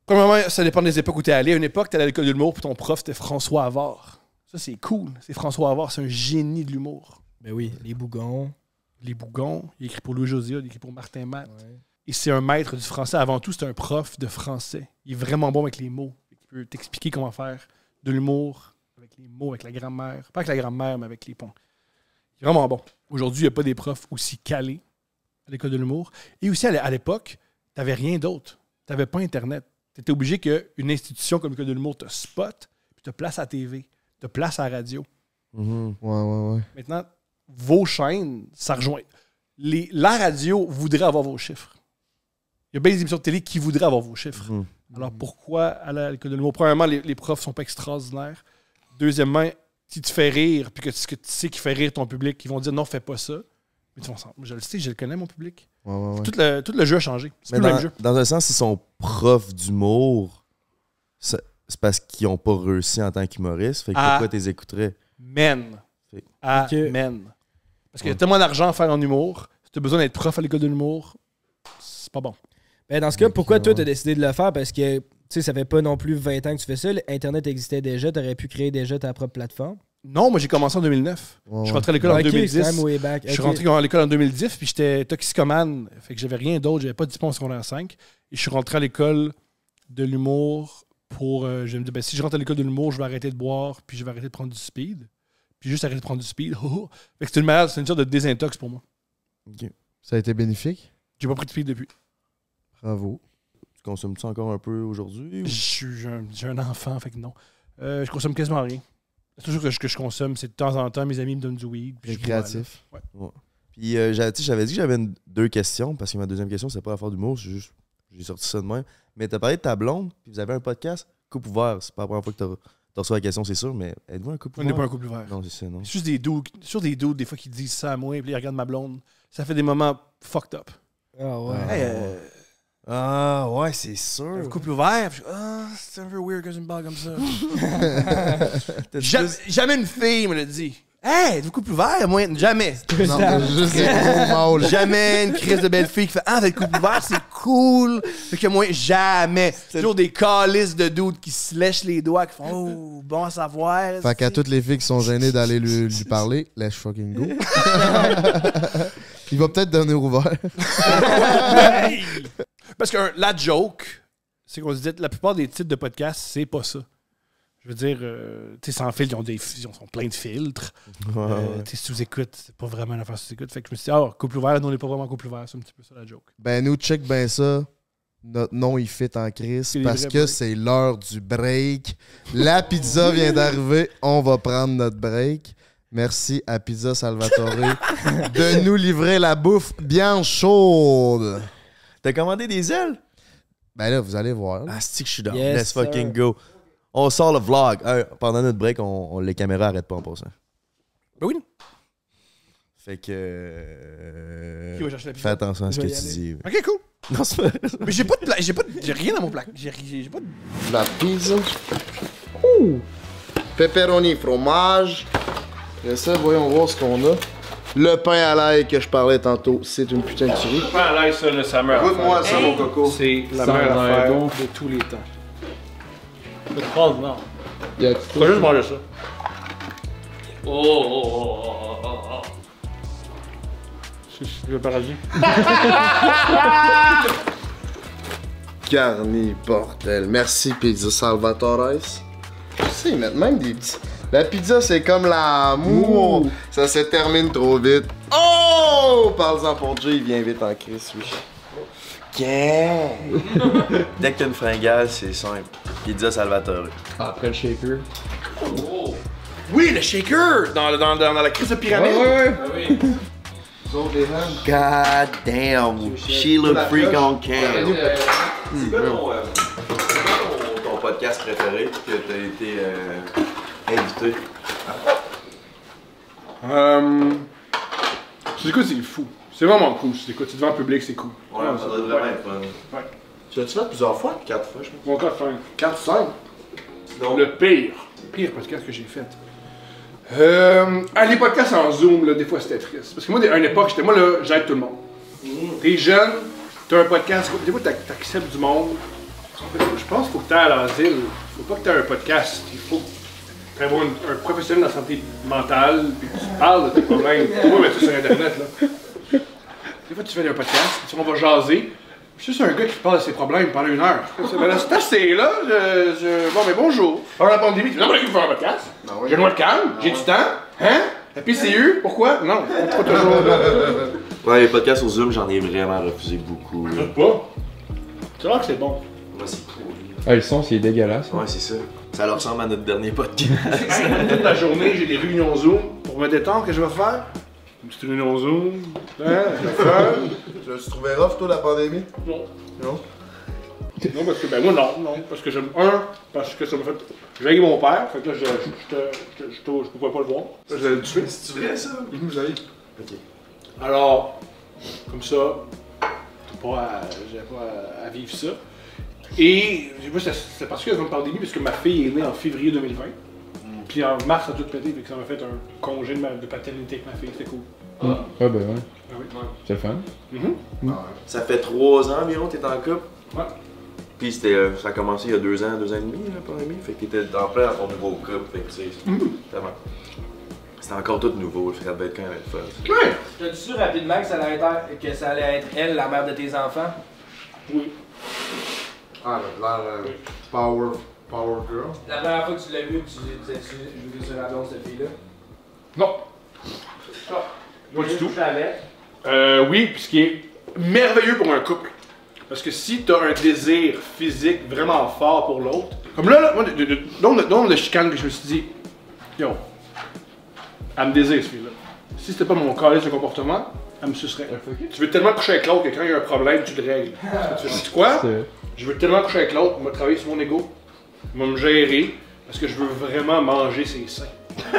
Speaker 1: Premièrement, ça dépend des époques où t'es allé. À une époque, t'allais à l'école de l'humour, puis ton prof, c'était François Avard. Ça, c'est cool. C'est François Avard, c'est un génie de l'humour.
Speaker 3: ben oui, les bougons.
Speaker 1: Les Bougons, il écrit pour Louis Josiah, il écrit pour Martin Matt.
Speaker 3: Ouais.
Speaker 1: Et c'est un maître du français. Avant tout, c'est un prof de français. Il est vraiment bon avec les mots. Il peut t'expliquer comment faire de l'humour avec les mots, avec la grammaire. Pas avec la grammaire, mais avec les ponts. Il est vraiment bon. Aujourd'hui, il n'y a pas des profs aussi calés à l'école de l'humour. Et aussi, à l'é- à l'époque, tu n'avais rien d'autre. Tu n'avais pas Internet. Tu étais obligé qu'une institution comme l'école de l'humour te spot, puis te place à la TV, te place à la radio.
Speaker 6: t'as- Mhm.
Speaker 2: Ouais, ouais, ouais.
Speaker 1: Maintenant, vos chaînes, ça rejoint. Les, la radio voudrait avoir vos chiffres. Il y a bien des émissions de télé qui voudraient avoir vos chiffres.
Speaker 6: Mhm.
Speaker 1: Alors pourquoi aller à l'école de l'humour? Premièrement, les, les profs sont pas extraordinaires. Deuxièmement, si tu fais rire, puis que tu, que tu sais qui fait rire ton public, ils vont dire non, fais pas ça. Mais tu vas s'en- je le sais, je le connais, mon public.
Speaker 2: Ouais, ouais, ouais.
Speaker 1: Tout, le, tout le jeu a changé. C'est
Speaker 6: Mais
Speaker 1: plus le même
Speaker 6: dans,
Speaker 1: jeu.
Speaker 6: dans un sens, ils sont profs d'humour. ça- C'est parce qu'ils ont pas réussi en tant qu'humoriste. Fait que
Speaker 1: Ah.
Speaker 6: pourquoi t'es écouterais
Speaker 1: Men.
Speaker 6: Ok.
Speaker 1: Amen. Parce qu'il y a tellement d'argent à faire en humour. Si tu as besoin d'être prof à l'école de l'humour, c'est pas bon.
Speaker 3: Ben, dans ce cas, pourquoi
Speaker 2: Ok,
Speaker 3: toi,
Speaker 2: ouais.
Speaker 3: t'as décidé de le faire? Parce que, tu sais, ça fait pas non plus 20 ans que tu fais ça. Internet existait déjà. T'aurais pu créer déjà ta propre plateforme.
Speaker 1: Non, moi j'ai commencé en 2009.
Speaker 2: Ouais,
Speaker 1: Je
Speaker 2: ouais.
Speaker 1: suis rentré à l'école en
Speaker 3: Ok, c'est
Speaker 1: 2010.
Speaker 3: quand même way back.
Speaker 1: Je suis
Speaker 3: Ok.
Speaker 1: rentré à l'école en 2010, puis j'étais toxicomane. Fait que j'avais rien d'autre, j'avais pas de diplôme en secondaire 5. Et je suis rentré à l'école de l'humour pour. euh, je me dis, ben, si je rentre à l'école de l'humour, je vais arrêter de boire, puis je vais arrêter de prendre du speed. Puis juste arrêter de prendre du speed. Oh, Fait que c'était une malade, c'est une sorte de désintox pour moi.
Speaker 2: Ça a été bénéfique.
Speaker 1: J'ai pas pris de speed depuis.
Speaker 2: Bravo.
Speaker 6: Tu consommes-tu encore un peu
Speaker 3: Hmm.
Speaker 6: aujourd'hui ou-
Speaker 1: Je suis- J'ai un, j'ai un enfant, fait que non. Euh, je consomme quasiment rien. C'est toujours que je, que je consomme, c'est de temps en temps, mes amis me donnent du weed. puis je bois, là.
Speaker 2: Récréatif.
Speaker 6: Puis euh, j'a- tu sais, j'avais dit que j'avais une- deux questions, parce que ma deuxième question, c'est pas l'affaire d'humour, c'est juste j'ai sorti ça de même. Mais t'as parlé de ta blonde, puis vous avez un podcast, coupe ouvert. C'est pas la première fois que t'as- t'as reçu la question, c'est sûr, mais êtes-vous un couple
Speaker 1: On n'est
Speaker 6: ouvert?
Speaker 1: pas un couple ouvert.
Speaker 6: Non, c'est ça, non.
Speaker 1: C'est juste des dudes, sur des dudes, des fois, qui disent ça à moi, puis ils regardent ma blonde. Ça fait des moments fucked up.
Speaker 3: Ah ouais.
Speaker 6: Ah.
Speaker 1: Hey, euh,
Speaker 6: Ah ouais, c'est
Speaker 1: un
Speaker 6: sûr.
Speaker 1: couple ouvert, puis je- ah, c'est un peu weird que je me parle comme ça.
Speaker 6: T'as
Speaker 1: jamais,
Speaker 6: plus-
Speaker 1: jamais une fille me l'a dit. Hey, du couple ouvert, moi, jamais.
Speaker 2: Non, t'as juste des gros mâles.
Speaker 1: Jamais une crise de belle fille qui fait Ah, t'as le couple ouvert, c'est cool. Fait que moi, jamais. Toujours des calices de dudes qui se lèchent les doigts, qui font Oh, bon à savoir.
Speaker 2: Fait qu'à toutes les filles qui sont gênées d'aller lui, lui parler, let's fucking go. Il va peut-être donner ouvert.
Speaker 1: Hey! Parce que euh, la joke, c'est qu'on se dit, la plupart des titres de podcasts, c'est pas ça. Je veux dire, euh, tu sais, sans filtre, ils ont, des, ils ont plein de filtres.
Speaker 6: Ouais,
Speaker 1: Euh,
Speaker 6: ouais.
Speaker 1: tu sais, sous-écoute, c'est pas vraiment une affaire sous-écoute. Fait que je me suis dit, ah, couple ouvert, non, on n'est pas vraiment couple ouvert. C'est un petit peu ça la joke.
Speaker 2: Ben nous, check ben ça. Notre nom, il fit en crise
Speaker 1: C'est les
Speaker 2: parce
Speaker 1: vrais
Speaker 2: que
Speaker 1: breaks.
Speaker 2: c'est l'heure du break. La pizza vient d'arriver. On va prendre notre break. Merci à Pizza Salvatore de nous livrer la bouffe bien chaude.
Speaker 6: T'as commandé des ailes?
Speaker 2: Ben là, vous allez voir.
Speaker 6: Ah, c'est que je suis down.
Speaker 3: Yes,
Speaker 6: Let's
Speaker 3: sir.
Speaker 6: fucking go. On sort le vlog. Hey, Euh, pendant notre break, on, on- les caméras arrêtent pas en passant.
Speaker 1: Ben oui.
Speaker 6: Fait que. euh,
Speaker 1: Qui va chercher la pizza?
Speaker 6: Fais attention à ce que
Speaker 3: Je vais
Speaker 6: tu
Speaker 3: y aller.
Speaker 6: dis.
Speaker 1: Ok, cool.
Speaker 6: Non, c'est pas-
Speaker 1: Mais j'ai pas de. pla- J'ai pas de- J'ai rien dans mon plaque. J'ai ri- j'ai pas de.
Speaker 2: La pizza. Pepperoni, fromage. Après ça, voyons voir ce qu'on a. Le pain à l'ail que je parlais tantôt, c'est une putain de tuerie.
Speaker 1: Pas à l'aise, ça, ça meurt.
Speaker 2: Goûte-moi ça, mon coco.
Speaker 1: C'est la meilleure affaire de tous les temps. C'est extraordinaire.
Speaker 2: Y a
Speaker 1: Faut juste manger ça. C'est le paradis.
Speaker 2: Carni, bordel. Merci, Pizza Salvatore. Tu sais, ils mettent même des petits. La pizza, c'est comme l'amour. Ça se termine trop vite. Oh
Speaker 6: Oh, parle-en pour Dieu, il vient vite en crise, oui. Qu'est? Dès que t'as une fringale, c'est simple. Pizza Salvatore.
Speaker 7: Ah, Après le shaker.
Speaker 6: Oh! Oui, le shaker! Dans, dans, dans, dans la crise de pyramide. God damn, she look freak on cam. C'est quoi ton, euh, c'est quoi ton- ton podcast préféré que t'as été euh, invité?
Speaker 1: Euh, c'est quoi, c'est fou. C'est vraiment cool. C'est quoi, tu devant le public, c'est cool.
Speaker 6: Ouais, ça doit vraiment être fun.
Speaker 1: Ouais.
Speaker 6: Tu l'as-tu fait plusieurs fois? Quatre fois, je
Speaker 1: Mon cas, faire 4 5
Speaker 6: pense. Donc,
Speaker 1: Le pire, pire podcast que j'ai fait. Euh, ah, les podcasts en Zoom, là, des fois c'était triste. Parce que moi, à une époque, j'étais moi, là, j'aide tout le monde.
Speaker 6: Mm.
Speaker 1: T'es jeune, t'as un podcast, des fois t'ac- t'acceptes du monde. Je pense qu'il faut que t'ailles à l'asile. Faut pas que t'aies un podcast. Il faut que t'aies voir une- un professionnel de la santé mentale, puis tu parles de tes problèmes. Tu vois, mais ça sur Internet, là. Des fois, tu fais un podcast, tu dis, on va jaser. Je suis juste un gars qui parle de ses problèmes pendant une heure. Mais là, c'est assez, là. Je, je- Bon, mais bonjour. Ah Pendant la pandémie, tu dis, non, mais je vais faire un podcast. J'ai le droit de calme, j'ai du temps. Hein? La PCU, pourquoi? Non, on te croit toujours. là.
Speaker 6: ouais, les podcasts au Zoom, j'en ai vraiment refusé beaucoup. là.
Speaker 1: Bon. C'est vrai que c'est bon.
Speaker 6: Moi, c'est cool.
Speaker 7: Ah, le son, c'est dégueulasse.
Speaker 6: Ouais, c'est ça. Ça leur ressemble à notre dernier podcast.
Speaker 1: Toute la journée, j'ai des réunions Zoom. Pour me détendre, que je vais faire? Une petite réunion Zoom. Hein?
Speaker 2: Tu l'as-tu trouvé rough, toi, la pandémie?
Speaker 1: Non.
Speaker 2: Non?
Speaker 1: Non, parce que, ben moi, non, non. Parce que j'aime, un, parce que ça me fait. J'ai avec mon père, fait que là, je, je, je, je, je, je pouvais pas le voir. Je l'ai tué.
Speaker 6: C'est vrai, ça?
Speaker 1: Il nous a dit.
Speaker 6: Ok.
Speaker 1: Alors, comme ça, t'as pas à, j'avais pas à- à vivre ça. Et j'ai pas, c'est- c'est particulier dans une pandémie parce que ma fille est née en février 2020.
Speaker 6: Mm.
Speaker 1: Puis en mars, ça a tout pété, fait que ça m'a fait un congé de, ma- de paternité avec ma fille, c'était cool.
Speaker 7: Ah, ben ouais.
Speaker 1: Ah oui.
Speaker 7: C'est le fun.
Speaker 6: Ça fait trois ans environ que t'es en couple.
Speaker 1: Ouais.
Speaker 6: Puis c'était, euh, ça a commencé il y a deux ans, deux ans et demi, la pandémie. Fait que t'étais en plein dans ton nouveau couple. Fait que tu sais, c'est vraiment- c'était encore tout nouveau. Le frère Bacon avait le fun.
Speaker 3: T'as-tu su rapidement que ça, allait être, que ça allait être elle, la mère de tes enfants?
Speaker 2: Ah, elle a l'air euh, power, power girl.
Speaker 3: La première fois que tu l'as vue, tu t'es-tu joué sur la blonde, cette fille-là?
Speaker 1: Non! Pas du tout.
Speaker 3: avec.
Speaker 1: Euh, oui, puis ce qui est merveilleux pour un couple. Parce que si t'as un désir physique vraiment fort pour l'autre, comme là, là, moi, de, de, de- nombre de- nombre de chicanes que je me suis dit, yo, elle me désire, celui-là. Si c'était pas mon carré de comportement, elle me sucerait. Tu veux tellement coucher avec l'autre que quand il y a un problème, tu le règles. Parce que tu dis quoi?
Speaker 7: C'est-
Speaker 1: Je veux tellement coucher avec l'autre, me travailler sur mon ego, me me gérer, parce que je veux vraiment manger ses seins.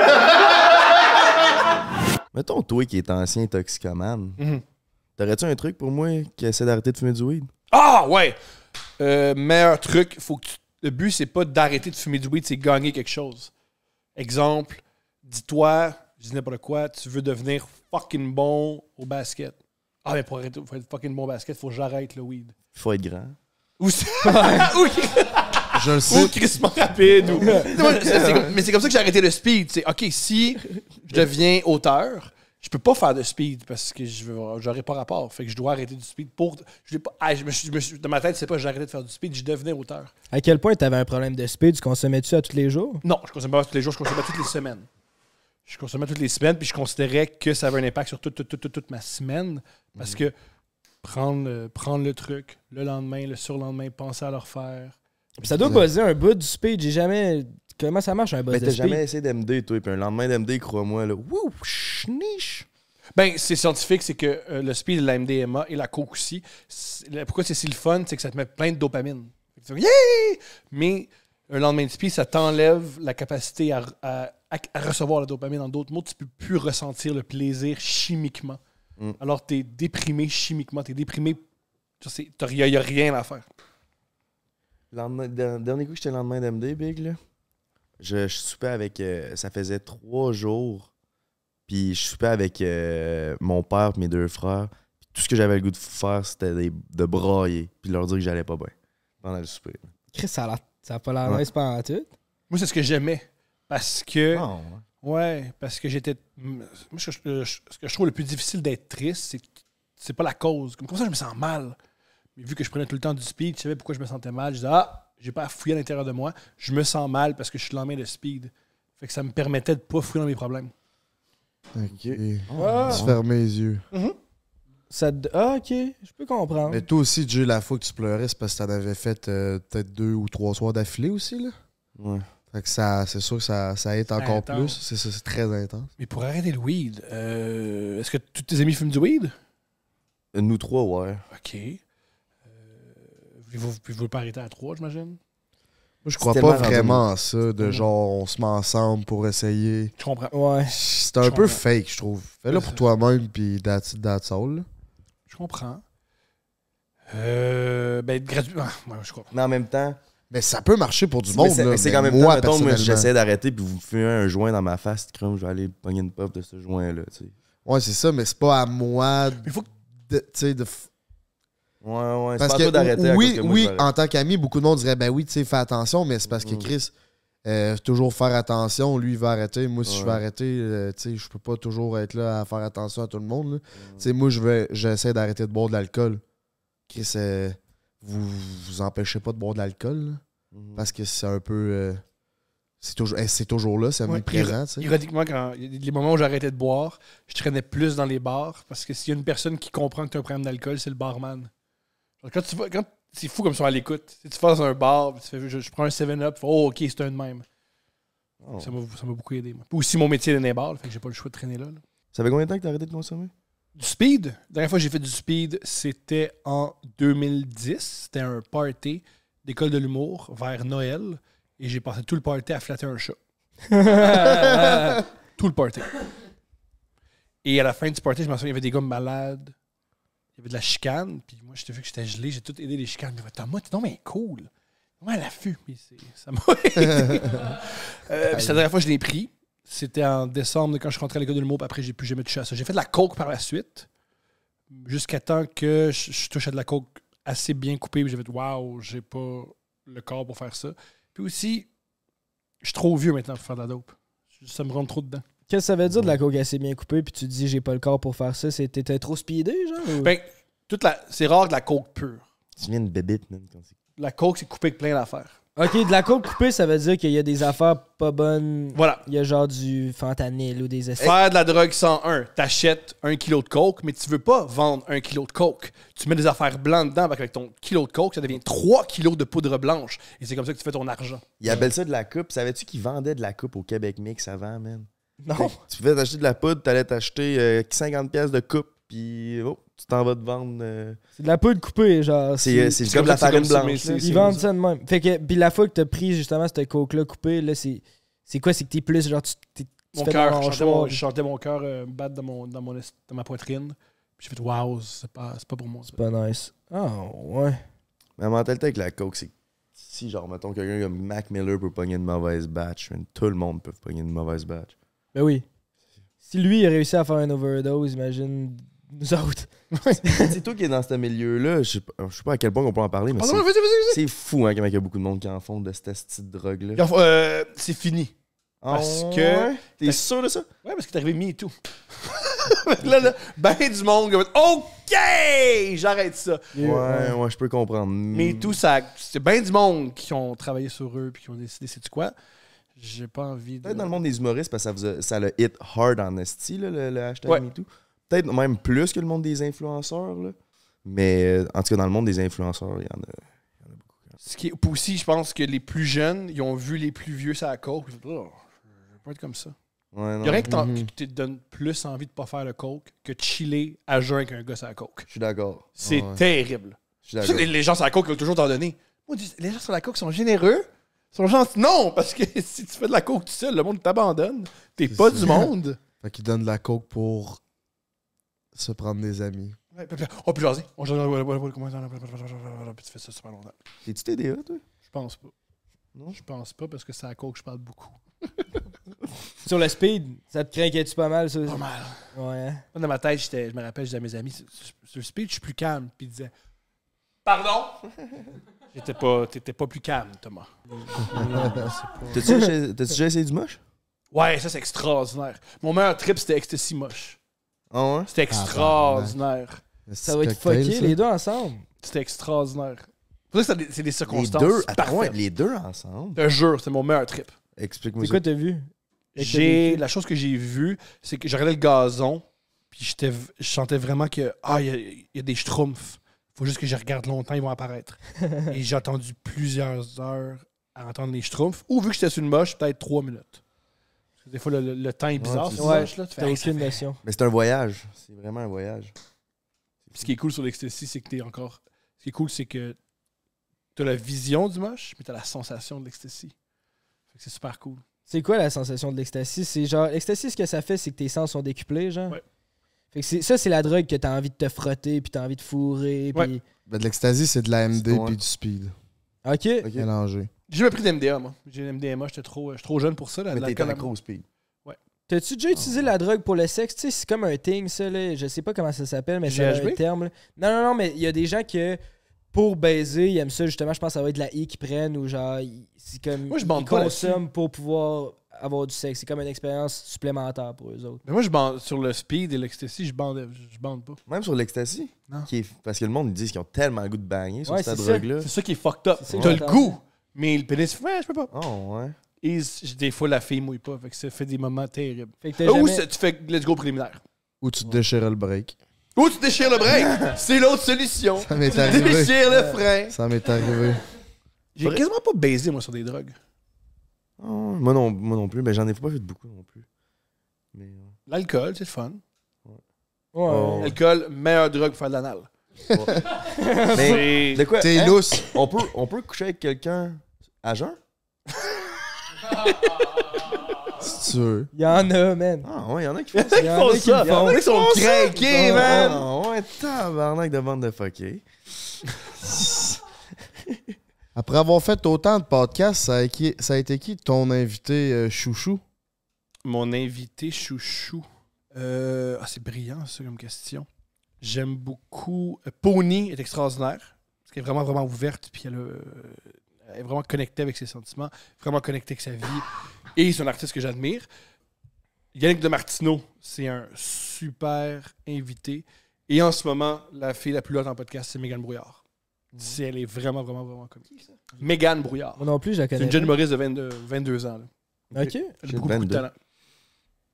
Speaker 6: Mettons, toi qui es ancien toxicomane, t'aurais-tu un truc pour moi qui essaie d'arrêter de fumer du weed?
Speaker 1: Ah ouais! Euh, meilleur truc, faut que tu- le but c'est pas d'arrêter de fumer du weed, c'est gagner quelque chose. Exemple, dis-toi, je dis n'importe quoi, tu veux devenir fucking bon au basket. Ah mais pour arrêter pour être fucking bon au basket, faut que j'arrête le weed.
Speaker 6: Faut être grand.
Speaker 1: Ou c'est- ou,
Speaker 2: Je le
Speaker 1: ou
Speaker 2: sais.
Speaker 1: crissement rapide. ou- C'est- c'est comme- mais c'est comme ça que j'ai arrêté le speed. C'est ok, si je deviens auteur, je peux pas faire de speed parce que je veux- j'aurais pas rapport. Fait que je dois arrêter du speed pour. Je l'ai pas, ah, je me suis- je me suis- dans ma tête, c'est pas j'ai arrêté de faire du speed, je devenais auteur.
Speaker 3: À quel point t'avais un problème de speed? Tu consommais-tu à tous les jours?
Speaker 1: Non, je consommais pas tous les jours, je consommais toutes les semaines. Je consommais toutes les semaines, puis je considérais que ça avait un impact sur toute, toute, toute, toute, toute ma semaine.
Speaker 2: Mhm.
Speaker 1: Parce que prendre le, prendre le truc, le lendemain, le surlendemain, penser à le refaire.
Speaker 3: Ça doit buzzer un bout du speed. J'ai jamais. Comment ça marche un buzz
Speaker 2: Ben,
Speaker 6: Mais
Speaker 3: de
Speaker 6: t'as
Speaker 3: speed?
Speaker 6: jamais essayé d'MD, toi, puis un lendemain d'MD, crois-moi, là, wouh, schniche!
Speaker 1: Ben, c'est scientifique, c'est que euh, le speed, la MDMA et la coke aussi, c'est- la- pourquoi c'est si le fun, c'est que ça te met plein de dopamine. Fait que tu fais, Yeah! Mais un lendemain de speed, ça t'enlève la capacité à, à- à- à recevoir la dopamine. En d'autres mots, tu peux plus ressentir le plaisir chimiquement.
Speaker 6: Mm.
Speaker 1: Alors, tu es déprimé chimiquement, tu es déprimé. Il n'y a rien à faire.
Speaker 6: Lendemain- der- dernier coup, que j'étais le lendemain d'MD, Big, là. Je, je soupais avec. euh, ça faisait trois jours. Puis je soupais avec euh, mon père et mes deux frères. Puis tout ce que j'avais le goût de faire, c'était des- de brailler. Puis de leur dire que j'allais pas bien pendant le souper.
Speaker 3: Chris, ça a, l'air- ça a pas l'air
Speaker 6: Ouais.
Speaker 3: nice pendant tout.
Speaker 1: Moi, c'est ce que j'aimais. Parce que.
Speaker 6: Non.
Speaker 1: Ah, Ouais, parce que j'étais. Moi, ce que, je, ce que je trouve le plus difficile d'être triste, c'est que c'est pas la cause. Comme, comme ça, je me sens mal. Mais vu que je prenais tout le temps du speed, je savais pourquoi je me sentais mal. Je disais, ah, j'ai pas à fouiller à l'intérieur de moi. Je me sens mal parce que je suis le lendemain de speed. Fait que ça me permettait de pas fouiller dans mes problèmes.
Speaker 2: Ah. Ok. Tu fermes les yeux.
Speaker 1: Mhm.
Speaker 3: Ça te- Ah, ok, je peux comprendre.
Speaker 2: Mais toi aussi, Jay, la fois que tu pleurais, c'est parce que t'en avais fait euh, peut-être deux ou trois soirs d'affilée aussi, là.
Speaker 6: Ouais.
Speaker 2: Fait que ça, c'est sûr que ça, ça aide encore
Speaker 1: intense.
Speaker 2: plus. C'est ça, c'est très intense.
Speaker 1: Mais pour arrêter le weed, euh, est-ce que tous tes amis fument du weed?
Speaker 6: Nous trois, ouais.
Speaker 1: OK. Euh, vous ne voulez pas arrêter à trois, j'imagine?
Speaker 2: Moi, je crois
Speaker 6: C'est
Speaker 2: pas
Speaker 6: tellement
Speaker 2: vraiment à ça, de
Speaker 1: Non.
Speaker 2: genre, on se met ensemble pour essayer.
Speaker 1: Je comprends.
Speaker 3: Ouais.
Speaker 2: C'est un
Speaker 1: Je
Speaker 2: peu
Speaker 1: comprends.
Speaker 2: fake, je trouve. Fais-le
Speaker 1: Ouais,
Speaker 2: pour
Speaker 1: c'est-
Speaker 2: toi-même, puis that's, that's all. là.
Speaker 1: Je comprends. Euh, ben, gratuitement. Ouais, je comprends.
Speaker 6: Mais en même temps,
Speaker 2: Mais ça peut marcher pour du
Speaker 6: mais
Speaker 2: monde,
Speaker 6: c'est
Speaker 2: là.
Speaker 6: mais c'est
Speaker 2: mais
Speaker 6: quand même
Speaker 2: moi,
Speaker 6: temps, mettons, moi,
Speaker 2: personnellement.
Speaker 6: j'essaie d'arrêter, puis vous me fumez un joint dans ma face, crème, je vais aller pogner une puff de ce joint-là, tu sais.
Speaker 2: Ouais, c'est ça, mais c'est pas à moi
Speaker 1: Mais faut que-
Speaker 2: de, tu sais, de f-
Speaker 6: Ouais, ouais, c'est
Speaker 2: Parce
Speaker 6: pas
Speaker 2: que
Speaker 6: à toi d'arrêter. à cause
Speaker 2: oui,
Speaker 6: que moi, je
Speaker 2: oui
Speaker 6: vais arrêter.
Speaker 2: en tant qu'ami, beaucoup de monde dirait ben oui, tu sais, fais attention, mais c'est parce que
Speaker 6: Mm.
Speaker 2: Chris, euh, toujours faire attention, lui il va arrêter. Moi, si je vais
Speaker 6: Ouais.
Speaker 2: arrêter, euh, tu sais, je peux pas toujours être là à faire attention à tout le monde. là.
Speaker 6: Mm.
Speaker 2: Tu sais, moi, je vais j'essaie d'arrêter de boire de l'alcool. Chris, euh, vous vous empêchez pas de boire de l'alcool là,
Speaker 6: Mhm.
Speaker 2: parce que c'est un peu. euh, c'est toujours, eh, c'est toujours là, c'est
Speaker 1: Ouais,
Speaker 2: même présent. tu sais.
Speaker 1: Ironiquement, quand il y a des moments où j'arrêtais de boire, je traînais plus dans les bars parce que s'il y a une personne qui comprend que tu as un problème d'alcool, c'est le barman. Alors, quand tu vas, quand c'est fou comme ça à l'écoute. Si tu vas dans un bar, puis tu fais, je, je prends un 7-up, oh ok, c'est un de même.
Speaker 6: Oh.
Speaker 1: Ça m'a ça m'a beaucoup aidé. Moi. Puis aussi mon métier est dans les bars, fait que j'ai pas le choix de traîner là. là.
Speaker 6: Ça fait combien de temps que t'as arrêté de consommer?
Speaker 1: Du speed, la dernière fois que j'ai fait du speed, c'était en 2010. C'était un party d'école de l'humour vers Noël. Et j'ai passé tout le party à flatter un chat. tout le party. Et à la fin du party, je m'en souviens, il y avait des gars malades. Il y avait de la chicane. Puis moi, j'étais vu que j'étais gelé. J'ai tout aidé les chicanes. Mais Thomas, t'es non, mais cool. Moi, elle a fumé. Ça m'a aidé. Euh, puis c'est la dernière fois que je l'ai pris. C'était en décembre quand je suis rentré à l'école de l'humour. puis Après, j'ai plus jamais touché à ça. J'ai fait de la coke par la suite. Jusqu'à temps que je, je touche à de la coke assez bien coupée. puis J'ai fait, waouh, j'ai pas le corps pour faire ça. Puis aussi, je suis trop vieux maintenant pour faire de la dope. Ça me rentre trop dedans.
Speaker 3: Qu'est-ce que ça veut dire de la coke assez bien coupée, puis tu dis j'ai pas le corps pour faire ça, c'est t'étais trop speedé, genre ou-
Speaker 1: Ben, toute la, c'est rare de la coke pure.
Speaker 6: Tu viens de bébite, man. Quand c'est-
Speaker 1: La coke, c'est coupé avec plein d'affaires.
Speaker 3: Ok, de la coke coupée, ça veut dire qu'il y a des affaires pas bonnes.
Speaker 1: Voilà.
Speaker 3: Il y a genre du fentanyl ou des essais.
Speaker 1: Faire de la drogue 101, t'achètes un kilo de coke, mais tu veux pas vendre un kilo de coke. Tu mets des affaires blanches dedans, parce qu'avec ton kilo de coke, ça devient 3 kilos de poudre blanche. Et c'est comme ça que tu fais ton argent.
Speaker 6: Ils appellent ça de la coupe. Savais-tu qu'ils vendaient de la coupe au Québec Mix avant, man? Fait
Speaker 3: Non.
Speaker 6: que Tu pouvais t'acheter de la poudre, t'allais t'acheter euh, 50$ piastres de coupe, puis oh, tu t'en vas te vendre. euh,
Speaker 3: C'est de la poudre coupée, genre.
Speaker 6: C'est euh, c'est
Speaker 1: c'est
Speaker 6: comme
Speaker 1: comme
Speaker 6: de la
Speaker 1: ça, c'est
Speaker 6: farine
Speaker 1: comme ça,
Speaker 6: blanche.
Speaker 1: mais
Speaker 6: là.
Speaker 1: c'est-
Speaker 3: Ils vendent ça de même. Fait que, puis la fois que t'as pris justement cette coke-là coupée, là, c'est c'est quoi C'est que t'es plus genre. Tu, t'es- tu
Speaker 1: Mon
Speaker 3: fais
Speaker 1: cœur,
Speaker 3: dans
Speaker 1: je
Speaker 3: le
Speaker 1: chantais mon-
Speaker 3: mâchoire.
Speaker 1: je chantais mon cœur euh, battre dans, mon, dans, mon est- dans ma poitrine. Puis j'ai fait, waouh, c'est pas, c'est pas pour moi. ça.
Speaker 3: C'est pas nice. Ah, ouais.
Speaker 6: Ma mentalité avec la coke, c'est que si, genre, mettons, quelqu'un comme Mac Miller peut pogner une mauvaise batch, man, tout le monde peut pogner une mauvaise batch.
Speaker 3: Ben oui. Si lui, il a réussi à faire une overdose, imagine nous autres.
Speaker 6: c'est toi qui es dans ce milieu-là, je sais pas, je sais pas à quel point on peut en parler, mais
Speaker 1: Ah non,
Speaker 6: c'est-
Speaker 1: non, vas-y, vas-y, vas-y.
Speaker 6: c'est fou, hein, comment il y a beaucoup de monde qui en font de cette petite drogue-là.
Speaker 1: Regarde, euh, c'est fini. Parce
Speaker 6: Ah
Speaker 1: que-
Speaker 6: ouais? T'es sûr de ça?
Speaker 1: Ouais, parce que t'es arrivé me too. là, là, ben du monde qui va être, OK, j'arrête ça.
Speaker 6: Ouais, ouais, je peux comprendre. Mm.
Speaker 1: Mais tout ça, c'est bien du monde qui ont travaillé sur eux puis qui ont décidé, c'est quoi? J'ai pas envie de.
Speaker 6: Peut-être dans le monde des humoristes, parce que ça, vous a- ça le hit hard en esti, là, le, le hashtag
Speaker 1: Ouais.
Speaker 6: MeToo. Peut-être même plus que le monde des influenceurs. Là. Mais euh, en tout cas, dans le monde des influenceurs, il y en a.
Speaker 1: Ce qui est, puis aussi, je pense que les plus jeunes, ils ont vu les plus vieux ça à coke. Ils ont fait, Oh, je veux pas être comme ça.
Speaker 6: Ouais,
Speaker 1: Il
Speaker 6: non,
Speaker 1: y a rien que t'en- qui
Speaker 2: Mhm.
Speaker 1: te donne plus envie de pas faire le coke que de chiller à jeun avec un gars ça à coke.
Speaker 6: Je suis d'accord.
Speaker 1: C'est
Speaker 2: Ah ouais.
Speaker 1: terrible.
Speaker 6: Je suis
Speaker 1: C'est pour ça
Speaker 6: d'accord.
Speaker 1: que les, les gens sur la coke, ils vont toujours t'en donner. Moi, je dis, les gens sur la coke sont généreux. Sont gentils. Non, parce que si tu fais de la coke tout seul, le monde t'abandonne. T'es
Speaker 2: C'est
Speaker 1: pas
Speaker 2: ça.
Speaker 1: du monde.
Speaker 2: Fait qu'il donne de la coke pour se prendre des amis.
Speaker 1: Ouais, puis- puis- Oh, puis jaser. On jase. Puis tu fais ça super longtemps.
Speaker 6: T'es-tu TDA, toi?
Speaker 1: Je pense pas.
Speaker 6: Non?
Speaker 1: Je pense pas parce que c'est à coke que je parle beaucoup.
Speaker 3: Sur le speed, ça te craquait-tu pas mal, ça
Speaker 1: Pas mal.
Speaker 3: Ouais. hein?
Speaker 1: Moi, Dans ma tête, j'étais- je me rappelle, je disais à mes amis, sur le speed, je suis plus calme. Puis ils disaient, pardon? J'étais pas, t'étais pas plus calme, Thomas.
Speaker 6: T'as-tu déjà- t'as-tu déjà essayé du moche?
Speaker 1: Ouais, ça, c'est extraordinaire. Mon meilleur trip, c'était Ecstasy Moche.
Speaker 6: Ah ouais?
Speaker 1: C'était extraordinaire.
Speaker 3: Ça va être fucké, les deux ensemble.
Speaker 1: C'était extraordinaire. C'est pour ça que c'est des- c'est des
Speaker 6: Les
Speaker 1: circonstances
Speaker 6: deux, attends, ouais,
Speaker 1: parfaites.
Speaker 6: les deux ensemble.
Speaker 1: Je te jure, c'est mon meilleur trip.
Speaker 6: Explique-moi
Speaker 3: C'est
Speaker 6: ça.
Speaker 3: quoi t'as vu?
Speaker 1: J'ai la chose que j'ai vue, c'est que j'ai regardé le gazon Puis j'étais v- je sentais vraiment que, ah, il y a- il y, a des schtroumpfs. faut juste que je regarde longtemps, ils vont apparaître. Et j'ai attendu plusieurs heures à entendre les schtroumpfs. Ou vu que j'étais sur une moche, peut-être trois minutes. Parce que des fois, le, le- le temps est bizarre.
Speaker 6: puis
Speaker 1: sur
Speaker 3: ouais.
Speaker 1: une moche, là, tu fais,
Speaker 3: T'as
Speaker 1: Hey,
Speaker 3: aucune notion.
Speaker 6: Mais c'est un voyage. C'est vraiment un voyage.
Speaker 1: Puis ce qui est cool sur l'ecstasy, c'est que t'es encore. Ce qui est cool, c'est que t'as la vision du moche, mais t'as la sensation de l'ecstasy. Fait que C'est super cool.
Speaker 3: C'est quoi la sensation de l'ecstasy? C'est genre, l'ecstasy, ce que ça fait, c'est que tes sens sont décuplés, genre.
Speaker 1: Ouais.
Speaker 3: Fait que c'est- ça, c'est la drogue que t'as envie de te frotter, puis t'as envie de fourrer,
Speaker 1: Ouais.
Speaker 3: puis...
Speaker 2: Ben, de l'ecstasy, c'est de la
Speaker 6: C'est
Speaker 2: MD
Speaker 6: bon, hein.
Speaker 2: puis du speed.
Speaker 3: OK.
Speaker 6: Ok.
Speaker 2: Mélangé.
Speaker 1: J'ai jamais pris de MDMA, moi. J'ai de MDMA, j'étais trop, euh, j'étais trop jeune pour ça. Là,
Speaker 6: Mais
Speaker 1: de
Speaker 6: t'es
Speaker 1: l'alcool à-
Speaker 6: accro au speed.
Speaker 3: T'as-tu déjà utilisé la drogue pour le sexe? Tu sais, c'est comme un thing, ça, là. Je sais pas comment ça s'appelle, mais c'est un
Speaker 1: GHB?
Speaker 3: terme, là. Non, non, non, mais il y a des gens que, pour baiser, ils aiment ça, justement. Je pense que ça va être de la I qu'ils prennent, ou genre, ils- c'est comme...
Speaker 1: Moi, je bande
Speaker 3: ils
Speaker 1: pas
Speaker 3: consomment pour pouvoir avoir du sexe. C'est comme une expérience supplémentaire pour eux autres.
Speaker 1: Mais moi, je bande sur le speed et l'ecstasy, je bande, je je bande pas.
Speaker 6: Même sur l'ecstasy.
Speaker 1: Non.
Speaker 6: qui est- Parce que le monde, ils disent qu'ils ont tellement le goût de bagner sur
Speaker 3: Ouais,
Speaker 6: cette
Speaker 3: c'est ça.
Speaker 6: drogue-là.
Speaker 1: C'est ça qui est fucked up.
Speaker 3: C'est ça que
Speaker 1: T'as le
Speaker 3: j'entends.
Speaker 1: goût, mais le pénis, ouais, je peux pas.
Speaker 6: Oh, ouais.
Speaker 1: Et c- des fois, la fille mouille pas, fait que ça fait des moments terribles.
Speaker 3: Fait que t'as
Speaker 1: Ah, Euh, Ou
Speaker 3: jamais...
Speaker 1: c'est- tu fais let's go préliminaire.
Speaker 2: Ou tu te déchirais le break.
Speaker 1: Ou tu déchires le break, c'est l'autre solution.
Speaker 2: Ça m'est
Speaker 1: Tu
Speaker 2: arrivé.
Speaker 1: déchires le frein.
Speaker 2: Ça m'est arrivé.
Speaker 1: J'ai quasiment pas baisé, moi, sur des drogues.
Speaker 6: Oh, moi, non, moi non plus. Mais j'en ai pas fait beaucoup non plus. Mais, euh,
Speaker 1: L'alcool, c'est le fun.
Speaker 3: Ouais.
Speaker 6: Oh.
Speaker 1: L'alcool, meilleure drogue pour faire de l'anal.
Speaker 6: mais
Speaker 1: Et-
Speaker 6: de quoi?
Speaker 2: T'es
Speaker 6: hein?
Speaker 2: lousse.
Speaker 6: On peut, on peut coucher avec quelqu'un à jeun?
Speaker 2: Si tu veux.
Speaker 3: Il y en a, euh, man.
Speaker 6: Ah, ouais, il y en a qui font ça.
Speaker 3: Il y en a qui le font.
Speaker 1: Ils sont
Speaker 6: Ah,
Speaker 1: craqués, man!
Speaker 6: ouais, tabarnak de bande de fuckés.
Speaker 2: Après avoir fait autant de podcasts, ça a, qui- ça a été qui ton invité euh, chouchou?
Speaker 1: Mon invité chouchou. Euh, ah, c'est brillant, ça, comme question. J'aime beaucoup. euh, Pony est extraordinaire. Parce qu'elle est vraiment, vraiment ouverte. Puis elle, euh, elle est vraiment connectée avec ses sentiments, vraiment connectée avec sa vie. Et c'est un artiste que j'admire. Yannick de Martineau, c'est un super invité. Et en ce moment, la fille la plus haute en podcast, c'est Mégane Brouillard. Si elle est vraiment, vraiment, vraiment comique. Mégane Brouillard.
Speaker 3: Moi non plus, je la
Speaker 1: C'est
Speaker 3: connais.
Speaker 1: une jeune humoriste de 22, 22 ans. là.
Speaker 3: pas. OK.
Speaker 1: Elle a
Speaker 6: J'ai
Speaker 1: beaucoup, beaucoup de
Speaker 6: 22.
Speaker 1: talent.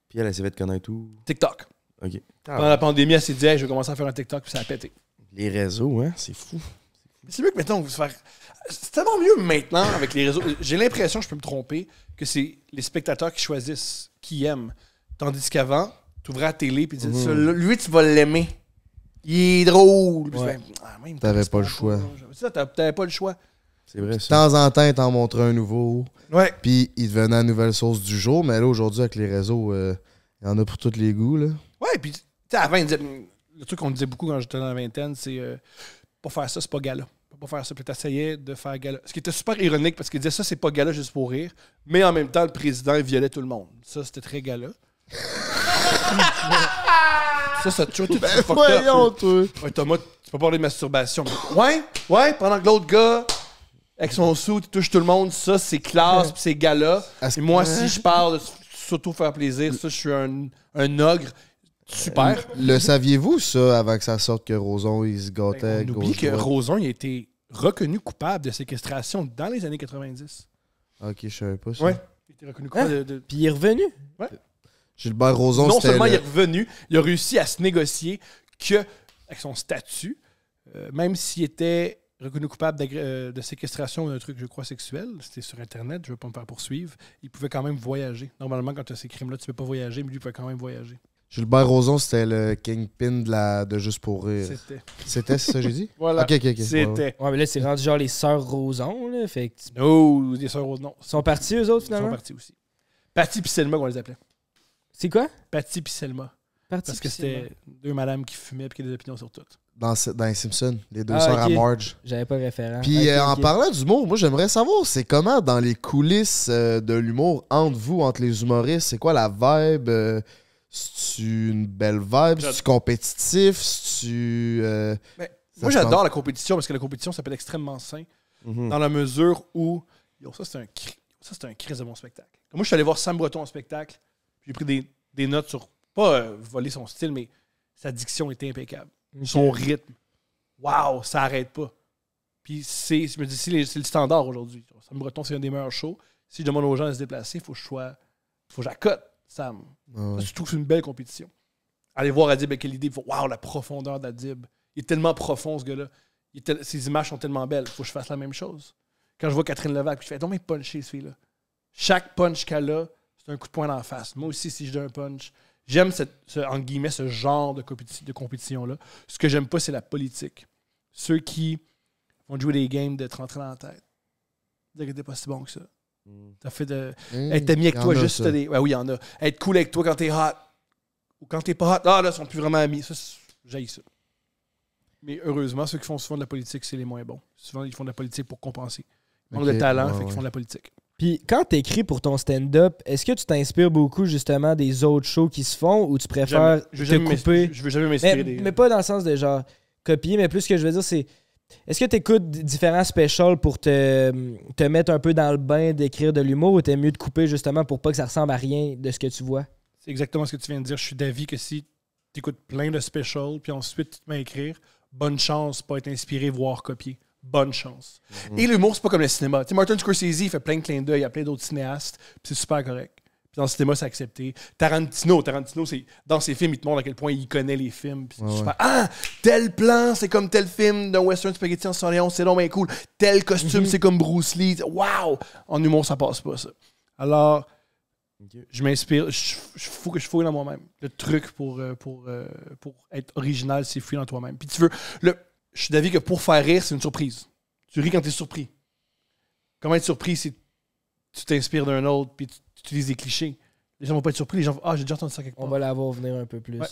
Speaker 6: Puis elle, elle s'est fait connaître tout.
Speaker 1: TikTok. Ah
Speaker 6: OK.
Speaker 1: Pendant la pandémie, elle s'est dit, Hey, je vais commencer à faire un TikTok, puis ça a pété.
Speaker 6: Les réseaux, hein, c'est fou.
Speaker 1: Mais C'est mieux que maintenant, vous faire. C'est tellement mieux maintenant avec les réseaux. J'ai l'impression, je peux me tromper, que c'est les spectateurs qui choisissent qui aiment. Tandis qu'avant, tu ouvrais la télé, puis tu
Speaker 2: Mhm.
Speaker 1: disais, Celui- lui, tu vas l'aimer. Il est drôle. Puis
Speaker 3: Ouais.
Speaker 1: tu fais, Ah, moi, il me
Speaker 2: T'avais
Speaker 1: correspond
Speaker 2: pas le choix.
Speaker 1: C'est Ça, t'avais t'avais pas le choix.
Speaker 6: C'est vrai,
Speaker 2: De
Speaker 6: ça.
Speaker 2: temps en temps, il t'en montrait un nouveau.
Speaker 1: Ouais.
Speaker 2: Puis il devenait la nouvelle source du jour. Mais là, aujourd'hui, avec les réseaux, euh, il y en a pour tous les goûts. Là.
Speaker 1: Ouais, puis, tu sais, avant, ils disaient- le truc qu'on disait beaucoup quand j'étais dans la vingtaine, c'est euh, pas faire ça, c'est pas gala. Pas- Pas faire ça, puis t'essayais de faire gala. Ce qui était super ironique parce qu'il disait ça, c'est pas gala juste pour rire, mais en même temps, le président il violait tout le monde. Ça, c'était très gala. ça, ça te choque tout c'est fucked up.
Speaker 2: toi.
Speaker 1: Ouais, Thomas, tu peux parler de masturbation. Ouais, ouais, pendant que l'autre gars, avec son sou, tu touches tout le monde, ça, c'est classe, puis c'est gala.
Speaker 2: Est-ce
Speaker 1: Et moi,
Speaker 2: que-
Speaker 1: si je parle de s- surtout faire plaisir, ça, je suis un, un ogre. Super.
Speaker 2: Le saviez-vous, ça, avant que ça sorte que Roson, il se gâtait
Speaker 1: Ben, On oublie
Speaker 2: gauche,
Speaker 1: que
Speaker 2: droite?
Speaker 1: Roson il a été reconnu coupable de séquestration dans les années 90.
Speaker 2: Ok, je savais pas ça.
Speaker 1: Ouais. Il a été reconnu coupable de- de-
Speaker 3: Puis il est revenu.
Speaker 2: Gilbert Roson,
Speaker 1: non
Speaker 2: c'était.
Speaker 1: seulement
Speaker 2: le-
Speaker 1: il est revenu, il a réussi à se négocier que, avec son statut, euh, même s'il était reconnu coupable d'agré- euh, de séquestration ou d'un truc, je crois, sexuel, c'était sur Internet, je ne veux pas me faire poursuivre, il pouvait quand même voyager. Normalement, quand tu as ces crimes-là, tu ne peux pas voyager, mais lui, il pouvait quand même voyager.
Speaker 2: Gilbert Roson, c'était le kingpin de, la... de Juste pour rire.
Speaker 1: C'était.
Speaker 2: C'était c'est ça que j'ai dit?
Speaker 1: Voilà.
Speaker 2: Ok, ok, ok. Ouais, ouais.
Speaker 1: C'était.
Speaker 3: Ouais, mais là, c'est rendu genre les sœurs Roson, là. Fait que... Ils
Speaker 1: Oh, des sœurs au nom.
Speaker 3: sont partis, eux autres,
Speaker 1: Ils sont
Speaker 3: finalement?
Speaker 1: partis aussi. Patty puis Selma, qu'on les appelait.
Speaker 3: C'est quoi?
Speaker 1: Patty puis Selma.
Speaker 3: Partis
Speaker 1: Parce que
Speaker 3: officiellement.
Speaker 1: c'était deux madames qui fumaient et qui avaient des opinions sur tout.
Speaker 2: Dans, ce- dans les Simpsons, les deux
Speaker 3: Ah,
Speaker 2: sœurs
Speaker 3: ok.
Speaker 2: à Marge.
Speaker 3: J'avais pas le
Speaker 1: Ah,
Speaker 3: référent.
Speaker 2: Puis
Speaker 3: Ok,
Speaker 2: euh, en
Speaker 3: ok.
Speaker 2: parlant d'humour, moi j'aimerais savoir, c'est comment dans les coulisses euh, de l'humour, entre vous, entre les humoristes, c'est quoi la vibe? euh, c'est-tu une belle vibe?
Speaker 1: J'ad-
Speaker 2: C'est-tu compétitif? C'est-tu... euh, Ça
Speaker 1: Moi,
Speaker 2: se
Speaker 1: j'adore la compétition parce que la compétition, ça peut être extrêmement sain
Speaker 2: Hmm.
Speaker 6: Mhm.
Speaker 1: dans la mesure où, yo, ça, c'est un, cri- ça, c'est un crise de mon spectacle. Moi, je suis allé voir Sam Breton en spectacle. J'ai pris des, des notes sur, pas euh, voler son style, mais sa diction était impeccable. Son rythme. Waouh, ça arrête pas. Puis c'est, je me dis, c'est, les- c'est le standard aujourd'hui. Sam Breton, c'est un des meilleurs shows. Si je demande aux gens de se déplacer, il faut que je sois, faut que j'accote Sam.
Speaker 2: ah ouais.
Speaker 1: Je trouve que c'est une belle compétition. Allez voir Adib avec l'idée. Waouh, la profondeur d'Adib. Il est tellement profond, ce gars-là. Il est tel- Ses images sont tellement belles. Faut que je fasse la même chose. Quand je vois Catherine Levac, puis je fais, non, mais puncher, ce fille-là. Chaque punch qu'elle a, c'est un coup de poing dans la face. Moi aussi, si je donne un punch, j'aime cette, ce, entre guillemets, ce genre de, compéti- de compétition-là. Ce que j'aime pas, c'est la politique. Ceux qui vont jouer des games de 30 dans la tête. Dire que t'es pas si bon que ça. T'as fait de.
Speaker 3: Mm,
Speaker 1: Être ami avec toi, juste si t'as des. Ouais, oui, il y en a. Être cool avec toi quand t'es hot. Ou quand t'es pas hot. Ah, là, ils sont plus vraiment amis. Ça, c'est- j'haïs ça. Mais heureusement, ceux qui font souvent de la politique, c'est les moins bons. Souvent, ils font de la politique pour compenser. Manque de talent, fait qu'ils font de la politique.
Speaker 3: Puis quand t'écris pour ton stand-up, est-ce que tu t'inspires beaucoup justement des autres shows qui se font ou tu préfères
Speaker 1: Jamais- je, veux
Speaker 3: te
Speaker 1: jamais m'ins-
Speaker 3: couper
Speaker 1: je veux jamais
Speaker 3: mais,
Speaker 1: m'inspirer des.
Speaker 3: mais pas dans le sens de genre copier, mais plus ce que je veux dire, c'est est-ce que tu écoutes différents specials pour te, te mettre un peu dans le bain d'écrire de l'humour ou t'es mieux de couper justement pour pas que ça ressemble à rien de ce que tu vois?
Speaker 1: C'est exactement ce que tu viens de dire. Je suis d'avis que si tu écoutes plein de specials, puis ensuite tu te mets à écrire, bonne chance, pas être inspiré, voire copier. Bonne chance. Et l'humour, c'est pas comme le cinéma. Tu sais, Martin Scorsese il fait plein de clins d'œil à plein d'autres cinéastes, puis c'est super correct. Puis dans le cinéma, c'est accepté. Tarantino, Tarantino, c'est dans ses films, il te montre à quel point il connaît les films. Puis c'est super. Ah, tel plan, c'est comme tel film d'un western spaghetti en 111, c'est long, mais cool. Tel costume, c'est comme Bruce Lee. Waouh! En humour, ça passe pas, ça. Alors, je m'inspire, je, je, fou- je fouille dans moi-même. Le truc pour, euh, pour, euh, pour être original, c'est fouiller dans toi-même. Puis tu veux, le, je suis d'avis que pour faire rire, c'est une surprise. Tu ris quand tu es surpris. Comment être surpris, c'est tu t'inspires d'un autre, puis tu, tu utilises des clichés. Les gens vont pas être surpris, les gens vont, ah, j'ai déjà entendu ça quelque part.
Speaker 3: On va la voir venir un peu plus.
Speaker 1: Ouais.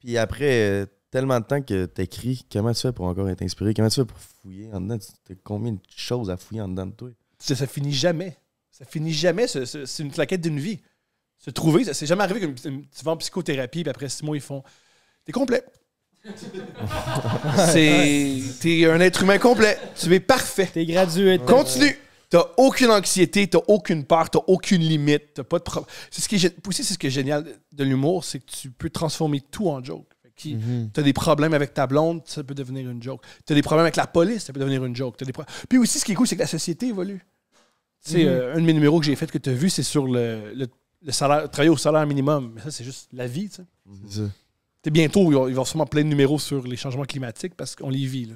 Speaker 6: Puis après euh, tellement de temps que t'écris, comment tu fais pour encore être inspiré? Comment tu fais pour fouiller en dedans? Tu- T'as combien de choses à fouiller en dedans de toi?
Speaker 1: ça, ça finit jamais. Ça finit jamais. ce- ce- C'est une claquette d'une vie. Se trouver, ça c'est jamais arrivé que tu tu vas en psychothérapie, puis après six mois, ils font T'es complet. c'est. T'es un être humain complet. Tu es parfait.
Speaker 3: T'es gradué. t'es-
Speaker 1: Continue. T'as aucune anxiété, t'as aucune peur, t'as aucune limite, t'as pas de problème. C'est ce qui est gé- aussi c'est ce qui est génial de l'humour, c'est que tu peux transformer tout en joke. Fait que T'as des problèmes avec ta blonde, ça peut devenir une joke. T'as des problèmes avec la police, ça peut devenir une joke. T'as des pro- Puis aussi, ce qui est cool, c'est que la société évolue. Tu sais, euh, un de mes numéros que j'ai fait que t'as vu, c'est sur le, le, le salaire, travailler au salaire minimum. Mais ça, c'est juste la vie, tu sais.
Speaker 2: C'est ça.
Speaker 1: T'sais, bientôt, il va y avoir sûrement plein de numéros sur les changements climatiques parce qu'on les vit. Là.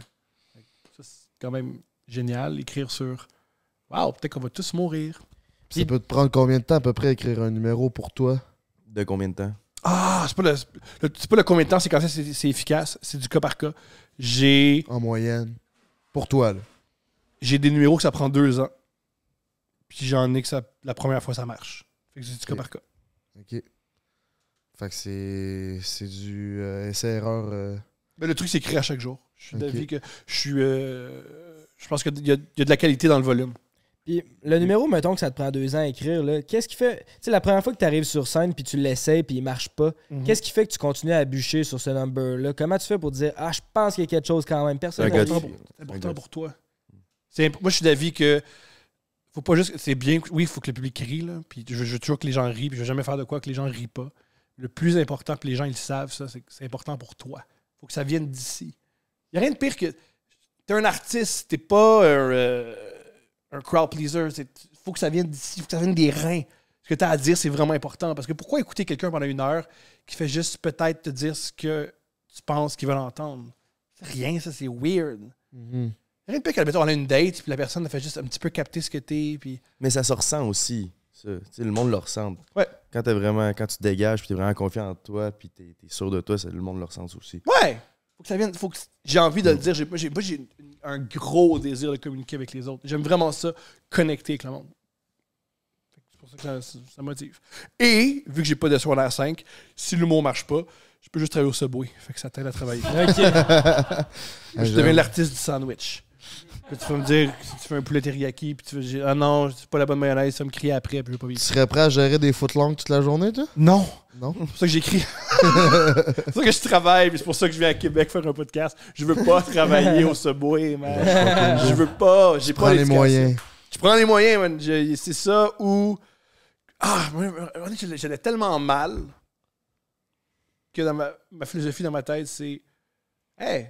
Speaker 1: Ça, c'est quand même génial, écrire sur Waouh, peut-être qu'on va tous mourir.
Speaker 2: Puis Ça peut te prendre combien de temps à peu près à écrire un numéro pour toi?
Speaker 6: De combien de temps?
Speaker 1: Ah, c'est pas le, le- c'est pas le combien de temps, c'est quand ça, c'est c'est efficace, c'est du cas par cas. J'ai
Speaker 2: En moyenne. Pour toi, là.
Speaker 1: j'ai des numéros que ça prend deux ans, puis j'en ai que ça, la première fois ça marche. Fait que c'est du cas
Speaker 2: Ok.
Speaker 1: par cas.
Speaker 2: OK. Fait que c'est, c'est du euh, essai-erreur. euh.
Speaker 1: Mais le truc, c'est écrit à chaque jour. Je suis
Speaker 2: Ok.
Speaker 1: d'avis que je suis. euh, je pense qu'il y, a- il y a de la qualité dans le volume.
Speaker 3: Puis le numéro, mettons que ça te prend deux ans à écrire, là, qu'est-ce qui fait. Tu sais, la première fois que tu arrives sur scène puis tu l'essayes puis il marche pas, qu'est-ce qui fait que tu continues à bûcher sur ce number-là? Comment tu fais pour dire Ah, je pense qu'il y a quelque chose quand même? Personne
Speaker 6: Un
Speaker 3: n'a
Speaker 6: gars
Speaker 3: dit.
Speaker 6: de-
Speaker 1: important pour, c'est important pour toi. C'est imp- Moi, je suis d'avis que faut pas juste. C'est bien. que- Oui, il faut que le public rit, là. Puis je, veux- je veux toujours que les gens rient. Puis je veux jamais faire de quoi que les gens rient pas. Le plus important, puis les gens, ils le savent, ça, c'est que c'est important pour toi. faut que ça vienne d'ici. Il n'y a rien de pire que. T'es un artiste, t'es pas un, euh, un crowd pleaser. Il faut que ça vienne d'ici, faut que ça vienne des reins. Ce que tu as à dire, c'est vraiment important. Parce que pourquoi écouter quelqu'un pendant une heure qui fait juste peut-être te dire ce que tu penses qu'ils veulent entendre? C'est rien, ça, c'est weird. Rien de pire qu'admettons, on a une date, puis la personne a fait juste un petit peu capter ce que t'es, puis...
Speaker 6: Mais ça se ressent aussi. ça. Tu sais, le monde le ressent.
Speaker 1: Ouais.
Speaker 6: Quand, t'es vraiment, quand tu te dégages, puis t'es vraiment confiant en toi, puis t'es es sûr de toi, ça, le monde le ressent aussi.
Speaker 1: Ouais! Faut que ça vienne... Faut que... J'ai envie de le dire. J'ai, moi, j'ai, moi, j'ai un gros désir de communiquer avec les autres. J'aime vraiment ça, connecter avec le monde. Fait que C'est pour ça que ça, ça- ça motive. Et, vu que j'ai pas de secondaire 5, si l'humour marche pas, je peux juste travailler au Subway. Fait que ça t'aide à travailler. je
Speaker 2: Ah, j'aime.
Speaker 1: deviens l'artiste du sandwich. Puis tu vas me dire, si tu fais un poulet teriyaki, puis tu veux... Ah non, c'est pas la bonne mayonnaise, ça me crie après, puis je vais pas
Speaker 2: Tu
Speaker 1: vivre.
Speaker 2: serais prêt à gérer des footlongs toute la journée, toi?
Speaker 1: Non!
Speaker 2: Non?
Speaker 1: C'est pour ça que j'écris. c'est pour ça que je travaille, puis c'est pour ça que je viens à Québec faire un podcast. Je veux pas travailler au Subway, man. je veux pas. J'ai
Speaker 2: Prends
Speaker 1: pas
Speaker 2: les
Speaker 1: l'éducation.
Speaker 2: moyens.
Speaker 1: Je prends les moyens, man. Je- C'est ça où. Ah, moi, moi, j'allais j'allais tellement mal que dans ma, ma philosophie dans ma tête, c'est Hey,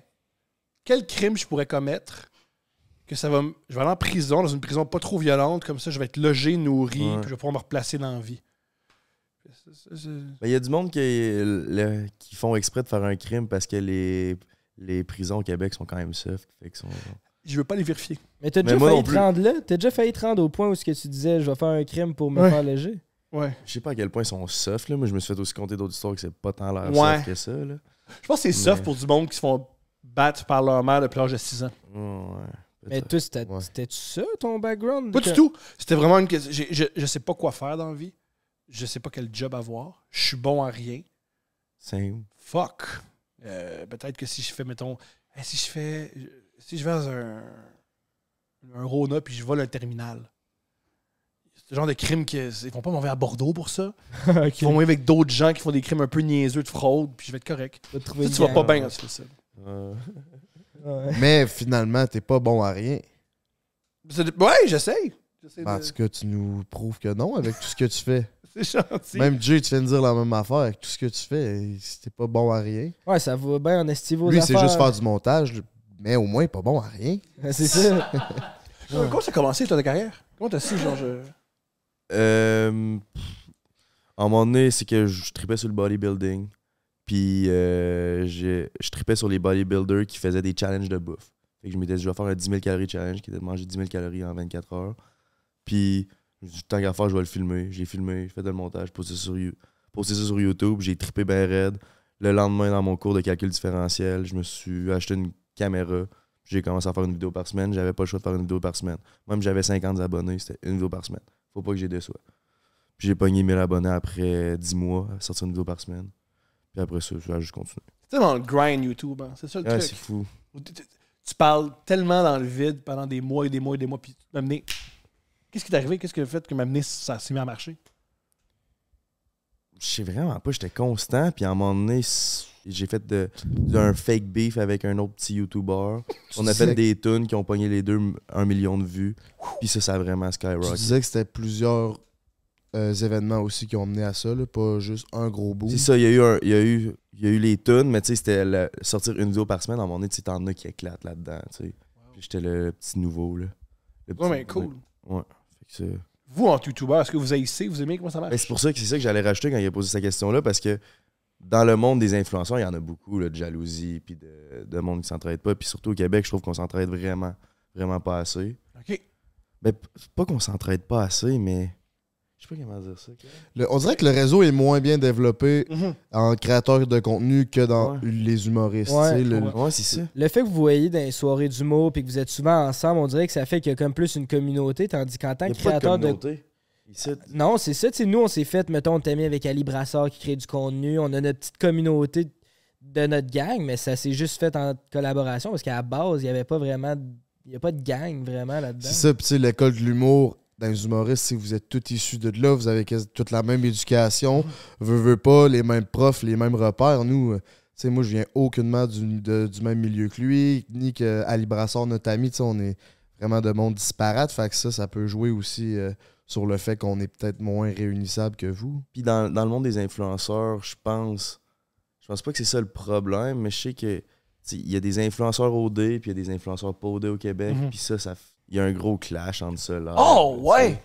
Speaker 1: quel crime je pourrais commettre que ça va. m- Je vais aller en prison, dans une prison pas trop violente, comme ça, je vais être logé, nourri,
Speaker 6: Ouais.
Speaker 1: puis je vais pouvoir me replacer dans la vie. c'est- c'est-
Speaker 6: Il y a du monde qui, le- qui font exprès de faire un crime parce que les, les prisons au Québec sont quand même soft. Fait qu'ils sont-
Speaker 1: Je veux pas les vérifier.
Speaker 3: Mais t'as
Speaker 6: Mais
Speaker 3: déjà
Speaker 6: moi
Speaker 3: failli
Speaker 6: non
Speaker 3: te
Speaker 6: plus.
Speaker 3: rendre là? T'as déjà failli te rendre au point où ce que tu disais, je vais faire un crime pour me
Speaker 1: Ouais.
Speaker 3: faire léger?
Speaker 1: Ouais.
Speaker 6: Je sais pas à quel point ils sont soft, là. Moi, je me suis fait aussi compter d'autres histoires que c'est pas tant l'air
Speaker 1: Ouais.
Speaker 6: soft que ça, là.
Speaker 1: Je pense que c'est soft
Speaker 6: Mais-
Speaker 1: pour du monde qui se font battre par leur mère depuis l'âge de 6 ans.
Speaker 6: Ouais.
Speaker 3: Mais toi, c'était
Speaker 2: Ouais.
Speaker 3: c'était-tu ça ton background?
Speaker 1: Pas du tout. C'était vraiment une question. j'ai- Je, je sais pas quoi faire dans la vie. Je sais pas quel job avoir. Je suis bon à rien.
Speaker 6: Same.
Speaker 1: Fuck. Euh, Peut-être que si je fais, mettons, hey, si je fais. Si je vais dans un, un Rona puis je vole un terminal. C'est le genre de crime qu'ils vont pas m'envoyer à Bordeaux pour ça. Ils vont
Speaker 3: Ok.
Speaker 1: m'envoyer avec d'autres gens qui font des crimes un peu niaiseux de fraude, puis je vais être correct.
Speaker 3: Faut trouver
Speaker 1: Tu,
Speaker 3: une
Speaker 1: tu vas
Speaker 3: gang.
Speaker 1: pas bien quand tu fais ça.
Speaker 6: Euh,
Speaker 3: Ouais.
Speaker 2: Mais finalement, t'es pas bon à rien.
Speaker 1: C'est- Ouais, j'essaye. J'essaie
Speaker 2: En
Speaker 1: de-
Speaker 2: tout cas, Ben, tu nous prouves que non avec tout ce que tu fais.
Speaker 1: C'est gentil.
Speaker 2: Même Jay, tu viens de dire la même affaire avec tout ce que tu fais. T'es pas bon à rien.
Speaker 3: Ouais, ça va bien en estive aux
Speaker 2: Lui, c'est
Speaker 3: affaires.
Speaker 2: juste faire du montage, mais au moins, il est pas bon à rien.
Speaker 3: C'est ça.
Speaker 1: Comment ça a commencé, toi, ta carrière? Comment t'as su, genre, je-
Speaker 6: euh, pff, à un moment donné, c'est que je tripais sur le bodybuilding. Puis euh, j'ai- je tripais sur les bodybuilders qui faisaient des challenges de bouffe. Fait que je m'étais dit, je vais faire un 10 000 calories challenge qui était de manger 10 000 calories en 24 heures. Puis, je me suis dit, tant qu'à faire, je vais le filmer. J'ai filmé, j'ai fait le montage, posté ça sur, You- posté ça sur YouTube. J'ai trippé bien raide. Le lendemain, dans mon cours de calcul différentiel, je me suis acheté une caméra. J'ai commencé à faire une vidéo par semaine. J'avais pas le choix de faire une vidéo par semaine. Même j'avais 50 abonnés, c'était une vidéo par semaine. Faut pas que j'ai des soins. Puis j'ai pogné 1000 abonnés après 10 mois, à sortir une vidéo par semaine. Puis après ça, je vais juste continuer.
Speaker 1: C'est dans le grind YouTube, hein. c'est ça le
Speaker 6: Ouais, Ah, c'est
Speaker 1: truc.
Speaker 6: fou.
Speaker 1: Où Tu tu- tu parles tellement dans le vide pendant des mois et des mois et des mois, puis tu m'as amené- Qu'est-ce qui t'est arrivé? Qu'est-ce qui a fait que m'amener ça s'est mis à marcher?
Speaker 6: Je sais vraiment pas, j'étais constant. Puis à un moment donné, s- j'ai fait de, d'un fake beef avec un autre petit YouTuber. On a fait
Speaker 2: disais-
Speaker 6: des tunes qui ont pogné les deux m- un million de vues. Puis ça, ça a vraiment
Speaker 2: Tu
Speaker 6: skyrocket.
Speaker 2: disais que c'était plusieurs euh, événements aussi qui ont mené à ça, là, pas juste un gros bout.
Speaker 6: C'est ça, il y, a eu un- il y, a eu- il y a eu les tunes, mais tu sais, c'était la- sortir une vidéo par semaine. À un moment donné, tu sais, t'en as qui éclatent là-dedans. tu sais. Puis j'étais le petit nouveau. Là. Le
Speaker 1: Ouais,
Speaker 6: petit-
Speaker 1: mais cool.
Speaker 6: Fait que c'est-
Speaker 1: Vous, en YouTuber, est-ce que vous haïssez? Vous aimez comment ça marche?
Speaker 6: Ben, c'est pour ça que c'est ça que j'allais rajouter quand il a posé sa question-là, parce que dans le monde des influenceurs, il y en a beaucoup là, de jalousie, puis de, de monde qui s'entraide pas. Puis surtout au Québec, je trouve qu'on s'entraide vraiment, vraiment pas assez.
Speaker 1: OK.
Speaker 6: Ben, p- c'est pas qu'on s'entraide pas assez, mais je sais pas comment dire ça.
Speaker 2: Le- on dirait que le réseau est moins bien développé
Speaker 1: Mhm.
Speaker 2: en créateur de contenu que dans
Speaker 6: Ouais.
Speaker 2: les humoristes.
Speaker 3: Ouais,
Speaker 2: tu sais, le-
Speaker 6: Ouais, c'est ça.
Speaker 3: Le fait que vous voyez dans les soirées d'humour puis que vous êtes souvent ensemble, on dirait que ça fait qu'il y a comme plus une communauté, tandis qu'en tant
Speaker 6: Il
Speaker 3: que
Speaker 6: y a pas de
Speaker 3: créateur de
Speaker 6: communauté. Ici,
Speaker 3: Non, c'est ça. tu sais, nous, on s'est fait, mettons, on t'a mis avec Ali Brassard qui crée du contenu. On a notre petite communauté de notre gang, mais ça s'est juste fait en collaboration parce qu'à la base, il n'y avait pas vraiment. Il n'y a pas de gang vraiment
Speaker 1: Ben
Speaker 3: là-dedans.
Speaker 2: C'est ça, puis tu sais, l'école de l'humour, dans les humoristes, si vous êtes tous issus de là, vous avez quasi toute la même éducation,
Speaker 1: Mm.
Speaker 2: veut, veut pas, les mêmes profs, les mêmes repères. Nous, euh, tu sais, moi, je viens aucunement du, de- du même milieu que lui, ni que Ali Brassard, notre ami, tu sais, on est vraiment de monde disparate, fait que ça, ça peut jouer aussi euh, sur le fait qu'on est peut-être moins réunissable que vous.
Speaker 6: Puis dans, dans le monde des influenceurs, je pense. Je pense pas que c'est ça le problème, mais je sais que tu sais, il y a des influenceurs OD, puis il y a des influenceurs pas OD au Québec,
Speaker 1: Mhm.
Speaker 6: puis ça, ça. f- Il y a un gros clash entre ça. là.
Speaker 1: Oh, ouais!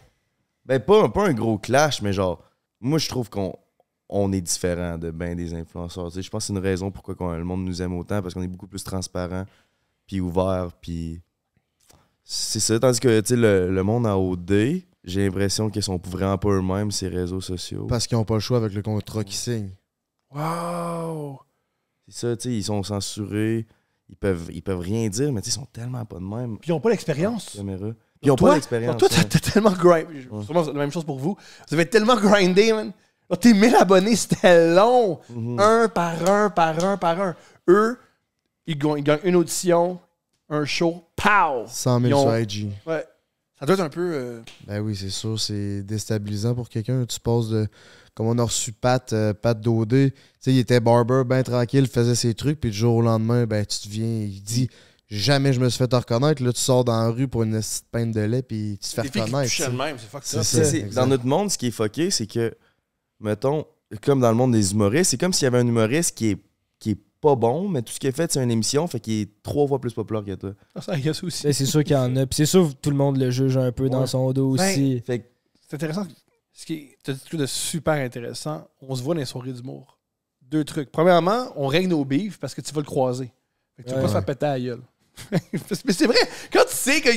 Speaker 6: Ben, pas, pas un gros clash, mais genre, moi, je trouve qu'on on est différent de bien des influenceurs. Tu sais, je pense que c'est une raison pourquoi qu'on- le monde nous aime autant, parce qu'on est beaucoup plus transparent, puis ouvert, puis. C'est ça. Tandis que, tu sais, le, le monde à OD, j'ai l'impression qu'ils sont vraiment pas eux-mêmes, ces réseaux sociaux.
Speaker 2: Parce qu'ils n'ont pas le choix avec le contrat qu'ils signent.
Speaker 1: Wow!
Speaker 6: C'est ça, tu sais, ils sont censurés, ils peuvent, ils peuvent rien dire, mais tu sais, ils sont tellement pas de même.
Speaker 1: Puis ils n'ont pas l'expérience.
Speaker 6: Caméra. Puis ils ont
Speaker 1: Toi- Alors,
Speaker 6: pas d'expérience. hein.
Speaker 1: Toi, t'as
Speaker 6: ouais.
Speaker 1: t'as tellement grindé.
Speaker 6: Ouais.
Speaker 1: Sûrement, c'est la même chose pour vous. Vous avez tellement grindé, man. Alors, Tes 1000 abonnés, c'était long.
Speaker 6: Mhm.
Speaker 1: un par un, par un, par un. Eux, ils gagnent, ils gagnent une audition, un show, pow!
Speaker 2: 100
Speaker 1: Ils
Speaker 2: 000
Speaker 1: ont-
Speaker 2: sur IG.
Speaker 1: Ouais. Ça doit être un peu. euh,
Speaker 2: Ben oui, c'est sûr, c'est déstabilisant pour quelqu'un. Tu passes de. Comme on a reçu Pat, euh, Pat Daudé, tu sais, il était barber, ben tranquille, faisait ses trucs, puis du jour au lendemain, ben tu te viens, il dit Jamais je me suis fait reconnaître. Là, tu sors dans la rue pour une petite peine de lait, puis tu te fais
Speaker 1: des filles qui
Speaker 2: reconnaître.
Speaker 1: touchent
Speaker 2: tu sais.
Speaker 1: elles-mêmes, c'est fucked
Speaker 2: C'est
Speaker 1: up.
Speaker 2: ça.
Speaker 6: Tu sais, c'est-
Speaker 2: exact.
Speaker 6: dans notre monde, ce qui est fucké, c'est que, mettons, comme dans le monde des humoristes, c'est comme s'il y avait un humoriste qui est, qui est pas bon, mais tout ce qu'il a fait, c'est une émission, fait qu'il est trois fois plus populaire que toi.
Speaker 1: Ah, Ça, il y a ça aussi.
Speaker 3: Ça, C'est sûr qu'il y en a. Puis c'est sûr que tout le monde le juge un peu dans
Speaker 6: Ouais.
Speaker 3: son dos aussi.
Speaker 6: Fait que
Speaker 1: C'est intéressant. ce qui est t'as dit quelque chose de super intéressant. On se voit dans les soirées d'humour. Deux trucs. Premièrement, on règle nos bifs parce que tu vas le croiser. Fait que tu vas
Speaker 3: Ouais.
Speaker 1: pas se faire péter à la gueule. Mais c'est vrai, quand tu sais que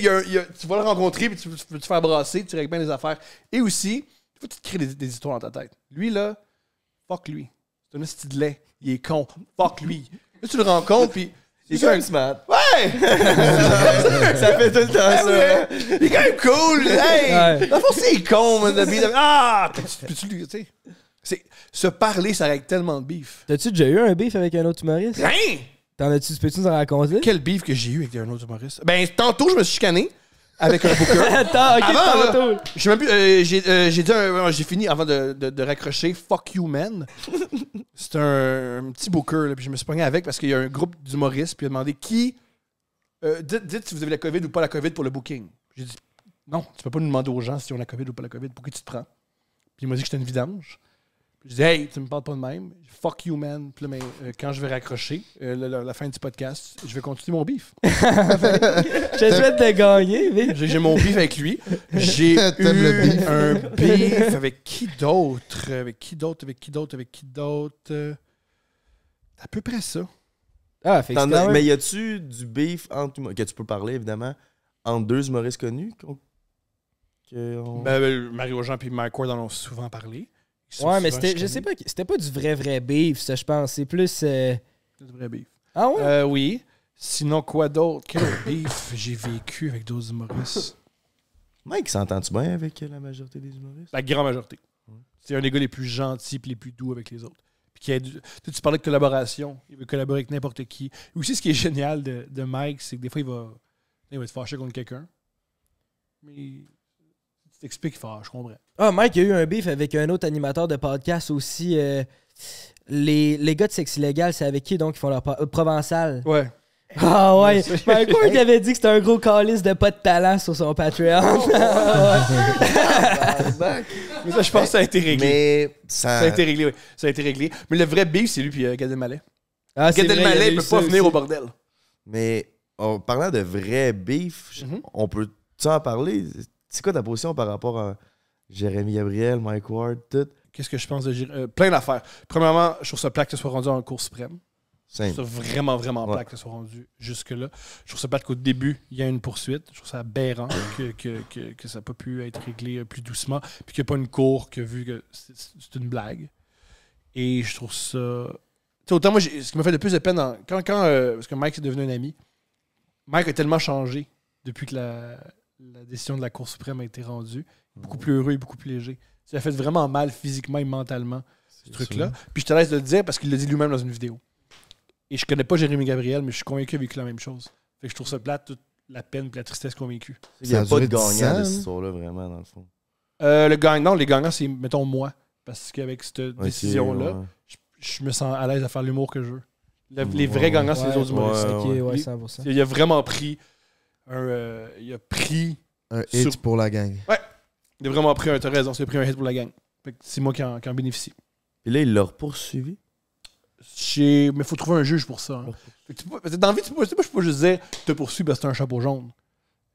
Speaker 1: tu vas le rencontrer puis tu veux tu veux te faire brasser, tu règles bien les affaires. Et aussi, faut que tu te crées des, des histoires dans ta tête. Lui, là, fuck lui. C'est un esti de lait. Il est con. Fuck lui. Là, tu le rencontres, puis.
Speaker 6: Il est
Speaker 1: quand
Speaker 6: quand même
Speaker 1: même-
Speaker 6: smart. Ouais! ça fait tout le temps ça.
Speaker 1: Il est quand même cool. Hey!
Speaker 3: Ouais.
Speaker 1: Dans le fond, c'est con, man. Puis, Ah! Puis tu- puis tu lui- tu sais. c'est- Se parler, ça règle tellement de beef.
Speaker 3: T'as-tu déjà eu un beef avec un autre humoriste?
Speaker 1: Hein?
Speaker 3: T'en as-tu, peux-tu nous en raconter?
Speaker 1: Quel beef que j'ai eu avec un autre humoriste. Ben, tantôt, je me suis chicané avec un booker.
Speaker 3: Attends, Ah, ok,
Speaker 1: Avant,
Speaker 3: tantôt.
Speaker 1: là, j'ai même plus- euh, j'ai euh, j'ai dit un- j'ai fini avant de, de- de raccrocher Fuck You Man. C'est un, un petit booker, là, puis je me suis pogné avec parce qu'il y a un groupe d'humoristes, puis il a demandé qui. euh, dites, dites si vous avez la COVID ou pas la COVID pour le booking. J'ai dit non, tu peux pas nous demander aux gens si on a la COVID ou pas la COVID, pour qui tu te prends. Puis il m'a dit que j'étais une vidange. Puis je dis hey, tu me parles pas de même. Fuck You Man. Puis là, ben, euh, quand je vais raccrocher, euh, la, la- la fin du podcast, je vais continuer mon beef.
Speaker 3: Je te souhaite de gagner, mais.
Speaker 1: J'ai j'ai mon beef avec lui. J'ai eu
Speaker 2: T'aimes le beef.
Speaker 1: un beef avec qui d'autre? Avec qui d'autre? Avec qui d'autre? Avec qui d'autre? Euh, À peu près ça.
Speaker 3: Ah, fait que
Speaker 6: T'en
Speaker 3: c'est
Speaker 6: as-
Speaker 3: quand même-
Speaker 6: mais y a-tu du beef entre humo- que tu peux parler évidemment entre deux humoristes connus qu'on- que on-
Speaker 1: Ben, euh, Mario Jean et Mike Ward en ont souvent parlé. Ils sont
Speaker 3: Ouais, mais
Speaker 1: souvent
Speaker 3: c'était, je
Speaker 1: chicanés.
Speaker 3: sais pas, qui- c'était pas du vrai, vrai beef, ça, je pense. C'est plus. euh,
Speaker 1: C'est du vrai beef.
Speaker 3: Ah ouais?
Speaker 1: Euh, oui. Sinon, quoi d'autre? Quel beef j'ai vécu avec d'autres humoristes?
Speaker 6: Mike s'entend-tu bien avec la majorité des humoristes
Speaker 1: La grande majorité. C'est un des gars les plus gentils et les plus doux avec les autres. Puis qui a du- tu sais, tu parlais de collaboration. Il veut collaborer avec n'importe qui. Et aussi, ce qui est génial de, de Mike, c'est que des fois, il va, il va être fâché contre quelqu'un. Mais tu t'expliques, il fait Ah, je comprends.
Speaker 3: Ah, Mike a eu un beef avec un autre animateur de podcast aussi. euh, Les, les gars de sexe illégal, c'est avec qui donc ils font leur po- euh, provençal?
Speaker 1: Ouais.
Speaker 3: Ah ouais!
Speaker 1: Je sais.
Speaker 3: Mike Ward il avait dit que c'était un gros calice de pas de talent sur son Patreon.
Speaker 1: Mais euh, ça, je pense que ça a été réglé.
Speaker 6: Mais
Speaker 1: Ça a
Speaker 6: ça
Speaker 1: été réglé, oui. Ça a été réglé. Mais le vrai beef, c'est lui puis euh, Gad Elmaleh.
Speaker 3: ah, c'est
Speaker 1: Gad
Speaker 3: vrai, il y avait
Speaker 1: Elmaleh
Speaker 3: eu
Speaker 1: peut
Speaker 3: ça
Speaker 1: pas venir
Speaker 3: aussi.
Speaker 1: au bordel.
Speaker 6: mais en parlant de vrai beef, je-
Speaker 1: Mhm.
Speaker 6: on peut tu en parler C'est quoi ta position par rapport à Jérémy Gabriel, Mike Ward, tout
Speaker 1: Qu'est-ce que je pense de Gir- euh, Plein d'affaires. Premièrement, je trouve ça plat que ce soit rendu en Cour suprême. Je
Speaker 6: Same.
Speaker 1: trouve ça vraiment, vraiment
Speaker 6: Ouais.
Speaker 1: plat que ça soit rendu jusque-là. Je trouve ça plate qu'au début, il y a une poursuite. Je trouve ça aberrant que, que, que, que ça n'a pas pu être réglé euh, plus doucement. Puis qu'il n'y a pas une cour que vu que c'est- c'est une blague. Et je trouve ça. Tu sais, autant moi, j'ai- ce qui m'a fait le plus de peine, dans- quand, quand, euh, parce que Mike est devenu un ami, Mike a tellement changé depuis que la, la décision de la Cour suprême a été rendue. Beaucoup
Speaker 6: Mhm.
Speaker 1: plus heureux et beaucoup plus léger. Ça a fait vraiment mal physiquement et mentalement, ce truc-là. Puis je te laisse de le dire parce qu'il l'a dit lui-même dans une vidéo. Et je connais pas Jérémy Gabriel, mais je suis convaincu qu'il a vécu la même chose. Fait que je trouve ça plate, toute la peine et la tristesse qu'on a vécu.
Speaker 6: Il n'y a
Speaker 2: Ça a
Speaker 6: pas de
Speaker 2: duré 10 ans,
Speaker 6: gagnant de cette
Speaker 2: hein?
Speaker 6: histoire-là vraiment dans le fond.
Speaker 1: Euh, le gagnant, les gagnants, c'est, mettons, moi. Parce qu'avec cette
Speaker 6: Ok,
Speaker 1: décision-là,
Speaker 6: ouais.
Speaker 1: je, je me sens à l'aise à faire l'humour que je veux. Le-
Speaker 6: Mm,
Speaker 1: les vrais
Speaker 6: ouais,
Speaker 1: gagnants, c'est les
Speaker 3: Ouais,
Speaker 1: autres humoristes.
Speaker 3: Ok,
Speaker 6: Ouais,
Speaker 3: ouais,
Speaker 1: Les-
Speaker 3: 100%.
Speaker 1: Il a vraiment pris un. euh, il a pris.
Speaker 2: Un hit
Speaker 1: Sur-
Speaker 2: pour la gang.
Speaker 1: Il a vraiment pris un. T'as raison, il a pris un hit pour la gang. Fait que c'est moi qui en, qui en bénéficie.
Speaker 6: Puis là, il l'a poursuivi.
Speaker 1: J'ai- Mais faut trouver un juge pour ça. hein.
Speaker 6: Ouais.
Speaker 1: Fait que tu peux- dans la vie, tu peux, tu peux- je peux pas juste dire te poursuis parce que t'as un chapeau jaune.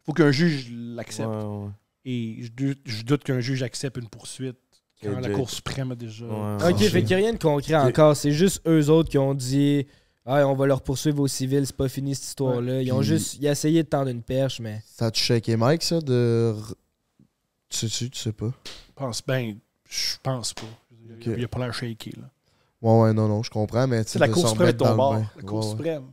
Speaker 1: Faut qu'un juge l'accepte. Et je, dou- je doute qu'un juge accepte une poursuite quand
Speaker 6: Et
Speaker 1: la
Speaker 6: Jake.
Speaker 1: Cour suprême a déjà.
Speaker 6: Ouais.
Speaker 3: Ok, fait qu'il y a rien de concret
Speaker 6: Ok.
Speaker 3: encore. C'est juste eux autres qui ont dit ah, on va leur poursuivre aux civils, c'est pas fini cette histoire-là. Ils ont
Speaker 2: Puis-
Speaker 3: juste. Ils ont essayé de tendre une perche, mais.
Speaker 2: Ça a-tu shaké Mike, ça, de... re- Tu sais-tu, tu sais pas?
Speaker 1: Je pense, ben, je pense pas. Il y a-
Speaker 2: Ok.
Speaker 1: Il a pas l'air shaky. Là.
Speaker 2: Ouais, ouais, non, non, je comprends, mais... tu
Speaker 1: C'est
Speaker 2: sais,
Speaker 1: la
Speaker 2: de
Speaker 1: Cour
Speaker 2: s'en
Speaker 1: suprême est de
Speaker 2: remettre
Speaker 1: ton
Speaker 2: dans
Speaker 1: bord.
Speaker 2: le bain.
Speaker 1: La Cour
Speaker 2: Ouais, ouais.
Speaker 1: suprême.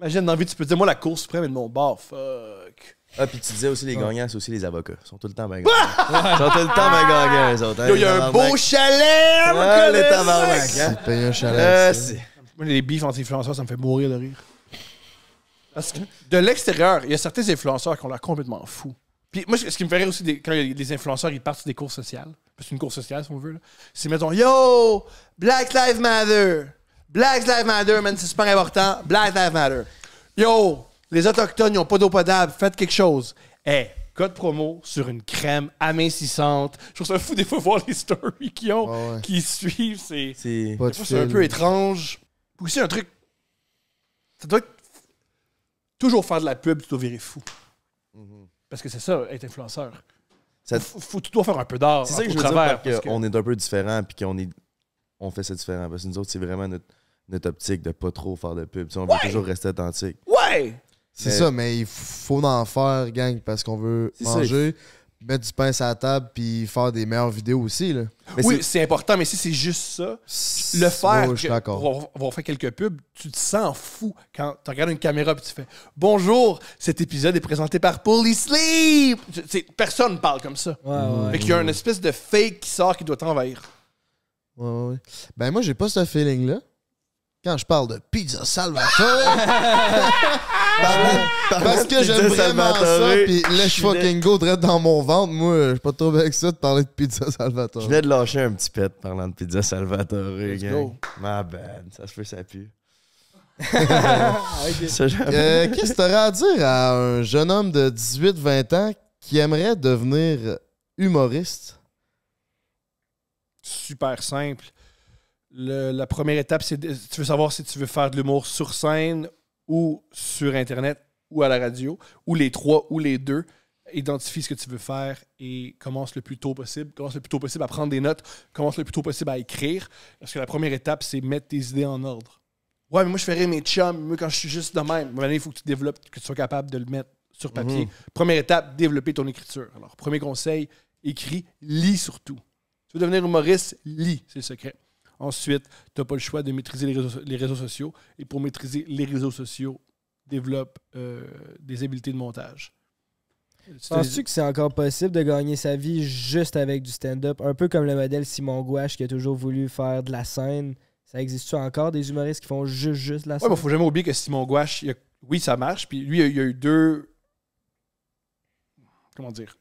Speaker 1: Imagine, dans la vie, tu peux dire, moi, la Cour suprême est de mon bord. Fuck.
Speaker 6: Ah, Ah! puis tu disais aussi les gagnants, c'est aussi les avocats. Ils sont tout le temps bien gagnants. Ils sont tout le temps bien gagnants, eux autres. hein,
Speaker 1: Yo, il y
Speaker 6: les
Speaker 1: a un
Speaker 6: tabarnak.
Speaker 1: beau chalet, mon
Speaker 6: Ah, les
Speaker 1: collègue.
Speaker 6: tabarnak, hein.
Speaker 2: C'est payer un chalet.
Speaker 6: Ah,
Speaker 2: ça.
Speaker 6: c'est-
Speaker 1: Moi, les bifs anti-influenceurs, ça me fait mourir de rire. Parce que de l'extérieur, il y a certains influenceurs qui ont l'air complètement fous. Puis moi, ce ce qui me fait rire aussi, des- quand il y a des influenceurs, ils partent sur des cours sociales. Parce que C'est une course sociale, si on veut. là. C'est, mettons, Yo, Black Lives Matter. Black Lives Matter, man, c'est super important. Black Lives Matter. Yo, les Autochtones, ils n'ont pas d'eau potable. Faites quelque chose. Hé, code promo sur une crème amincissante. Je trouve ça fou des fois voir les stories qu'ils ont,
Speaker 2: Ouais, ouais.
Speaker 1: qui suivent. C'est,
Speaker 6: c'est-
Speaker 2: Pas
Speaker 1: des
Speaker 2: de
Speaker 1: fois, c'est un
Speaker 2: fil.
Speaker 1: peu étrange. Puis aussi, un truc. Ça doit être. Toujours faire de la pub, tu dois virer fou. Parce que c'est ça, être influenceur.
Speaker 6: Mhm. Ça-
Speaker 1: Faut, faut- tu dois faire un peu d'art.
Speaker 6: C'est ça que
Speaker 1: au
Speaker 6: je veux
Speaker 1: travers,
Speaker 6: dire,
Speaker 1: parce
Speaker 6: parce qu'on est un peu différent puis qu'on est, on fait ça différent. Parce que nous autres, c'est vraiment notre, notre optique de pas trop faire de pub. Tu sais, on veut toujours rester authentique.
Speaker 1: Ouais!
Speaker 2: C'est
Speaker 6: Mais-
Speaker 2: ça, mais il faut en faire, gang, parce qu'on veut
Speaker 6: C'est ça.
Speaker 2: manger, mettre du pain sur la table, puis faire des meilleures vidéos aussi. Là.
Speaker 6: Mais
Speaker 1: oui,
Speaker 6: c'est-
Speaker 1: c'est important, mais si c'est juste ça, le
Speaker 2: C'est-
Speaker 1: faire,
Speaker 2: Ouais, je suis
Speaker 1: que-
Speaker 2: d'accord.
Speaker 1: pour avoir- avoir fait quelques pubs, tu te sens fou quand tu regardes une caméra et tu fais Bonjour, cet épisode est présenté par Pulley Sleep. Tu- tu sais, Personne ne parle comme ça.
Speaker 3: Ouais, ouais.
Speaker 1: Fait qu'il y a une espèce de fake qui sort qui doit t'envahir.
Speaker 2: Ouais, ouais, ouais. Ben moi, j'ai pas ce feeling-là. Quand je parle de pizza salvatore, Ben, parce que j'aime
Speaker 6: Pizza
Speaker 2: vraiment ça,
Speaker 6: Salvatore,
Speaker 2: puis let
Speaker 6: je
Speaker 2: fucking go direct dans mon ventre, moi, je suis pas trop avec ça de parler de pizza salvatore.
Speaker 6: Je venais de lâcher un petit pet parlant de pizza Salvatore, gang.
Speaker 1: go.
Speaker 6: Ma bad, ça se peut, ça pue.
Speaker 3: Ok.
Speaker 6: Ça, j'avoue.
Speaker 2: Euh, Qu'est-ce que t'aurais à dire à un jeune homme de 18-20 ans qui aimerait devenir humoriste?
Speaker 1: super simple. Le- la première étape, c'est de- si tu veux savoir si tu veux faire de l'humour sur scène ou sur Internet ou à la radio, ou les trois ou les deux. Identifie ce que tu veux faire et commence le plus tôt possible. Commence le plus tôt possible à prendre des notes. Commence le plus tôt possible à écrire. Parce que la première étape, c'est mettre tes idées en ordre. Ouais, mais moi, je ferais mes chums. Moi, quand je suis juste de même, Mais il faut que tu développes, que tu sois capable de le mettre sur papier. Première étape, développer ton écriture. Alors, premier conseil, écris, lis surtout. Tu veux devenir humoriste, lis, c'est le secret. Ensuite, tu n'as pas le choix de maîtriser les réseaux, les réseaux sociaux. Et pour maîtriser les réseaux sociaux, développe euh, des habiletés de montage. C'est-
Speaker 3: Penses-tu que c'est encore possible de gagner sa vie juste avec du stand-up? Un peu comme le modèle Simon Gouache qui a toujours voulu faire de la scène. Ça existe-tu encore des humoristes qui font juste, juste de la
Speaker 1: Ouais,
Speaker 3: scène?
Speaker 1: mais faut jamais oublier que Simon Gouache, il a- oui, ça marche. Puis lui, il y a- il y a eu deux. Comment dire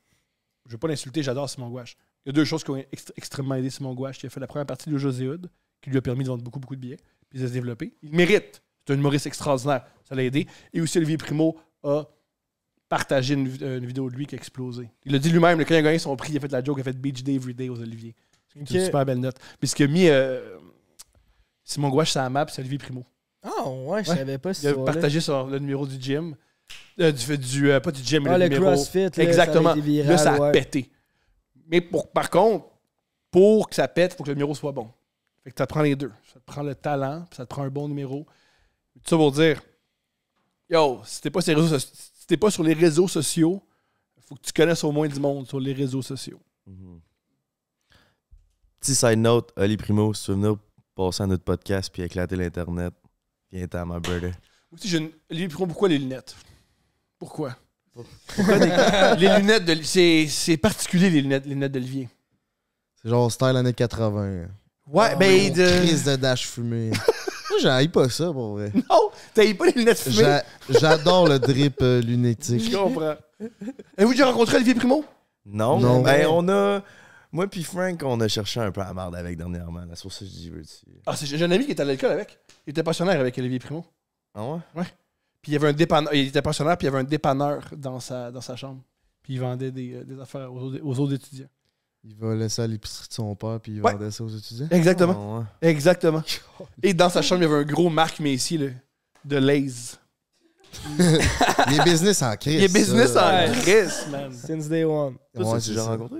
Speaker 1: Je veux pas l'insulter, j'adore Simon Gouache. Il y a deux choses qui ont ext- extrêmement aidé Simon Gouache. Il a fait la première partie de José Hood, qui lui a permis de vendre beaucoup, beaucoup de billets, puis de se développer. Il mérite. C'est un humoriste extraordinaire. Ça l'a aidé. Et aussi, Olivier Primo a partagé une, vi- euh, une vidéo de lui qui a explosé. Il l'a dit lui-même, le quand il a gagné son prix, il a fait de la joke, il a fait Beach Day Every Day aux Olivier. C'est
Speaker 3: Ok.
Speaker 1: une super belle note. Puis ce qui a mis euh, Simon Gouache sur la map, c'est Olivier Primo.
Speaker 3: Ah, ouais, je
Speaker 1: Ouais.
Speaker 3: savais pas si
Speaker 1: Il a partagé sur le numéro du gym. Euh, du, du, euh, pas du gym, mais
Speaker 3: Ah,
Speaker 1: le,
Speaker 3: le
Speaker 1: numéro.
Speaker 3: CrossFit, là, ça avait
Speaker 1: Exactement.
Speaker 3: été viral,
Speaker 1: là, ça a
Speaker 3: ouais.
Speaker 1: pété. Mais pour, par contre, pour que ça pète, il faut que le numéro soit bon. Fait que ça te prend les deux. Ça te prend le talent, puis ça te prend un bon numéro. Tout ça pour dire, yo, si t'es pas, sur les réseaux soci- si t'es pas sur les réseaux sociaux, faut que tu connaisses au moins du monde sur les réseaux sociaux.
Speaker 6: Mhm. Petit side note, Oli Primo, si tu veux venir passer à notre podcast puis éclater l'Internet, viens t'en, my brother.
Speaker 1: Moi aussi, j'ai une- les- pourquoi les lunettes? Pourquoi? Pourquoi des- les lunettes de... C'est c'est particulier, les lunettes, les lunettes de Olivier.
Speaker 2: C'est genre style années 80. hein.
Speaker 1: Ouais,
Speaker 2: Une
Speaker 1: ben.
Speaker 2: Crise de dash fumée. moi, j'haïs pas ça, pour vrai.
Speaker 1: Non, t'as pas les lunettes fumées.
Speaker 2: J'a- J'adore le drip euh, lunétique.
Speaker 1: Je comprends. Avez-vous déjà rencontré Olivier Primo?
Speaker 6: Non,
Speaker 2: Non.
Speaker 6: mais on a. Moi puis Frank, on a cherché un peu à marde avec dernièrement. là. C'est pour ça que je dis, veux-tu.
Speaker 1: Ah, c'est j'ai un ami qui était à l'alcool avec. Il était pensionnaire avec Olivier Primo.
Speaker 6: Ah ouais?
Speaker 1: Puis il y avait un dépanneur. Il était pensionnaire, puis il y avait un dépanneur dans sa, dans sa chambre. Puis il vendait des, euh, des affaires aux, autres- aux autres étudiants.
Speaker 2: Il va laisser à l'épicerie de son père, puis il
Speaker 1: Ouais.
Speaker 2: vendait ça aux étudiants.
Speaker 1: Exactement.
Speaker 6: Ah ouais.
Speaker 1: Exactement. Oh. Et dans sa chambre, il y avait un gros Marc Messier là, de Lays.
Speaker 2: Les business en crise.
Speaker 1: Il est business
Speaker 2: ça.
Speaker 1: en crise, man.
Speaker 3: Since day one.
Speaker 2: Ouais,
Speaker 6: Toi, tu l'as
Speaker 2: c'est
Speaker 6: déjà
Speaker 2: ça.
Speaker 6: rencontré?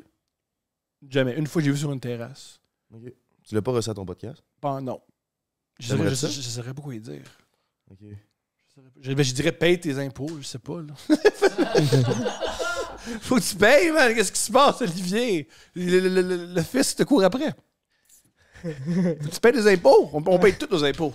Speaker 1: Jamais. Une fois, j'ai vu sur une terrasse.
Speaker 6: Ok. Tu l'as pas reçu à ton podcast?
Speaker 1: Ben, non. Je
Speaker 6: T'aimerais
Speaker 1: saurais, je,
Speaker 6: ça?
Speaker 1: je saurais pas quoi y dire.
Speaker 6: Ok.
Speaker 1: Je, ben, je dirais paye tes impôts, je sais pas. Là. Faut que tu payes, man. Qu'est-ce qui se passe, Olivier? Le, le- le- le- le fils te court après. Faut que tu payes tes impôts. On, on paye tous nos impôts.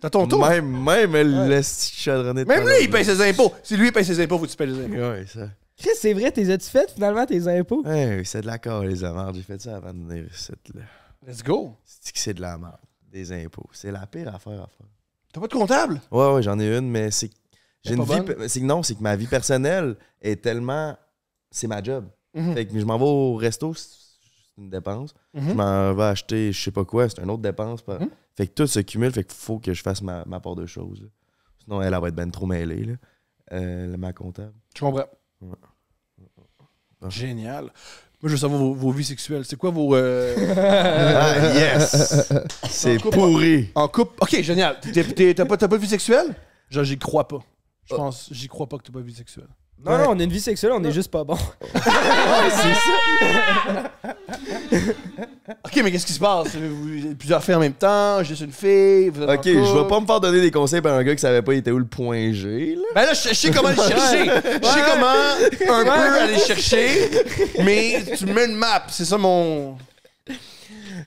Speaker 1: T'as ton tour.
Speaker 6: Même, même le chadronné de
Speaker 1: Même
Speaker 6: parler.
Speaker 1: lui, il paye ses impôts. Si lui, il paye ses impôts, faut que tu payes les impôts.
Speaker 6: Ouais, ça.
Speaker 3: Chris, c'est vrai, t'es as-tu fait finalement tes impôts?
Speaker 6: Hey, c'est de la corps, les amardes. J'ai fait ça avant de venir ici. là.
Speaker 1: Let's go.
Speaker 6: C'est que c'est de la merde. Des impôts. C'est la pire affaire à faire.
Speaker 1: T'as pas de comptable?
Speaker 6: Ouais, ouais, j'en ai une, mais c'est que j'ai
Speaker 1: Elle est
Speaker 6: une
Speaker 1: pas
Speaker 6: vie.
Speaker 1: bonne?
Speaker 6: pe- C'est que non, c'est que ma vie personnelle est tellement. C'est ma job.
Speaker 1: Mm. Mhm.
Speaker 6: Fait que je m'en vais au resto, c'est une dépense.
Speaker 1: Mm.
Speaker 6: Je m'en vais acheter je sais pas quoi, c'est une autre dépense. Pas- Fait que tout se cumule, fait qu'il faut que je fasse ma, ma part de choses. là. Sinon, elle, elle va être ben trop mêlée, là. Euh, ma comptable.
Speaker 1: Tu comprends?
Speaker 6: Ouais.
Speaker 1: Génial. Moi, je veux savoir vos, vos vies sexuelles. C'est quoi vos. euh,
Speaker 6: Ah, yes! C'est pourri!
Speaker 1: en couple? Ok, Oh. génial. T'es- t'es- T'as pas, t'as pas de vie sexuelle? Genre, j'y crois pas. Je pense, j'y crois pas que t'as pas de vie sexuelle.
Speaker 3: Non, non, on a une vie sexuelle, on est juste pas bon.
Speaker 1: Ok, mais qu'est-ce qui se passe? Vous avez plusieurs filles en même temps, juste une fille, vous êtes en
Speaker 6: Ok, je vais
Speaker 1: couple.
Speaker 6: pas me faire donner des conseils par un gars qui savait pas il était où le point G, là.
Speaker 1: Ben là, je je sais comment le chercher. Je sais comment un peu aller chercher, mais tu mets une map. C'est ça mon.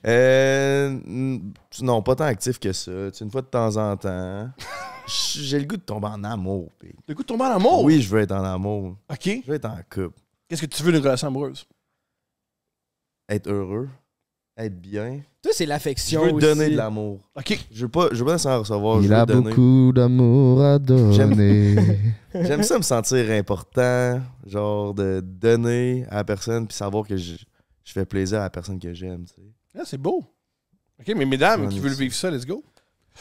Speaker 6: Euh, n- non, pas tant actif que ça. Tu sais, une fois de temps en temps. j- J'ai le goût de tomber en amour. pis.
Speaker 1: Le coup de tomber en amour.
Speaker 6: Oui, je veux être en amour.
Speaker 1: Ok.
Speaker 6: Je veux être en couple.
Speaker 1: Qu'est-ce que tu veux d'une relation amoureuse?
Speaker 6: Être heureux. Être bien.
Speaker 3: Toi, c'est
Speaker 6: Je
Speaker 3: l'affection.
Speaker 6: veux
Speaker 3: aussi.
Speaker 6: donner de l'amour.
Speaker 1: Ok.
Speaker 6: Je veux pas, je veux pas nécessairement recevoir.
Speaker 2: Il
Speaker 6: je veux
Speaker 2: a
Speaker 6: donner.
Speaker 2: beaucoup d'amour à donner.
Speaker 6: J'aime ça me sentir important. Genre de donner à la personne puis savoir que je, je fais plaisir à la personne que j'aime. tu sais.
Speaker 1: Ah, c'est beau. Ok, mais mesdames qui veulent vivre ça, let's go.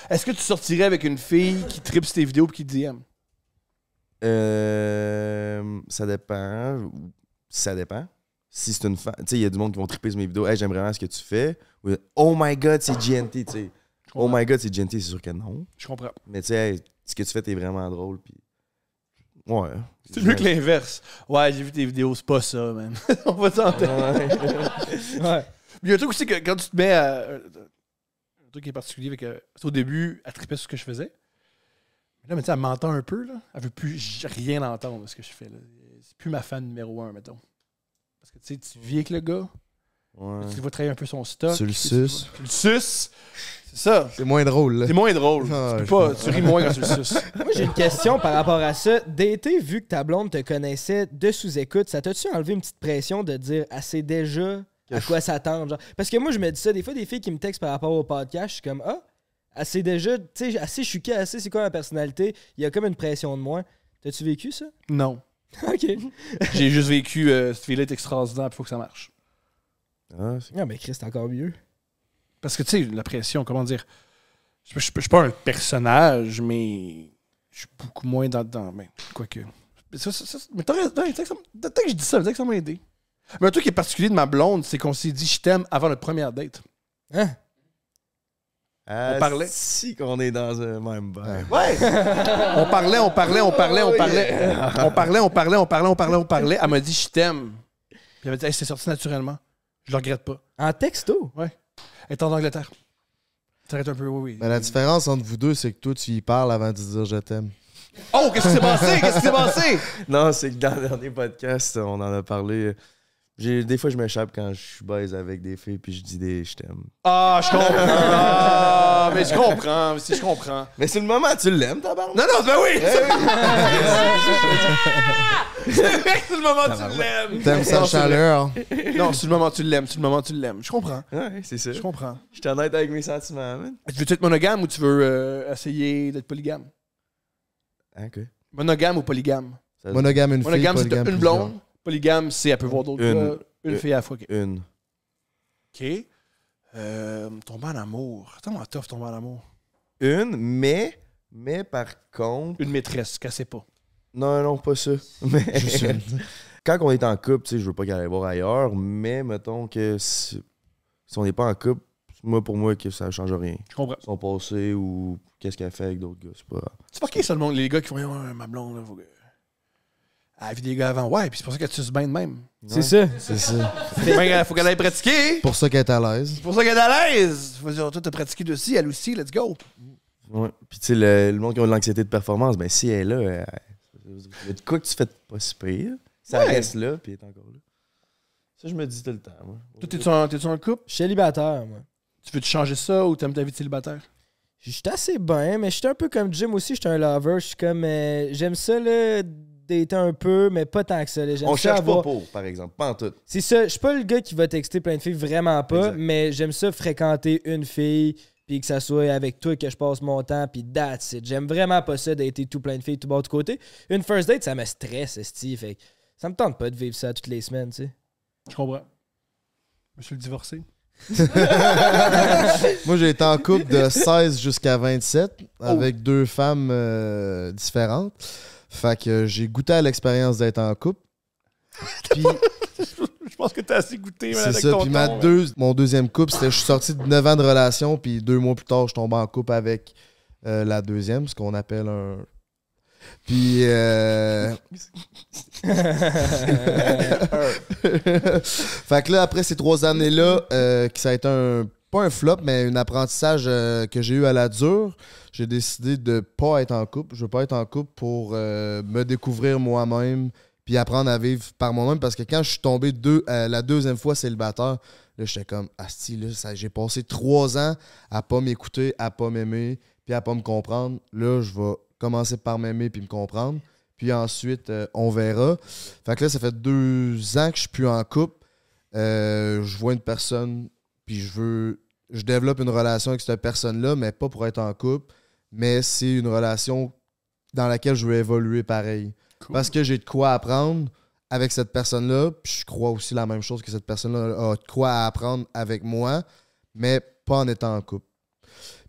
Speaker 1: Est-ce que tu sortirais avec une fille qui tripe sur tes vidéos et qui te DM?
Speaker 6: Euh, ça dépend. Ça dépend. Si c'est une fan. Tu sais, il y a du monde qui vont triper sur mes vidéos. Hey, j'aime vraiment ce que tu fais. Ou, oh my god, c'est GNT. Tu sais. Oh my god, c'est GNT. C'est sûr que non.
Speaker 1: Je comprends.
Speaker 6: Mais tu sais, hey, ce que tu fais, t'es vraiment drôle. Puis... Ouais.
Speaker 1: C'est mieux que l'inverse. Ouais, j'ai vu tes vidéos, c'est pas ça, man. On va tenter.
Speaker 3: Ouais.
Speaker 1: Il y a un truc aussi que quand tu te mets à. Un truc qui est particulier, avec, euh, c'est au début, elle tripait sur ce que je faisais. Mais là, mais tu sais, elle m'entend un peu, là. Elle veut plus j- rien entendre de ce que je fais, là. C'est plus ma fan numéro un, mettons. Parce que tu sais, tu vis avec le gars,
Speaker 6: Ouais.
Speaker 1: tu vas travailler un peu son stock.
Speaker 2: Tu le
Speaker 1: tu vois-
Speaker 2: suces.
Speaker 1: Tu le suces. C'est ça.
Speaker 2: C'est moins drôle. là.
Speaker 1: C'est moins drôle.
Speaker 2: Ah,
Speaker 1: tu, peux
Speaker 2: je
Speaker 1: pas, tu ris moins quand tu le suces.
Speaker 3: Moi, j'ai une question par rapport à ça. D'été, vu que ta blonde te connaissait de sous-écoute, ça t'a-tu enlevé une petite pression de dire « assez déjà à quoi s'attendre? » genre? Parce que moi, je me dis ça. Des fois, des filles qui me textent par rapport au podcast, je suis comme « Ah, assez déjà, tu sais, assez, je suis qui, assez, c'est quoi ma personnalité? » Il y a comme une pression de moi. T'as-tu vécu ça?
Speaker 1: Non.
Speaker 3: OK.
Speaker 1: J'ai juste vécu euh, cette fille-là est extraordinaire, il faut que ça marche.
Speaker 6: Ah, c'est-
Speaker 3: Non, mais Chris, c'est encore mieux.
Speaker 1: Parce que, tu sais, la pression, comment dire. Je je- je suis pas un personnage, mais je suis beaucoup moins dans. dans mais, quoique. Mais ça- ça- ça- mais t'as raison, t'as- t'as- t'as- t'as que je dis ça, peut-être que ça m'a aidé. Mais un truc qui est particulier de ma blonde, c'est qu'on s'est dit je t'aime avant notre première date.
Speaker 3: Hein?
Speaker 6: Ah,
Speaker 1: On parlait.
Speaker 6: Si qu'on est dans un même bain.
Speaker 1: On parlait, on parlait, on parlait, on parlait. On parlait, on parlait, on parlait, on parlait, on parlait. Elle m'a dit je t'aime. Puis elle m'a dit Hey, c'est sorti naturellement. Je le regrette pas.
Speaker 3: En texto?
Speaker 1: Elle est en Angleterre. T'arrêtes un peu, oui, oui.
Speaker 2: Mais la différence entre vous deux, c'est que toi, tu y parles avant de dire je t'aime.
Speaker 1: Oh, qu'est-ce qui s'est passé? Qu'est-ce qui s'est passé?
Speaker 6: Non, c'est que dans le dernier podcast, on en a parlé. J'ai- Des fois, je m'échappe quand je suis baise avec des filles puis je dis des je t'aime.
Speaker 1: Ah, je comprends. Ah, mais je comprends. mais si je comprends.
Speaker 6: Mais c'est le moment, tu l'aimes, ta barbe?
Speaker 1: Non, non, ben oui! C'est vrai que c'est le moment où tu l'aimes.
Speaker 2: T'aimes sa
Speaker 1: Non, c'est
Speaker 2: chaleur.
Speaker 1: le- Non, c'est le moment où tu l'aimes. C'est le moment où tu l'aimes. Je comprends.
Speaker 6: Ouais, c'est ça.
Speaker 1: Je comprends.
Speaker 6: Je suis honnête avec mes sentiments, man.
Speaker 1: Tu veux être monogame ou tu veux euh, essayer d'être polygame?
Speaker 6: Ah, Ok.
Speaker 1: Monogame ou polygame?
Speaker 2: Monogame, une
Speaker 1: Euh, Monogame,
Speaker 2: fille.
Speaker 1: c'est t'as
Speaker 2: polygame,
Speaker 1: une
Speaker 2: plusieurs.
Speaker 1: blonde. Polygame, c'est elle peut voir d'autres
Speaker 6: Une.
Speaker 1: gars. Une
Speaker 6: Euh,
Speaker 1: fille à la fois. OK.
Speaker 6: Une.
Speaker 1: OK. Euh, tomber en amour. Attends, moi, tough tomber en amour.
Speaker 6: Une, mais. Mais par contre.
Speaker 1: Une maîtresse, cassez pas.
Speaker 6: Non, non, pas ça. Mais. Quand on est en couple, tu sais, je veux pas qu'elle aille voir ailleurs, mais mettons que si, si on n'est pas en couple, moi, pour moi, que ça change rien.
Speaker 1: Je comprends.
Speaker 6: Son passé ou qu'est-ce qu'elle fait avec d'autres gars, c'est pas.
Speaker 1: C'est pas qui ça le monde, les gars qui font Ouais, ma blonde, là, faut que. Elle vit des gars avant. Ouais, puis c'est pour ça qu'elle tue bien de même.
Speaker 6: Ouais.
Speaker 3: C'est ça.
Speaker 2: C'est ça.
Speaker 1: Ben, faut qu'elle aille pratiquer.
Speaker 2: Pour ça qu'elle est à l'aise.
Speaker 1: C'est pour ça qu'elle est à l'aise. Faut dire, toi, t'as pratiqué de ci, elle aussi, let's go.
Speaker 6: Ouais. Puis tu sais, le, le monde qui a de l'anxiété de performance, ben si elle est là, elle- elle- il y a de quoi que tu fais de pas si pire. Ça
Speaker 1: Ouais.
Speaker 6: reste là, puis elle est encore là. Ça, je me dis tout le temps, moi.
Speaker 1: Toi, t'es-tu en, t'es-tu en couple?
Speaker 3: Je suis célibataire, moi.
Speaker 1: Tu veux-tu changer ça ou t'aimes ta vie de célibataire?
Speaker 3: J'étais assez bien, mais j'étais un peu comme Jim aussi, j'étais un lover. Je suis comme. euh, j'aime ça, là, d'être un peu, mais pas tant que ça. là. J'aime
Speaker 6: On
Speaker 3: ça
Speaker 6: cherche
Speaker 3: avoir-
Speaker 6: pas pour, par exemple, pas en tout.
Speaker 3: C'est ça, je suis pas le gars qui va texter plein de filles, vraiment pas,
Speaker 6: Exact.
Speaker 3: mais j'aime ça fréquenter une fille, puis que ça soit avec toi que je passe mon temps, puis that's it. J'aime vraiment pas ça d'être tout plein de filles, tout bas, tout côté. Une first date, ça me stresse, esti, fait que ça me tente pas de vivre ça toutes les semaines, tu sais.
Speaker 1: Je comprends. Je suis le divorcé.
Speaker 2: Moi, j'ai été en couple de 16 jusqu'à 27 avec deux femmes euh, différentes. Fait que j'ai goûté à l'expérience d'être en couple. Puis
Speaker 1: Je pense que t'as assez goûté,
Speaker 2: c'est ça. Puis ma deux, mon deuxième couple, c'était je suis sorti de 9 ans de relation. Puis deux mois plus tard, je tombe en couple avec euh, la deuxième, ce qu'on appelle un. Puis, euh, fait que là, après ces trois années-là, euh, que ça a été un, pas un flop, mais un apprentissage euh, que j'ai eu à la dure, j'ai décidé de pas être en couple. Je veux pas être en couple pour euh, me découvrir moi-même puis apprendre à vivre par moi-même parce que quand je suis tombé deux, euh, la deuxième fois célibataire, là, j'étais comme, asti, là, ça- j'ai passé trois ans à pas m'écouter, à pas m'aimer, puis à pas me comprendre. Là, je vais commencer par m'aimer puis me comprendre. Puis ensuite, euh, on verra. Fait que là, ça fait deux ans que je suis plus en couple. Euh, je vois une personne, puis je veux. Je développe une relation avec cette personne-là, mais pas pour être en couple, mais c'est une relation dans laquelle je veux évoluer pareil. Parce que j'ai de quoi apprendre avec cette personne-là, puis je crois aussi la même chose que cette personne-là a de quoi apprendre avec moi, mais pas en étant en couple.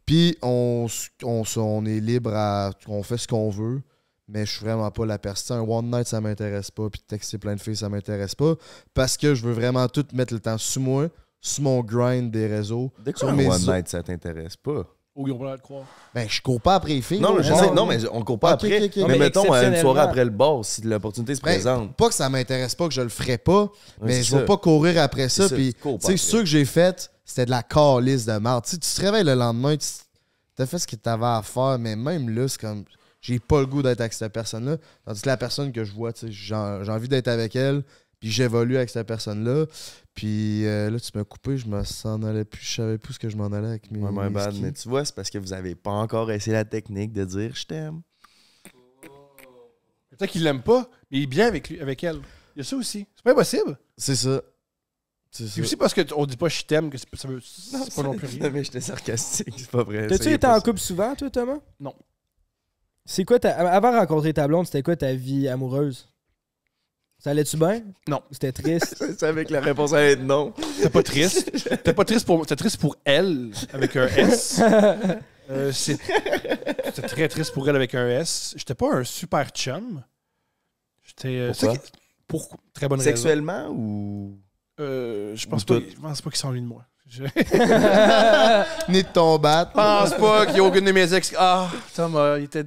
Speaker 2: Puis on, s- on, s- on est libre à. On fait ce qu'on veut, mais je suis vraiment pas la personne. Un one night, ça m'intéresse pas, puis texter plein de filles, ça m'intéresse pas parce que je veux vraiment tout mettre le temps sous moi, sous mon grind des réseaux.
Speaker 6: Dès que
Speaker 2: Sur
Speaker 6: un
Speaker 2: mes
Speaker 6: one
Speaker 2: o-
Speaker 6: night, ça t'intéresse pas.
Speaker 1: Oh, ils ont pas l'air de croire.
Speaker 2: Ben, je cours pas après les filles.
Speaker 6: Non,
Speaker 2: là,
Speaker 6: mais je
Speaker 2: genre.
Speaker 6: sais, non, mais on court pas
Speaker 2: Ok,
Speaker 6: après.
Speaker 2: ok, ok.
Speaker 6: Mais,
Speaker 2: Non,
Speaker 3: mais
Speaker 6: mettons, à une soirée
Speaker 3: exceptionnellement.
Speaker 6: après le bar, si l'opportunité se
Speaker 2: Ben,
Speaker 6: présente.
Speaker 2: Pas que ça m'intéresse pas, que je le ferais pas, mais
Speaker 6: c'est
Speaker 2: je vais
Speaker 6: ça.
Speaker 2: pas courir après ça.
Speaker 6: C'est ça,
Speaker 2: Puis,
Speaker 6: tu
Speaker 2: tu
Speaker 6: cours pas
Speaker 2: sais,
Speaker 6: après.
Speaker 2: ceux que j'ai fait, c'était de la calice de marde. Tu sais, tu te réveilles le lendemain, tu as fait ce que t'avais à faire, mais même là, c'est comme. J'ai pas le goût d'être avec cette personne-là. Tandis que la personne que je vois, tu sais, j'ai en- j'ai envie d'être avec elle, puis j'évolue avec cette personne-là. Puis euh, là, tu m'as coupé, je me s'en allais plus, je savais plus ce que je m'en allais avec mes.
Speaker 6: Ouais, my
Speaker 2: mes
Speaker 6: bad,
Speaker 2: skis.
Speaker 6: mais tu vois, c'est parce que vous avez pas encore essayé la technique de dire je t'aime.
Speaker 1: Peut-être qu'il l'aime pas, mais il est bien avec, lui, avec elle. Il y a ça aussi. C'est pas impossible.
Speaker 2: C'est ça. C'est ça.
Speaker 1: C'est aussi parce qu'on dit pas je t'aime que c'est ça veut- c'est pas non plus rien.
Speaker 6: mais j'étais sarcastique, c'est pas vrai.
Speaker 3: T'as-tu
Speaker 6: essayez
Speaker 3: été
Speaker 6: pas
Speaker 3: en
Speaker 6: ça.
Speaker 3: couple souvent, toi, Thomas?
Speaker 1: Non.
Speaker 3: C'est quoi ta... Avant de rencontrer ta blonde, c'était quoi ta vie amoureuse? Ça allait-tu bien?
Speaker 1: Non.
Speaker 3: C'était triste.
Speaker 6: Je savais que la réponse allait être non.
Speaker 1: T'es pas triste. T'es pas triste pour, t'es triste pour elle avec un S. Euh, c'est- J'étais très triste pour elle avec un S. J'étais pas un super chum. J'étais. euh,
Speaker 6: Pourquoi?
Speaker 1: c'est ça qui- pour très bonne raison.
Speaker 6: Sexuellement ou.
Speaker 1: Euh, je pense
Speaker 6: Ou
Speaker 1: pas.
Speaker 6: tout.
Speaker 1: Je pense pas qu'ils sont en ligne de moi. Je
Speaker 2: Né de ton bat.
Speaker 1: pense pas qu'il y a aucune de mes ex. Ah, Thomas, il était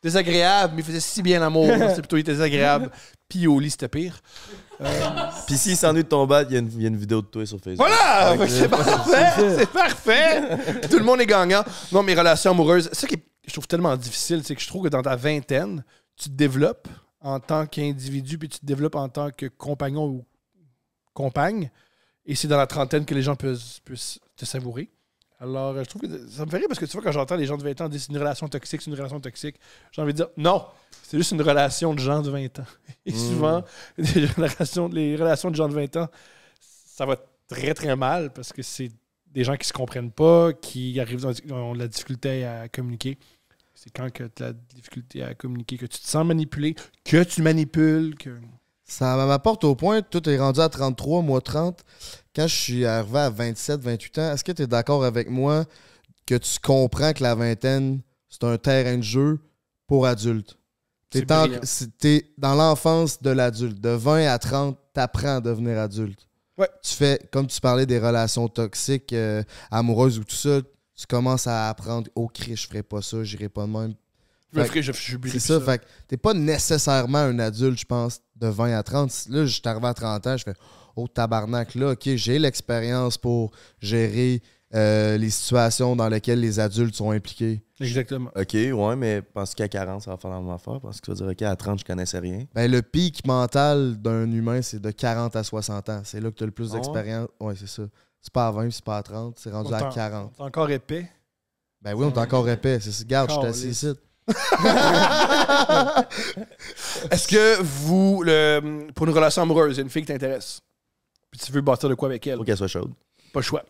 Speaker 1: désagréable, mais il faisait si bien l'amour. C'est plutôt il était désagréable. Puis au lit, c'était pire.
Speaker 6: Pis s'il s'ennuie de ton bat, il y, a une- il y a une vidéo de toi sur Facebook.
Speaker 1: Voilà! C'est parfait! C'est parfait! Tout le monde est gagnant. Non, mes relations amoureuses, c'est ça qui est- je trouve tellement difficile, c'est que je trouve que dans ta vingtaine, tu te développes en tant qu'individu, puis tu te développes en tant que compagnon ou compagne. Et c'est dans la trentaine que les gens puissent, puissent te savourer. Alors, euh, je trouve que ça me fait rire parce que tu vois, quand j'entends les gens de 20 ans dire c'est une relation toxique, c'est une relation toxique, j'ai envie de dire non, c'est juste une relation de gens de 20 ans. Et souvent,
Speaker 2: Hmm.
Speaker 1: les relations, les relations de gens de 20 ans, ça va très très mal parce que c'est des gens qui se comprennent pas, qui arrivent dans, qui ont de la difficulté à communiquer. C'est quand que tu as de la difficulté à communiquer, que tu te sens manipulé, que tu manipules, que.
Speaker 2: Ça m'apporte au point, tout est rendu à 33, moi 30. Quand je suis arrivé à 27, 28 ans, est-ce que tu es d'accord avec moi que tu comprends que la vingtaine, c'est un terrain de jeu pour adultes? T'es
Speaker 1: C'est
Speaker 2: en-
Speaker 1: brillant.
Speaker 2: c'est- t'es dans l'enfance de l'adulte. De 20 à 30, t'apprends à devenir adulte.
Speaker 1: Ouais.
Speaker 2: Tu fais, comme tu parlais des relations toxiques, euh, amoureuses ou tout ça, tu commences à apprendre, oh Chris, je ferai pas ça, j'irai pas de même.
Speaker 1: Je me
Speaker 2: Fait
Speaker 1: ferai- je- je subirai
Speaker 2: C'est
Speaker 1: plus
Speaker 2: ça, fait que t'es pas nécessairement un adulte, je pense, de 20 à 30. Là, je suis arrivé à 30 ans, je fais Oh tabarnak, là, ok, j'ai l'expérience pour gérer euh, les situations dans lesquelles les adultes sont impliqués.
Speaker 1: Exactement.
Speaker 6: Ok, ouais, mais pense qu'à 40, ça va faire la même affaire. Parce que tu vas dire, ok, à 30, je connaissais rien.
Speaker 2: Ben, le pic mental d'un humain, c'est de 40 à 60 ans. C'est là que t'as le plus
Speaker 6: Ah ouais?
Speaker 2: d'expérience. Ouais, c'est ça. C'est pas à 20, c'est pas à 30, c'est rendu
Speaker 1: On
Speaker 2: à
Speaker 1: t'en-
Speaker 2: 40.
Speaker 1: on est encore épais.
Speaker 2: Ben oui, on est encore épais. C'est ça. Regarde, je suis assis ici.
Speaker 1: Est-ce que vous, le- pour une relation amoureuse, il y a une fille qui t'intéresse, puis tu veux bâtir de quoi avec elle,
Speaker 6: Faut qu'elle soit chaude.
Speaker 1: pas le choix.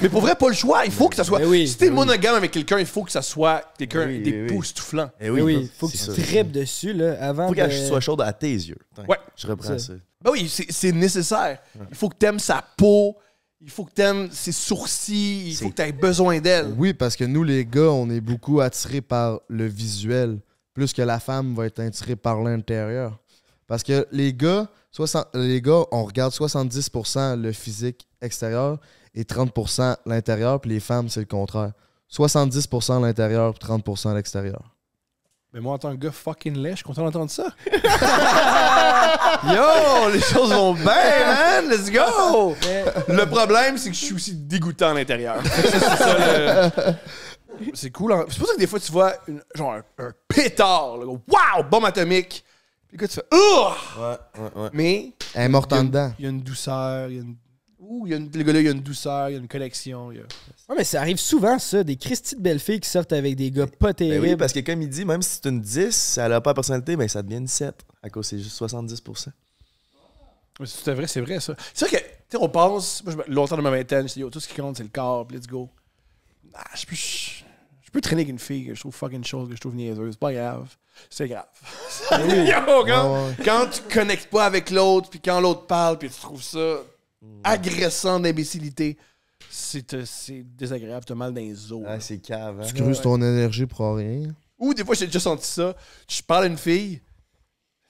Speaker 1: Mais pour vrai, pas le choix, il faut que ça soit.
Speaker 3: Ben oui. Ben
Speaker 1: Si t'es monogame avec quelqu'un, il faut que ça soit quelqu'un
Speaker 6: Oui, oui, oui.
Speaker 1: d'époustouflant.
Speaker 6: Eh
Speaker 3: oui, oui, faut que
Speaker 6: c'est
Speaker 3: tu
Speaker 6: ça.
Speaker 3: tripes dessus, là, avant
Speaker 6: Faut
Speaker 3: de...
Speaker 6: qu'elle soit chaude à tes yeux. Attends,
Speaker 1: Ouais.
Speaker 6: Je reprends
Speaker 3: Ça.
Speaker 6: ça.
Speaker 1: Ben oui, c'est c'est nécessaire. Il faut que t'aimes sa peau, il faut que t'aimes ses sourcils, il
Speaker 6: C'est-
Speaker 1: faut que t'aies besoin d'elle.
Speaker 2: Oui, parce que nous, les gars, on est beaucoup attirés par le visuel, plus que la femme va être attirée par l'intérieur. Parce que les gars, 60 les gars, on regarde 70% le physique extérieur et 30% l'intérieur, puis les femmes, c'est le contraire. 70% l'intérieur, puis 30% l'extérieur.
Speaker 1: Mais moi, en tant que gars fucking laid, je suis content d'entendre ça.
Speaker 6: Yo, les choses vont bien, man! Let's go!
Speaker 3: Mais-
Speaker 8: Le problème, c'est que je suis aussi dégoûtant à l'intérieur.
Speaker 1: C'est cool. hein.
Speaker 8: C'est pour ça que des fois, tu vois une- genre un, un pétard, là, wow, bombe atomique. Puis là, tu fais, Ugh! Mais
Speaker 2: Elle est morte en dedans.
Speaker 1: Il y a une douceur, il y a une. Ouh, il y a une... le gars-là, il y a une douceur, il y a une connexion. il y a-
Speaker 3: Ouais, mais ça arrive souvent, ça, des Christy de belles filles qui sortent avec des gars pas
Speaker 6: Ben
Speaker 3: terribles.
Speaker 6: oui, parce que comme il dit, même si c'est une 10, si elle a pas la personnalité, ben ça devient une 7. À cause, c'est juste 70%.
Speaker 1: Mais c'est tout à vrai, c'est vrai ça. C'est vrai que, tu sais, on pense, moi, je me- longtemps dans ma vingtaine, je dis, yo, tout ce qui compte, c'est le corps, puis let's go. Ah, je peux, je peux traîner avec une fille que je trouve fucking chose, que je trouve niaiseuse. C'est pas grave. C'est grave.
Speaker 8: Yo, quand,
Speaker 2: Ouais, ouais.
Speaker 8: quand tu connectes pas avec l'autre, puis quand l'autre parle, puis tu trouves ça agressant d'imbécilité,
Speaker 1: C'est euh, c'est désagréable, t'as mal dans les os.
Speaker 6: Ah, c'est cave, hein?
Speaker 2: Tu crues ton énergie pour rien.
Speaker 8: ou des fois j'ai déjà senti ça, je parle à une fille,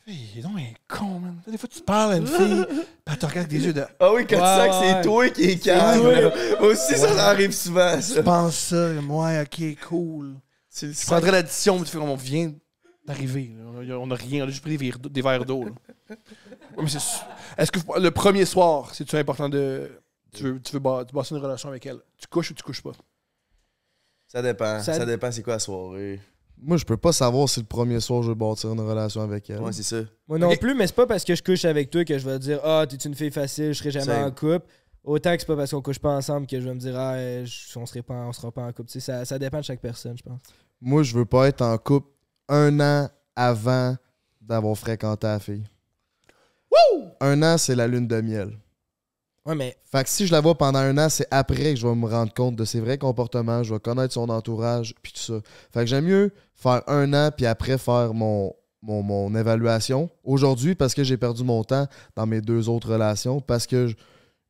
Speaker 1: Hey, non, mais con, man. Des fois, tu parles à une fille, pis elle te regarde avec des yeux de.
Speaker 6: Ah oui, quand tu sens
Speaker 3: Ouais,
Speaker 6: que
Speaker 3: ouais.
Speaker 6: c'est toi qui es cave.
Speaker 3: Ouais.
Speaker 6: là. Aussi, ça, ça arrive souvent, ça.
Speaker 1: Tu penses ça, moi, ok, cool.
Speaker 6: Tu le
Speaker 1: Tu
Speaker 6: sens.
Speaker 1: prendrais l'addition, mais tu fais comme on vient d'arriver. là. On a- On a rien, on a juste pris des verres d'eau- des verres d'eau. là. Ouais, mais c'est su- Est-ce que vous- le premier soir, c'est-tu important de. Tu veux, tu veux ba- tu bâtir une relation avec elle? Tu couches ou tu couches pas?
Speaker 6: Ça dépend.
Speaker 3: Ça-
Speaker 6: Ça, dépend c'est quoi la soirée.
Speaker 2: Moi, je peux pas savoir si le premier soir je vais bâtir une relation avec elle.
Speaker 6: Ouais, c'est ça.
Speaker 3: Moi non
Speaker 1: Ok.
Speaker 3: plus, mais c'est pas parce que je couche avec toi que je vais te dire Ah, t'es une fille facile, je serai jamais
Speaker 6: Same.
Speaker 3: en couple. Autant que c'est pas parce qu'on couche pas ensemble que je vais me dire Ah, euh, je- on, serait pas, on sera pas en couple. Tu sais, Ça, ça dépend de chaque personne, je pense.
Speaker 2: Moi, je veux pas être en couple un an avant d'avoir fréquenté la fille. Un an, c'est la lune de miel.
Speaker 3: Ouais, mais
Speaker 2: Fait que si je la vois pendant un an, c'est après que je vais me rendre compte de ses vrais comportements, je vais connaître son entourage, puis tout ça. Fait que j'aime mieux faire un an, puis après faire mon, mon, mon évaluation. Aujourd'hui, parce que j'ai perdu mon temps dans mes deux autres relations, parce que j-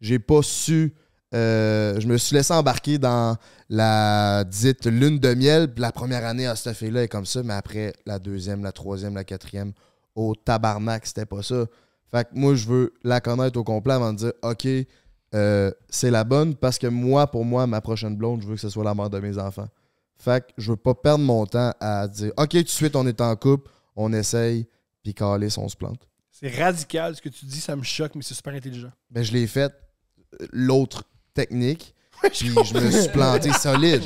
Speaker 2: j'ai pas su. euh, je me suis laissé embarquer dans la dite lune de miel. puis La première année, à cette fille-là est comme ça, mais après, la deuxième, la troisième, la quatrième, au tabarnak, c'était pas ça. Fait que moi, je veux la connaître au complet avant de dire, OK, euh, c'est la bonne parce que moi, pour moi, ma prochaine blonde, je veux que ce soit la mère de mes enfants. Fait que je veux pas perdre mon temps à dire OK, tout de suite, on est en couple, on essaye, puis calisse, on se plante.
Speaker 1: C'est radical ce que tu dis, ça me choque, mais c'est super intelligent.
Speaker 2: Mais je l'ai fait euh, l'autre technique, puis je me suis planté solide.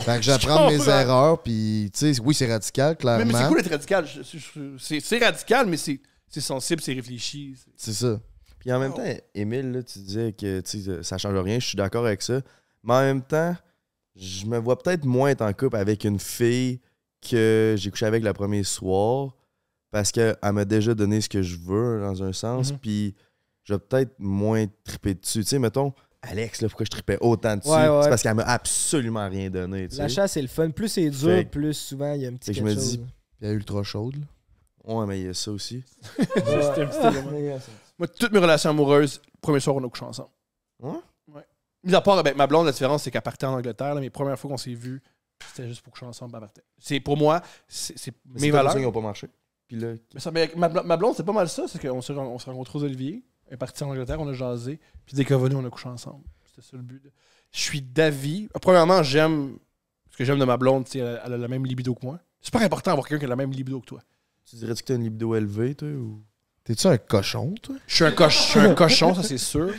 Speaker 2: Fait que j'apprends de mes erreurs, puis tu sais, oui, c'est
Speaker 8: mais,
Speaker 2: radical, clairement.
Speaker 8: mais c'est cool d'être radical, Je- je- je- c'est c'est radical, mais c'est c'est sensible, c'est réfléchi. c'est-
Speaker 2: C'est ça.
Speaker 6: Puis en même temps, Émile, là, tu disais que tu sais, euh, ça change rien, je suis d'accord avec ça. Mais en même temps, je me vois peut-être moins être en couple avec une fille que j'ai couché avec le premier soir parce qu'elle m'a déjà donné ce que je veux dans un sens.
Speaker 1: Mhm.
Speaker 6: Puis je vais peut-être moins triper dessus. Tu sais, mettons, Alex, là, pourquoi je tripais autant dessus?
Speaker 3: Ouais, ouais.
Speaker 6: C'est parce qu'elle m'a absolument rien donné. Tu
Speaker 3: la
Speaker 6: sais.
Speaker 3: chasse, c'est le fun. Plus c'est dur,
Speaker 6: Fait que-
Speaker 3: plus souvent il y a un petit
Speaker 6: Fait que je
Speaker 3: quelque
Speaker 6: me
Speaker 3: chose.
Speaker 6: dis-
Speaker 2: Puis elle est ultra chaude. là.
Speaker 6: Ouais, mais il y a ça aussi.
Speaker 3: Ouais.
Speaker 1: C'était- c'était vraiment- Moi, toutes mes relations amoureuses, le premier soir, on a couché ensemble.
Speaker 6: Ouais?
Speaker 1: Ouais. Mis à part avec ma blonde, la différence, c'est qu'elle partait en Angleterre, là, mais les premières fois qu'on s'est vus, c'était juste pour coucher ensemble, elle partait. C'est pour moi, c'est c'est
Speaker 6: Mais
Speaker 1: mes valeurs.
Speaker 6: Ils n'ont pas marché. Puis là,
Speaker 1: Mais ça, mais ma, blo- ma blonde, c'est pas mal ça. C'est qu'on se, ren- on se rencontre aux Olivier, elle est partie en Angleterre, on a jasé, puis dès qu'elle est venue, on a couché ensemble. C'était ça le but. de- Je suis d'avis. euh, Premièrement, j'aime ce que j'aime de ma blonde, c'est elle, elle a la même libido que moi. C'est super important d'avoir quelqu'un qui a la même libido que toi.
Speaker 6: tu dirais-tu que t'as une libido élevée, toi? Ou...
Speaker 2: T'es-tu un cochon, toi?
Speaker 1: Je suis un, coche, je suis un cochon, ça c'est sûr.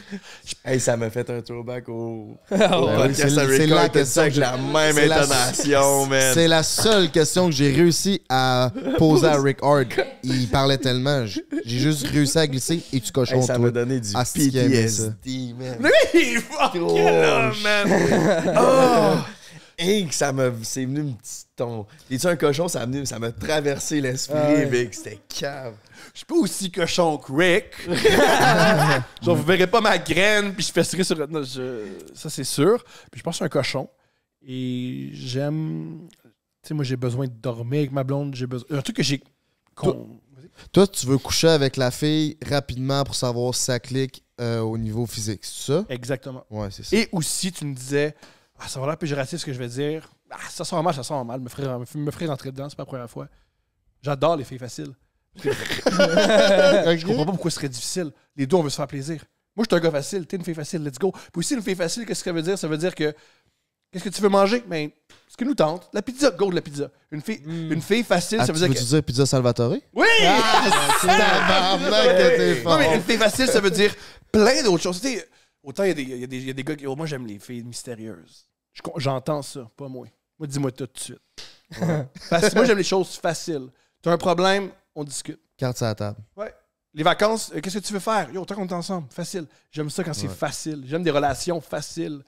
Speaker 6: Hey, ça m'a fait un throwback au.
Speaker 3: Oh,
Speaker 2: oui,
Speaker 6: Ben
Speaker 2: c'est-
Speaker 6: Oh, ça
Speaker 2: c'est la question
Speaker 6: avec
Speaker 2: que
Speaker 6: la même
Speaker 2: c'est la-
Speaker 6: intonation, man.
Speaker 2: C'est la seule question que j'ai réussi à poser à Rick Hard. Il parlait tellement. j- J'ai juste réussi à glisser et tu cochon
Speaker 6: Hey, ça
Speaker 2: toi.
Speaker 6: m'a donné du
Speaker 2: Ah, c'est qu'il aimait ça.
Speaker 6: PTSD, man. Oui, fuck là, man. Oh, hey, que ça m'a. C'est venu me petit ton. T'es-tu un cochon? Ça m'a venu- ça m'a traversé l'esprit,
Speaker 3: Ah ouais.
Speaker 6: Vic. C'était cave.
Speaker 8: Je suis pas aussi cochon que Rick. Genre, vous verrez pas ma graine, puis je fesserai sur... Non, je-
Speaker 1: Ça c'est sûr. Puis je pense que je suis un cochon. Et j'aime. Tu sais, moi j'ai besoin de dormir avec ma blonde. J'ai besoin. Un truc que j'ai. qu'on-
Speaker 2: Toi, tu veux coucher avec la fille rapidement pour savoir si ça clique euh, au niveau physique, c'est ça?
Speaker 1: Exactement.
Speaker 2: Ouais, c'est ça.
Speaker 1: Et aussi, tu me disais, ah, ça va l'air péjoratif ce que je vais dire. Ah, ça sent mal, ça sent mal. Me ferait, me ferait rentrer dedans, c'est pas la première fois. J'adore les filles faciles. Je comprends pas pourquoi ce serait difficile. Les deux, on veut se faire plaisir. Moi, je suis un gars facile, t'es une fille facile, let's go. Puis aussi, une fille facile, qu'est-ce que ça veut dire? Ça veut dire que, qu'est-ce que tu veux manger? Mais ce qui nous tente. La pizza, go de la pizza. Une fille, une fille facile,
Speaker 2: Ah,
Speaker 1: ça
Speaker 2: tu Ah!
Speaker 1: veut dire.
Speaker 2: veux-tu
Speaker 1: Que...
Speaker 2: dire pizza Salvatore?
Speaker 1: Oui!
Speaker 2: Tabarnak, que t'es
Speaker 1: Non,
Speaker 2: fort.
Speaker 1: mais une fille facile, ça veut dire plein d'autres choses. Tu sais, autant il y, a des- il y a des- il y a des gars qui. oh, moi, j'aime les filles mystérieuses. Je con- J'entends ça, pas moi. Moi, dis-moi tout de suite. Parce que moi, j'aime les choses faciles. T'as un problème, on discute.
Speaker 2: Carte sur la table.
Speaker 1: Les vacances, euh, qu'est-ce que tu veux faire? Yo, tant qu'on est ensemble, facile. J'aime ça quand c'est facile. J'aime des relations faciles.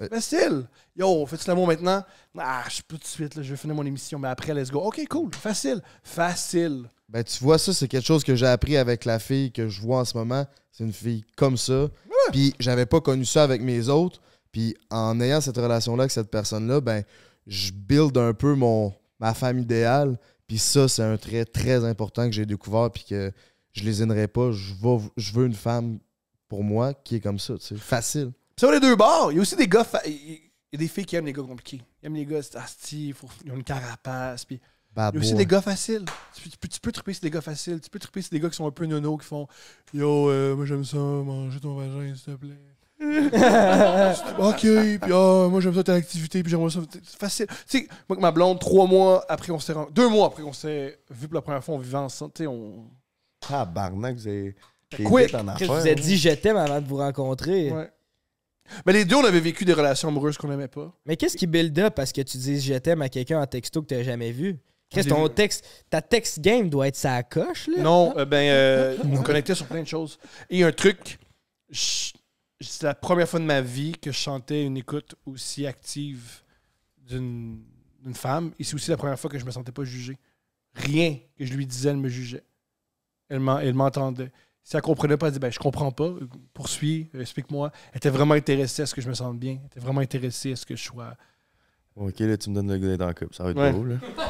Speaker 2: Ouais.
Speaker 1: Facile! Yo, fais-tu l'amour maintenant? Ah, je suis tout de suite, là, je vais finir mon émission, mais après, let's go. OK, cool, facile, facile.
Speaker 2: Ben, tu vois, ça, c'est quelque chose que j'ai appris avec la fille que je vois en ce moment. C'est une fille comme ça. Puis, j'avais pas connu ça avec mes autres. Puis, en ayant cette relation-là avec cette personne-là, ben, je build un peu mon, ma femme idéale. Puis, ça, c'est un trait très important que j'ai découvert. Puis, que je lésinerai pas. Je, vais- je veux une femme pour moi qui est comme ça, tu sais. Facile.
Speaker 1: Sur les deux bords, il y a aussi des gars. fa- Il il y a des filles qui aiment les gars compliqués. Ils aiment les gars, c'est asti, faut- ils ont une carapace. Puis...
Speaker 2: Bad
Speaker 1: Il y a aussi
Speaker 2: Ah, boy.
Speaker 1: des gars faciles. Tu, tu peux- tu peux triper sur des gars faciles. Tu peux triper sur des gars qui sont un peu nono, qui font Yo, euh, moi j'aime ça, manger ton vagin, s'il te plaît. ok, puis ah, moi j'aime ça telle activité, puis j'aimerais ça. C'est facile. Tu sais, moi que ma blonde, trois mois après qu'on s'est ren- Deux mois après qu'on s'est vu pour la première fois, on vivait ensemble. Tu sais, on.
Speaker 6: Tabarnak, vous avez. t'es
Speaker 1: Quick.
Speaker 6: vite en
Speaker 3: Chris,
Speaker 6: affaires,
Speaker 3: vous
Speaker 6: hein.
Speaker 3: êtes dit je t'aime avant de vous rencontrer.
Speaker 1: Ouais. Mais les deux, on avait vécu des relations amoureuses qu'on n'aimait pas.
Speaker 3: Mais qu'est-ce qui build up parce que tu dis je t'aime à quelqu'un en texto que t'as jamais vu? Chris,
Speaker 1: J'ai
Speaker 3: ton
Speaker 1: vu.
Speaker 3: texte, ta texte game doit être sa coche, là.
Speaker 1: Non, euh, ben, euh, on connectait sur plein de choses. Et un truc, je- c'est la première fois de ma vie que je chantais une écoute aussi active d'une d'une femme. Et c'est aussi la première fois que je me sentais pas jugé. Rien que je lui disais, elle me jugeait. Elle m'en- elle m'entendait. Si elle comprenait pas, elle disait ben, Je comprends pas, euh, poursuis, euh, explique-moi. Elle était vraiment intéressée à ce que je me sente bien. Elle était vraiment intéressée à ce que je sois.
Speaker 6: Ok, là, tu me donnes le goût d'être en couple. Ça va être
Speaker 1: Ouais.
Speaker 6: drôle, là.
Speaker 3: Ouais,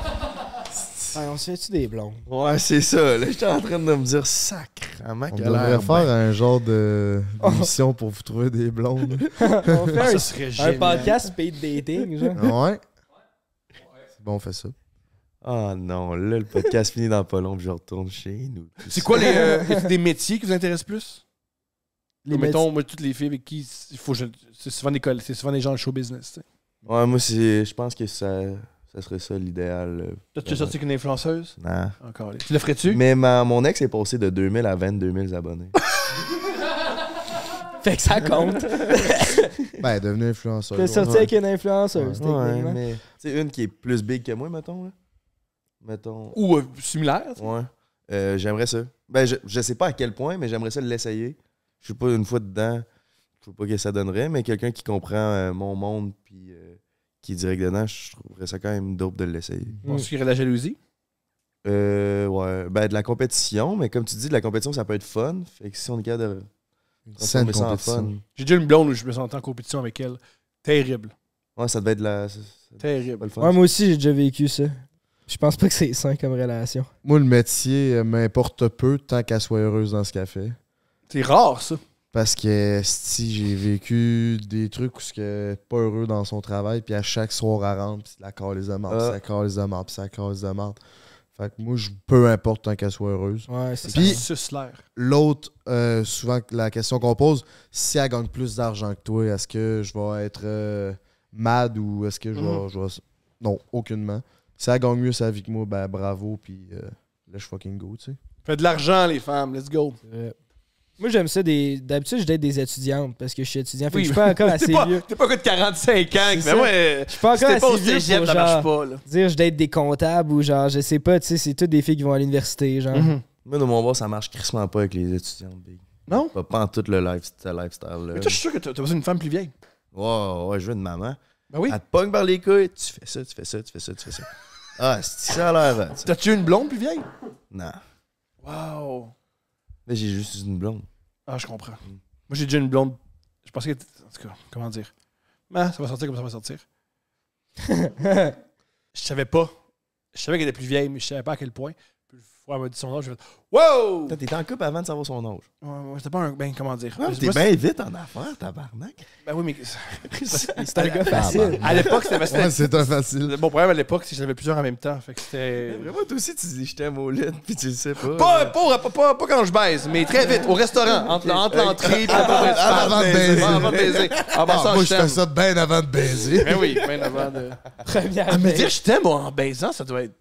Speaker 3: Ah, on se fait-tu des blondes?
Speaker 6: Ouais, c'est ça. Là, j'étais en train de me dire sacrement
Speaker 2: On
Speaker 6: qu'elle a
Speaker 1: ben.
Speaker 2: devrait
Speaker 6: l'air
Speaker 2: faire
Speaker 6: bien.
Speaker 2: un genre de-
Speaker 1: Oh.
Speaker 2: d'émission pour vous trouver des blondes.
Speaker 3: on fait un,
Speaker 1: Ça serait
Speaker 3: un
Speaker 1: génial.
Speaker 3: podcast speed dating, genre.
Speaker 2: Ah ouais. C'est bon, on fait ça.
Speaker 6: Ah non, là, le podcast finit dans pas long, puis je retourne chez nous.
Speaker 1: C'est quoi les, euh, y a-t-il des métiers qui vous intéressent plus
Speaker 3: Les
Speaker 1: mettons, moi, toutes les filles avec qui il faut. je- C'est souvent des coll- c'est souvent des gens de show business.
Speaker 6: Ouais, moi, c'est, je pense que ça, ça serait ça l'idéal.
Speaker 1: Toi,
Speaker 6: tu es sorti
Speaker 1: avec une influenceuse?
Speaker 6: euh, Non.
Speaker 1: Encore. Tu Ah, le ferais-tu?
Speaker 6: Mais ma- mon ex est passé de 2000 à 22 000 abonnés.
Speaker 3: métiers. Fait que ça compte.
Speaker 2: Ben, devenir influenceur.
Speaker 3: T'es sorti
Speaker 2: Ouais.
Speaker 3: avec une influenceuse,
Speaker 6: ouais,
Speaker 1: hein?
Speaker 3: techniquement.
Speaker 6: mais. C'est une qui est plus big que moi, mettons. Là. Mettons.
Speaker 1: Ou euh, similaire?
Speaker 6: Ouais. Euh, j'aimerais ça. Ben, je, je sais pas à quel point, mais j'aimerais ça l'essayer. Je suis pas une fois dedans. Je sais pas que ça donnerait, mais quelqu'un qui comprend euh, mon monde puis euh, qui est direct dedans, je trouverais ça quand même dope de l'essayer.
Speaker 3: Hmm.
Speaker 1: On se de la jalousie.
Speaker 6: Euh, ouais. Ben, de la compétition, mais comme tu dis, de la compétition, ça peut être fun. Fait que si on est capable de
Speaker 2: Une saine
Speaker 6: transformer ça en
Speaker 2: compétition.
Speaker 6: fun,
Speaker 1: J'ai déjà une blonde où je me sentais en compétition avec elle. Terrible.
Speaker 6: ouais, ça devait être de la. ça- ça devait être
Speaker 1: Terrible.
Speaker 6: le fun.
Speaker 3: Ouais, moi aussi, j'ai déjà vécu ça. Je pense pas que c'est sain comme relation.
Speaker 2: Moi, le métier euh, m'importe peu tant qu'elle soit heureuse dans ce café.
Speaker 1: C'est rare, ça.
Speaker 2: Parce que si j'ai vécu des trucs où ce que pas heureux dans son travail, puis à chaque soir elle rentre, puis c'est la cause de mort,
Speaker 6: Ah.
Speaker 2: puis la cause de mort, puis la cause de mort. Fait que moi, je, peu importe tant qu'elle soit heureuse.
Speaker 3: Ouais, c'est
Speaker 2: Puis-
Speaker 1: Ça suce l'air.
Speaker 2: L'autre, euh, souvent la question qu'on pose, si elle gagne plus d'argent que toi, est-ce que je vais être euh, mad ou est-ce que je vais,
Speaker 1: Mhm.
Speaker 2: je vais- Non, aucunement. Si elle gagne mieux sa vie que moi, ben bravo, puis euh, let's fucking go, tu sais.
Speaker 1: Fais de l'argent, les femmes. Let's go.
Speaker 3: vrai. Moi, j'aime ça. Des... D'habitude, je date des étudiantes parce que je suis étudiant. Fait que
Speaker 1: Oui.
Speaker 3: je suis pas encore assez
Speaker 1: T'es pas,
Speaker 3: vieux.
Speaker 1: t'es pas un gars de 45 ans.
Speaker 3: C'est
Speaker 1: Mais
Speaker 3: ça.
Speaker 1: ouais,
Speaker 3: Je suis pas encore
Speaker 1: c'était pas au
Speaker 3: assez vieux
Speaker 1: cégep,
Speaker 3: pour
Speaker 1: ça marche
Speaker 3: genre,
Speaker 1: pas. Là.
Speaker 3: dire je date des comptables ou genre, je sais pas, tu sais, c'est toutes des filles qui vont à l'université, genre.
Speaker 1: Mhm.
Speaker 6: Moi, dans mon bar, ça marche crissement pas avec les étudiants big.
Speaker 1: Non?
Speaker 6: Pas, pas en tout le lifestyle. lifestyle
Speaker 1: Mais toi, je suis sûr que t'as t'as besoin d'une femme plus vieille.
Speaker 6: Ouais, ouais, je veux une maman.
Speaker 1: Ben oui.
Speaker 6: Elle te pogne par les couilles, tu fais ça, tu fais ça, tu fais ça, tu fais ça. Ah, c'est ça a l'air. hein, ça.
Speaker 1: T'as-tu une blonde plus vieille?
Speaker 6: Non.
Speaker 1: Wow.
Speaker 6: Là, j'ai juste une blonde.
Speaker 1: Ah, je comprends. Moi, j'ai déjà une blonde. Je pensais que. En tout cas, comment dire Ah, Ça va sortir comme ça va sortir. je savais pas. Je savais qu'elle était plus vieille, mais je savais pas à quel point. Puis Puis le fois, elle m'a dit son âge, j'ai fait Wow!
Speaker 6: Putain, T'étais en couple avant de savoir son âge.
Speaker 1: Ouais, ouais, J'étais pas un. Ben, comment dire?
Speaker 6: Ah,
Speaker 1: Moi,
Speaker 6: T'es
Speaker 1: c'est-
Speaker 6: bien vite en affaires, tabarnak.
Speaker 1: Ben oui, mais.
Speaker 3: C'est un gars facile.
Speaker 1: À l'époque, c'était. c'était-
Speaker 2: Ouais, c'est un facile.
Speaker 1: Mon problème à l'époque, c'est que j'avais plusieurs en même temps. Fait que c'était.
Speaker 6: Vraiment, toi aussi, tu dis je t'aime au lit, puis tu le sais pas.
Speaker 1: Pas, pas, pas, pas- pas quand je baise, mais très vite, au restaurant, entre, entre l'entrée et la
Speaker 2: avant de baiser.
Speaker 1: Avant de baiser. En
Speaker 2: Ah,
Speaker 1: passant,
Speaker 2: moi,
Speaker 1: je
Speaker 2: je fais
Speaker 1: t'aime.
Speaker 2: ça bien avant de baiser.
Speaker 1: Ben oui, bien avant de.
Speaker 3: Première
Speaker 1: Ah, mais
Speaker 3: date.
Speaker 1: dire je t'aime en baisant, ça doit être.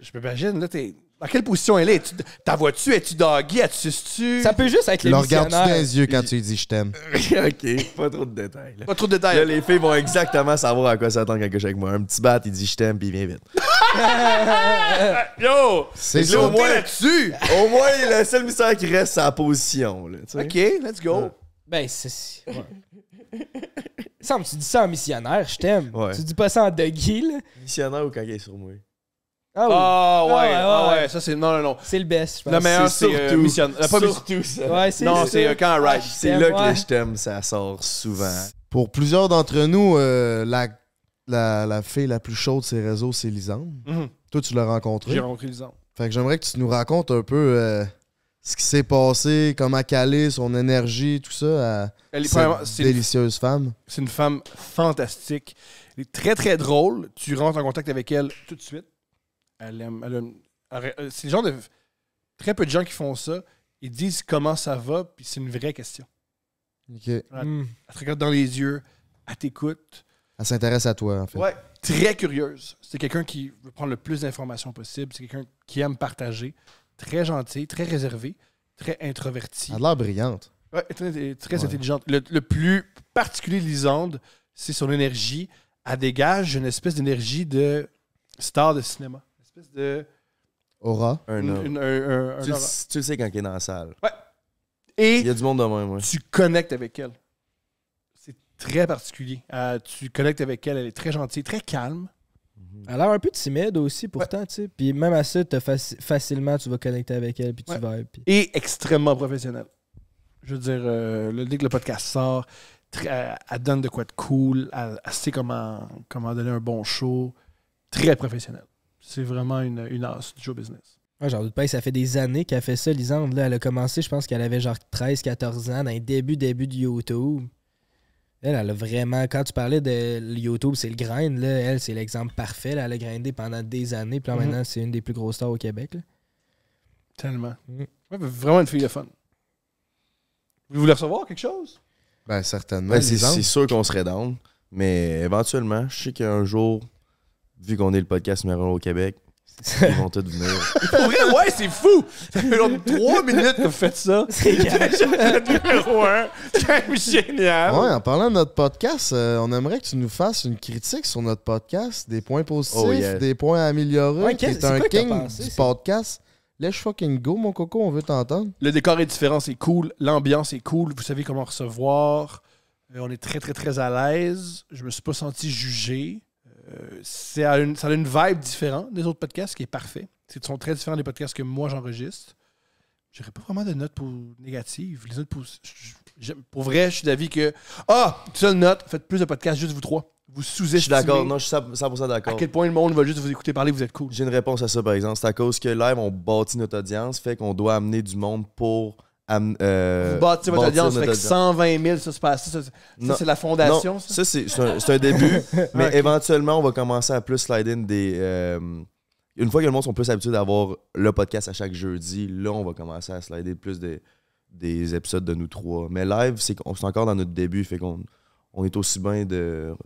Speaker 1: Je m'imagine, là, t'es. Dans quelle position elle est? Tu- Ta vois-tu? Es-tu doggy? Elle te suce-tu?
Speaker 3: Ça peut juste être les
Speaker 2: Le regardes-tu dans
Speaker 3: missionnaires.
Speaker 2: les yeux quand tu lui dis je t'aime?
Speaker 6: ok, pas trop de détails. Là.
Speaker 1: Pas trop de
Speaker 6: Là,
Speaker 1: détails.
Speaker 6: les filles vont exactement savoir à quoi s'attendre quand couche avec moi. Un petit bat, il dit je t'aime, puis il vient vite.
Speaker 1: Yo!
Speaker 2: C'est
Speaker 1: Là,
Speaker 2: ça.
Speaker 1: au moins là-dessus!
Speaker 6: Au moins, le seul mystère qui reste, c'est la position. Là, tu sais.
Speaker 1: OK, let's
Speaker 6: Ah
Speaker 1: go.
Speaker 3: Ben, c'est. Ouais. Sam, tu dis ça en missionnaire, je t'aime.
Speaker 6: Ouais.
Speaker 3: Tu dis pas ça en doggy, là.
Speaker 6: Missionnaire ou quand il est sur moi.
Speaker 3: Ah oui.
Speaker 1: Ah ouais,
Speaker 3: Ah ouais,
Speaker 1: ah
Speaker 3: ouais.
Speaker 1: ouais, ça c'est. Non, non, non.
Speaker 3: C'est le best, je pense.
Speaker 1: Le meilleur, c'est euh,
Speaker 6: Ah, surtout-
Speaker 1: missionne- euh, pas missionne-
Speaker 6: Surtout ça. Ah,
Speaker 3: Ouais, c'est
Speaker 1: Non,
Speaker 3: ça.
Speaker 1: c'est euh, quand elle ride.
Speaker 6: C'est là que
Speaker 3: Ouais.
Speaker 6: le je t'aime, ça sort souvent.
Speaker 2: Pour plusieurs d'entre nous, euh, la, la, la fille la plus chaude de ces réseaux, c'est Lisande.
Speaker 1: Mhm.
Speaker 2: Toi, tu l'as rencontrée.
Speaker 1: J'ai rencontré les ans.
Speaker 2: Fait que j'aimerais que tu nous racontes un peu euh, ce qui s'est passé, comment caler son énergie, tout ça à
Speaker 1: Elle est, premièrement,
Speaker 2: cette
Speaker 1: c'est une
Speaker 2: délicieuse femme.
Speaker 1: C'est une femme fantastique. Elle est très, très drôle. Tu rentres en contact avec elle tout de suite. Elle aime. elle aime- elle- euh, c'est le genre de. Très peu de gens qui font ça. Ils disent comment ça va, puis c'est une vraie question.
Speaker 2: Ok. Elle
Speaker 3: Hmm.
Speaker 1: Elle te regarde dans les yeux, elle t'écoute.
Speaker 2: s'intéresse à toi, en fait.
Speaker 1: Ouais. Très curieuse. C'est quelqu'un qui veut prendre le plus d'informations possible. C'est quelqu'un qui aime partager. Très gentil, très réservé, très introverti.
Speaker 2: Elle a l'air brillante.
Speaker 1: Ouais, elle est très, elle est très
Speaker 2: Ouais.
Speaker 1: intelligente. Le, le plus particulier de Lisande, c'est son énergie. Elle dégage une espèce d'énergie de star de cinéma. Une espèce de.
Speaker 2: Aura.
Speaker 6: Un
Speaker 1: une-
Speaker 6: homme.
Speaker 1: une- un- un- un
Speaker 6: Tu, le-
Speaker 1: aura.
Speaker 6: tu le sais quand il est dans la salle. Il y
Speaker 1: Et
Speaker 6: a du monde de même, ouais.
Speaker 1: tu connectes avec elle. C'est très particulier. Euh, tu connectes avec elle, elle est très gentille, très calme.
Speaker 3: Elle a l'air un peu timide aussi, pourtant, tu sais. Puis même à ça, t'as faci- facilement, tu vas connecter avec elle, puis tu
Speaker 1: Ouais.
Speaker 3: vas. Puis...
Speaker 1: et extrêmement professionnelle. Je veux dire, euh, le, dès que le podcast sort, tr- euh, elle donne de quoi de cool, elle, elle sait comment, comment donner un bon show. Très professionnelle. C'est vraiment une, une as du show business.
Speaker 3: Moi, j'en doute pas que ça fait des années qu'elle fait ça, Lisande. Là, elle a commencé, je pense qu'elle avait genre 13-14 ans, dans les débuts, début du YouTube. Elle, elle a vraiment. Quand tu parlais de le YouTube, c'est le grind, là. Elle, c'est l'exemple parfait. là. Elle a grindé pendant des années, puis là,
Speaker 1: Mhm.
Speaker 3: maintenant, c'est une des plus grosses stars au Québec, là.
Speaker 1: Tellement.
Speaker 3: Mm.
Speaker 1: Ouais, vraiment une fille de fun. Vous voulez recevoir quelque chose?
Speaker 2: Ben, certainement.
Speaker 6: Ouais, c'est
Speaker 2: Lisande.
Speaker 6: c'est sûr qu'on serait down, mais éventuellement, je sais qu'un jour, vu qu'on est le podcast numéro un au Québec, ils vont tous venir.
Speaker 1: Pour vrai, ouais, c'est fou! Ça fait genre trois minutes que vous faites ça.
Speaker 3: C'est
Speaker 1: numéro un. C'est quand même génial.
Speaker 2: Ouais, en parlant de notre podcast, euh, on aimerait que tu nous fasses une critique sur notre podcast, des points positifs,
Speaker 6: Oh, yeah.
Speaker 2: des points à améliorer.
Speaker 3: Ouais, qu'est-
Speaker 2: T'es
Speaker 3: c'est
Speaker 2: un
Speaker 3: quoi que t'as
Speaker 2: king
Speaker 3: pensé,
Speaker 2: du
Speaker 3: ça?
Speaker 2: podcast. Let's fucking go, mon coco, on veut t'entendre.
Speaker 1: Le décor est différent, c'est cool. L'ambiance est cool. Vous savez comment recevoir. Euh, on est très, très, très à l'aise. Je me suis pas senti jugé. Euh, c'est à une- ça a une vibe différente des autres podcasts, ce qui est parfait. C'est sont très différents des podcasts que moi j'enregistre. J'aurais pas vraiment de notes pour négatives. Les notes pour, je- je- pour vrai, je suis d'avis que ah, une seule note, faites plus de podcasts juste vous trois. Vous
Speaker 6: Je
Speaker 1: sous-estimez.
Speaker 6: suis d'accord, non, je suis 100%
Speaker 1: À
Speaker 6: d'accord.
Speaker 1: quel point le monde va juste vous écouter parler, vous êtes cool.
Speaker 6: J'ai une réponse à ça, par exemple. C'est à cause que live, on bâtit notre audience, fait qu'on doit amener du monde pour. am- euh,
Speaker 1: vous bâtissez votre
Speaker 6: bâtir
Speaker 1: audience, ça
Speaker 6: notre
Speaker 1: fait que 120 000, ça se passe. Ça, ça, ça,
Speaker 6: Non.
Speaker 1: c'est la
Speaker 6: Non,
Speaker 1: fondation. ça?
Speaker 6: ça, c'est c'est un, c'est un début, mais
Speaker 1: Ok.
Speaker 6: éventuellement, on va commencer à plus slide in des. euh, une fois que le monde sont plus habitués d'avoir le podcast à chaque jeudi, là, on va commencer à slider plus des, des épisodes de nous trois. Mais live, c'est qu'on- c'est encore dans notre début, fait qu'on on est aussi bien de re-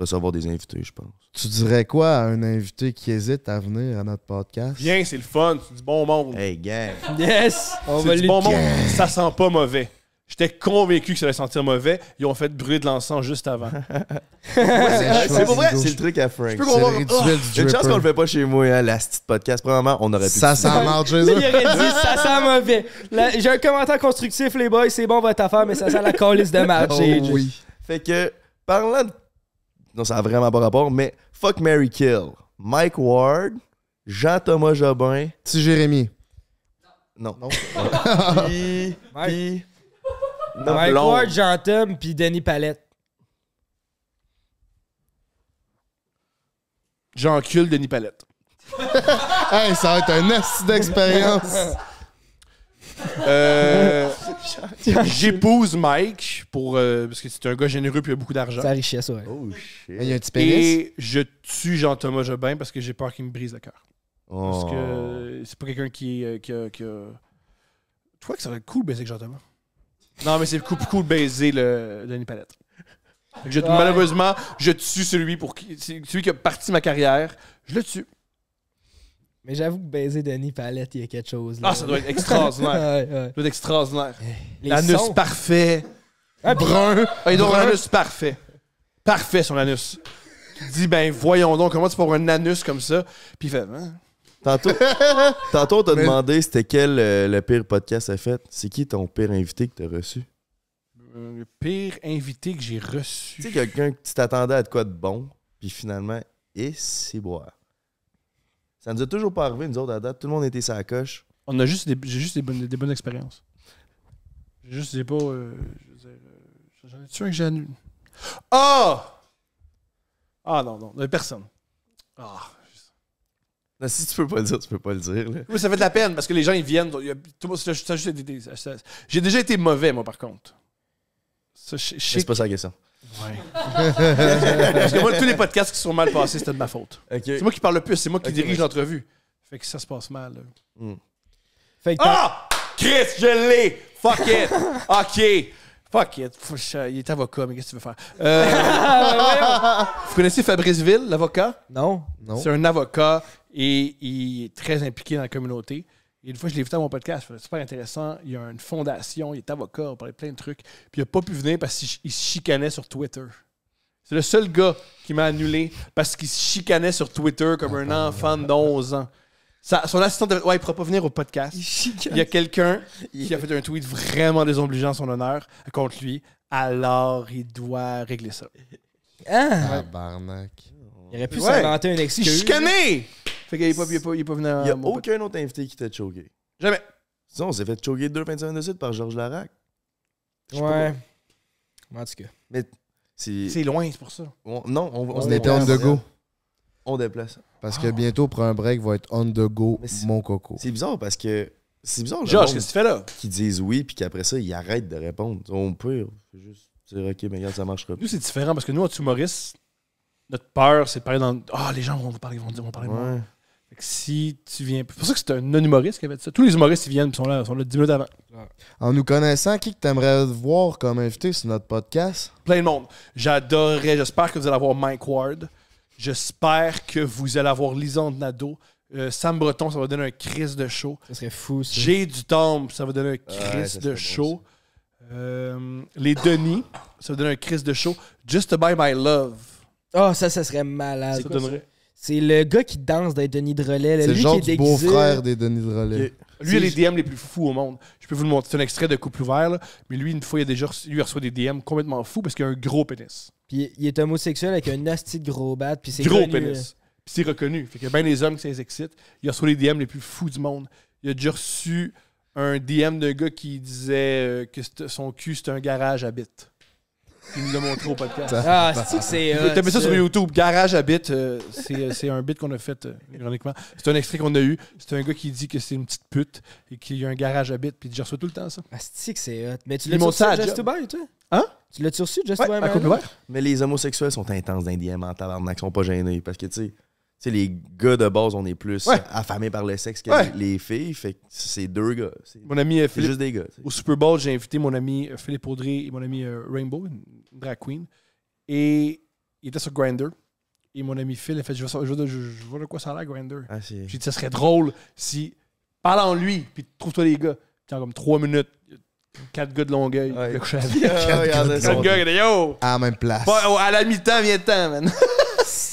Speaker 6: recevoir des invités, je pense.
Speaker 2: Tu dirais quoi à un invité qui hésite à venir à notre podcast?
Speaker 1: Viens, c'est le fun, c'est du bon monde.
Speaker 6: Hey, gang!
Speaker 1: Ben,
Speaker 3: Yes! On va
Speaker 1: c'est
Speaker 3: lui
Speaker 1: du bon monde, ça sent pas mauvais. J'étais convaincu que ça allait sentir mauvais. Ils ont fait brûler de l'encens juste avant.
Speaker 6: c'est pas vrai,
Speaker 2: C'est
Speaker 6: c'est le truc à Frank.
Speaker 2: le rituel
Speaker 6: Il y a
Speaker 2: du
Speaker 6: une chance qu'on
Speaker 2: dripper.
Speaker 6: le fait pas chez moi, hein, la petite podcast. Premièrement, on aurait pu.
Speaker 2: Ça sent marche chez
Speaker 3: Là,
Speaker 2: eux.
Speaker 3: il aurait dit ça sent mauvais. Là, J'ai un commentaire constructif, les boys, c'est bon votre affaire, mais ça sent la colisse de match.
Speaker 2: Oh
Speaker 3: J'ai- j'ai-
Speaker 2: oui.
Speaker 6: Fait que, parlant de... Non, ça a vraiment pas rapport, mais fuck Mary Kill. Mike Ward, Jean-Thomas Jobin.
Speaker 2: Petit Jérémy.
Speaker 6: Non.
Speaker 2: Non.
Speaker 6: Puis. puis- Non,
Speaker 3: Mike
Speaker 6: Blonde.
Speaker 3: Ward, Jean Tom, puis Denis Palette.
Speaker 1: J'encule Denis Palette.
Speaker 2: Hey, ça va être un asti d'expérience.
Speaker 1: Euh, J'épouse Mike pour, euh, parce que c'est un gars généreux et il a beaucoup d'argent.
Speaker 3: Sa richesse, ouais.
Speaker 6: Oh shit.
Speaker 2: Il y a un petit pénis.
Speaker 1: Et je tue Jean-Thomas Jobin parce que j'ai peur qu'il me brise le cœur.
Speaker 6: Oh.
Speaker 1: Parce que c'est pas quelqu'un qui, est- euh, qui, a- qui a- Je crois que ça va être cool de baiser avec Jean-Thomas. Non, mais c'est cool, cool de baiser le Denis Palette. Fait que je- Malheureusement, je tue celui pour qui, c'est celui qui a parti ma carrière. Je le tue.
Speaker 3: Mais j'avoue que baiser Denis Palette, il y a quelque chose. Là.
Speaker 1: Ah, ça doit être extraordinaire. ça
Speaker 3: Ouais, ouais.
Speaker 1: doit être extraordinaire.
Speaker 3: Les
Speaker 1: L'anus
Speaker 3: sons.
Speaker 1: parfait. brun. Ah, il doit avoir un anus parfait. Parfait, son anus. Tu te dis, ben voyons donc, comment tu peux avoir un anus comme ça? Puis il fait, hein?
Speaker 6: Tantôt, tantôt, on t'a
Speaker 2: Mais-
Speaker 6: demandé c'était quel euh, le pire podcast a fait. C'est qui ton pire invité que t'as reçu?
Speaker 1: Euh, le pire invité que j'ai reçu.
Speaker 6: Tu sais, quelqu'un que tu t'attendais à de quoi de bon, puis finalement, et c'est boire. Ça nous a toujours pas arrivé, nous autres, à date. Tout le monde était sa coche.
Speaker 1: On a juste des, j'ai juste des bonnes, des bonnes expériences. J'ai juste des pas. euh, je veux dire, euh, j'en ai tué un que j'ai annulé. Ah! Ah non, non, euh, personne. Ah.
Speaker 6: Non, si tu peux pas le dire, tu peux pas le dire. là.
Speaker 1: Oui, ça fait de la peine parce que les gens ils viennent. il y a- tout le monde- ça- ça- juste des- des- ça- ça- J'ai déjà été mauvais, moi, par contre. Ça, je- je sais
Speaker 6: Mais C'est pas ça la question.
Speaker 1: Parce que moi, tous les podcasts qui se sont mal passés, c'était de ma faute.
Speaker 6: Ok.
Speaker 1: C'est moi qui parle le plus, c'est moi qui
Speaker 6: Ok,
Speaker 1: dirige
Speaker 6: ouais.
Speaker 1: l'entrevue. Fait que ça se passe mal. là.
Speaker 3: Fait que t'as-
Speaker 1: Ah! Chris, je l'ai! Fuck it! OK! Fuck it. Faut que je- Il est avocat, mais qu'est-ce que tu veux faire? Euh, vous connaissez Fabrice Ville, l'avocat?
Speaker 3: Non.
Speaker 2: Non.
Speaker 1: C'est un avocat et il est très impliqué dans la communauté. Et une fois, je l'ai invité à mon podcast. C'était super intéressant. Il y a une fondation, il est avocat, on parlait de plein de trucs. Puis il n'a pas pu venir parce qu'il ch- il se chicanait sur Twitter. C'est le seul gars qui m'a annulé parce qu'il se chicanait sur Twitter comme un enfant de 11 ans. Sa- son assistant de... Ouais, il ne pourra pas venir au podcast. Il y a quelqu'un qui a fait un tweet vraiment désobligeant en son honneur contre lui. Alors, il doit régler ça.
Speaker 3: Ah!
Speaker 2: Tabarnak.
Speaker 3: Il aurait pu
Speaker 1: Ouais.
Speaker 3: s'inventer une
Speaker 1: Il
Speaker 3: excuse.
Speaker 1: s'est chicané! Fait qu'il n'est pas, il est pas, il est pas venu à
Speaker 6: Il y a
Speaker 1: mon podcast.
Speaker 6: aucun autre invité qui t'a choqué.
Speaker 1: Jamais.
Speaker 6: Sinon, on s'est fait choquer deux fins de semaine de suite par Georges Larac. Je sais pas
Speaker 3: Ouais. En tout cas.
Speaker 6: C'est...
Speaker 1: C'est loin, c'est pour ça.
Speaker 6: on- Non, on, on,
Speaker 2: On
Speaker 6: se
Speaker 2: était on
Speaker 6: déplace.
Speaker 2: the go.
Speaker 6: On déplace.
Speaker 2: Parce que bientôt, pour un break, va être on the go,
Speaker 6: Mais c'est-
Speaker 2: mon coco.
Speaker 6: C'est bizarre parce que... C'est bizarre, le
Speaker 1: Josh,
Speaker 6: monde
Speaker 1: qu'est-ce que tu fais là?
Speaker 6: qui disent oui, puis qu'après ça, ils arrêtent de répondre. On peut on peut juste dire, OK, mais regarde, ça marchera plus.
Speaker 1: Nous, c'est différent parce que nous, en humoristes, notre peur, c'est de parler dans. Ah, les gens vont vous parler, vont dire, vont parler de moi.
Speaker 6: Ouais.
Speaker 1: Fait que si tu viens. C'est pour ça que c'est un non-humoriste qui avait dit ça. Tous les humoristes, ils viennent, ils sont là, sont là 10 minutes avant.
Speaker 2: En nous connaissant, qui que t'aimerais voir comme invité sur notre podcast?
Speaker 1: Plein de monde. J'adorerais. J'espère que vous allez avoir Mike Ward. J'espère que vous allez avoir Lisande Nadeau. Euh, Sam Breton, ça va donner un crise de show.
Speaker 3: Ça serait fou, ça.
Speaker 1: J'ai du temps, ça va donner un
Speaker 6: Ouais,
Speaker 1: crise
Speaker 6: ça
Speaker 1: de
Speaker 6: serait
Speaker 1: show. Euh, les Denis, ça va donner un crise de show. Just by my love.
Speaker 3: Ah, ça, ça serait malade.
Speaker 1: Ça donnerait.
Speaker 3: C'est le gars qui danse dans Denis de Relais. là.
Speaker 2: C'est le
Speaker 3: Lui
Speaker 2: genre
Speaker 3: qui est
Speaker 2: du
Speaker 3: déguisé.
Speaker 2: beau-frère des Denis de Relais.
Speaker 6: Ok.
Speaker 1: Lui, il a les DM les plus fous au monde. Je peux vous le montrer. C'est un extrait de Couple ouvert, là. mais lui, une fois, il a déjà reçu, lui, il reçoit des DM complètement fous parce qu'il a un gros pénis.
Speaker 3: Puis il est homosexuel avec un nasty de gros bat. Puis c'est
Speaker 1: Gros
Speaker 3: connu, là.
Speaker 1: pénis. Puis c'est reconnu. Fait qu'il y a bien des hommes qui ça les excite. Il reçoit les DM les plus fous du monde. Il a déjà reçu un DM d'un gars qui disait euh, que c'était- son cul, c'était un garage à bite. Il nous l'a montré au podcast.
Speaker 3: Ah, c'est que c'est.
Speaker 1: T'as mis ça sur
Speaker 3: YouTube.
Speaker 1: YouTube. Garage à bit, euh, c'est euh, c'est un bit qu'on a fait, euh, ironiquement. C'est un extrait qu'on a eu. C'est un gars qui dit que c'est une petite pute et qu'il y a un garage à bit, puis il reçoit tout le temps ça.
Speaker 3: Ah, c'est que c'est hot. Mais tu
Speaker 1: Il
Speaker 3: l'as-tu
Speaker 1: monte ça à
Speaker 3: reçu, Just
Speaker 1: job.
Speaker 3: Dubai, toi?
Speaker 1: Hein?
Speaker 3: Tu l'as-tu reçu, Just
Speaker 1: Ouais,
Speaker 3: Dubai,
Speaker 1: à couple
Speaker 3: Maryland?
Speaker 1: ouvert.
Speaker 6: Mais les homosexuels sont intenses d'un diamant en tabarnak, ils sont pas gênés. Parce que, tu sais, tu sais, les gars de base, on est plus
Speaker 1: Ouais.
Speaker 6: affamés par le sexe que
Speaker 1: Ouais.
Speaker 6: les les filles. Fait que c'est deux gars. C'est
Speaker 1: Mon ami euh,
Speaker 6: c'est
Speaker 1: Philippe,
Speaker 6: juste des gars. tu sais.
Speaker 1: au Super Bowl, j'ai invité mon ami euh, Philippe Audrey et mon ami euh, Rainbow, une une drag queen. Et il était sur Grinder. Et mon ami Phil a fait Je vois, je vois de- je- je vois de quoi ça a l'air, Grinder.
Speaker 6: Ah, c'est-
Speaker 1: J'ai dit, ça serait drôle si. Parle en lui, puis trouve-toi des gars. Puis en comme trois minutes, quatre gars de Longueuil,
Speaker 6: Ouais.
Speaker 1: le coucher avec.
Speaker 6: Ah, regardez ça.
Speaker 1: Quatre gars, il dit, Yo!
Speaker 2: À la même place.
Speaker 1: Pas- oh, à la mi-temps, viens-t'en, man.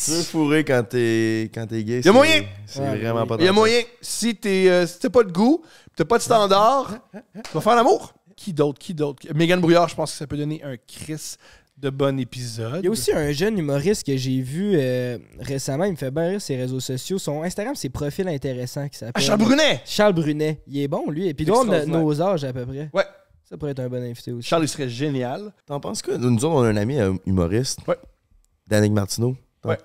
Speaker 6: Tu veux fourrer quand t'es quand t'es gay.
Speaker 1: Y a
Speaker 6: c'est-
Speaker 1: moyen.
Speaker 6: C'est
Speaker 3: Ouais,
Speaker 6: vraiment pas
Speaker 1: Il y a
Speaker 6: drôle.
Speaker 1: moyen, si t'es, euh, si t'as pas de goût, pis t'as pas de standard, tu vas faire l'amour. Qui d'autre? Qui d'autre? Megan Brouillard, je pense que ça peut donner un Chris de bon épisode.
Speaker 3: Il y a aussi un jeune humoriste que j'ai vu euh, récemment, il me fait bien rire ses réseaux sociaux. Son Instagram, c'est Profil Intéressant qui
Speaker 1: Ah,
Speaker 3: s'appelle.
Speaker 1: Charles Brunet!
Speaker 3: Charles Brunet. Il est bon, lui. Et puis nous, on a
Speaker 1: Extraordinaire.
Speaker 3: nos âges à peu près.
Speaker 1: Ouais.
Speaker 3: Ça pourrait être un bon invité aussi.
Speaker 1: Charles, il serait génial.
Speaker 6: T'en penses quoi? Nous autres, on a un ami euh, humoriste.
Speaker 1: Ouais.
Speaker 6: Danick Martineau.
Speaker 1: Ouais.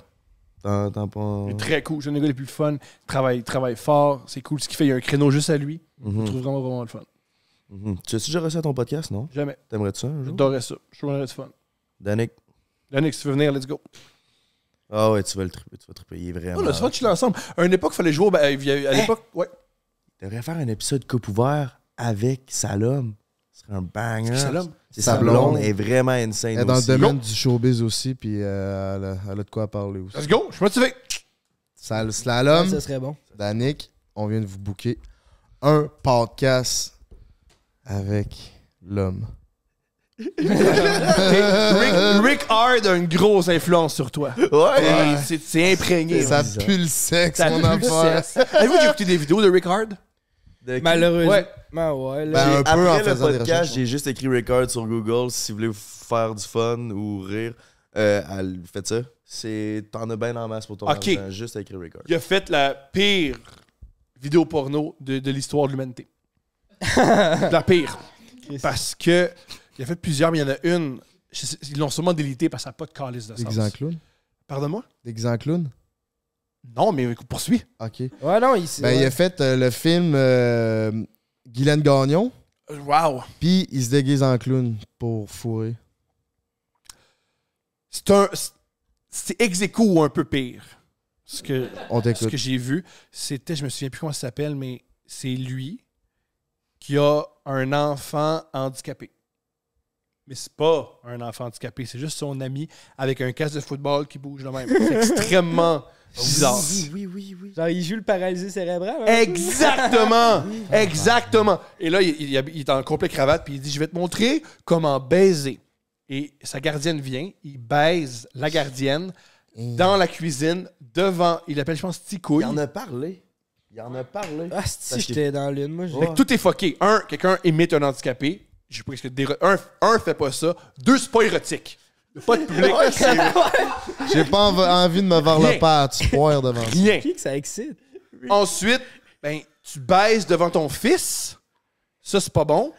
Speaker 6: T'en t'en penses-
Speaker 1: Il est très cool. C'est un des gars les plus fun. Il travaille, il travaille fort. C'est cool ce qu'il fait. Il y a un créneau juste à lui. Je
Speaker 6: Mhm,
Speaker 1: trouve vraiment, vraiment le fun.
Speaker 6: mhm. Tu as-tu déjà reçu à ton podcast, non?
Speaker 1: Jamais.
Speaker 6: T'aimerais-tu ça un jour?
Speaker 1: J'adorais ça. Je trouverais ça fun.
Speaker 6: Danick?
Speaker 1: Yannick, si tu veux venir, let's go.
Speaker 6: Ah ouais, tu vas le triper, tu vas triper, il est vraiment...
Speaker 1: On a souvent chillé ensemble. À une époque, il fallait jouer. au ba- euh, il y a- à l'époque, ouais.
Speaker 6: Tu devrais faire un épisode coupe ouvert avec Salom. Ce serait un banger.
Speaker 1: C'est l'homme.
Speaker 6: C'est Sa blonde est vraiment insane
Speaker 2: Elle est dans
Speaker 6: aussi.
Speaker 2: le domaine du showbiz aussi, puis euh, elle, a, elle a de quoi parler aussi.
Speaker 1: Let's go. Je suis motivé.
Speaker 2: Ça, le slalom,
Speaker 3: Ça serait bon.
Speaker 2: Danick, on vient de vous booker un podcast avec l'homme.
Speaker 1: Rick, Rick Hard a une grosse influence sur toi.
Speaker 6: Ouais!
Speaker 1: Et c'est- C'est imprégné.
Speaker 2: Ça
Speaker 1: Ça
Speaker 2: pue le sexe,
Speaker 1: a
Speaker 2: mon
Speaker 1: plus de
Speaker 2: affaire.
Speaker 1: sens. Avez-vous déjà écouté des vidéos de Rick Hard?
Speaker 6: De-
Speaker 3: Malheureusement, ouais. là,
Speaker 2: Ben, un peu
Speaker 6: Ben, Après
Speaker 2: en
Speaker 6: le
Speaker 2: faisant des
Speaker 6: podcast,
Speaker 2: recherches.
Speaker 6: j'ai juste écrit record sur Google si vous voulez vous faire du fun ou rire. Euh, elle- faites ça. C'est t'en as bien en masse pour ton
Speaker 1: Ok.
Speaker 6: argent, Juste écrit record.
Speaker 1: Il a fait la pire vidéo porno de, de l'histoire de l'humanité. la pire. Parce que il a fait plusieurs, mais il y en a une. je sais- Ils l'ont sûrement délité parce que ça n'a pas de calice de
Speaker 2: Des
Speaker 1: sens.
Speaker 2: en clown?
Speaker 1: Pardonne-moi?
Speaker 2: Des en clown?
Speaker 1: Non, mais écoute, poursuis.
Speaker 2: OK.
Speaker 3: Ouais, non, il s'est-
Speaker 2: Ben, il
Speaker 3: ouais.
Speaker 2: a fait euh, le film euh, Guylaine Gagnon,
Speaker 1: Wow!
Speaker 2: puis il se déguise en clown pour fourrer.
Speaker 1: C'est un. C'est ex aequo un peu pire. Ce que,
Speaker 2: On
Speaker 1: ce
Speaker 2: t'écoute.
Speaker 1: que j'ai vu, c'était, je me souviens plus comment ça s'appelle, mais c'est lui qui a un enfant handicapé. Mais c'est pas un enfant handicapé, c'est juste son ami avec un casque de football qui bouge le même. C'est extrêmement bizarre.
Speaker 6: oui, oui, oui.
Speaker 3: Genre, il joue le paralysé cérébral. hein.
Speaker 1: Exactement! Exactement! Et là, il, il- il est en complet cravate, puis il dit Je vais te montrer comment baiser. Et sa gardienne vient, il baise la gardienne dans la cuisine, devant, il appelle, je pense,
Speaker 6: Il
Speaker 1: Ticouille.
Speaker 6: en a parlé. Il en a parlé.
Speaker 3: Ah, si j'étais dans l'une, moi. j'ai-
Speaker 1: Fait que tout est fucké. Un, quelqu'un imite un handicapé. Je sais pas qu'est-ce que des- un, un fait pas ça. Deux, c'est pas érotique. Pas de public.
Speaker 2: J'ai pas env- envie de me voir
Speaker 1: Rien.
Speaker 2: le père, tu foires devant ça.
Speaker 1: Rien.
Speaker 3: Qui que ça excite?
Speaker 1: Ensuite, ben, tu baises devant ton fils. Ça, c'est pas bon.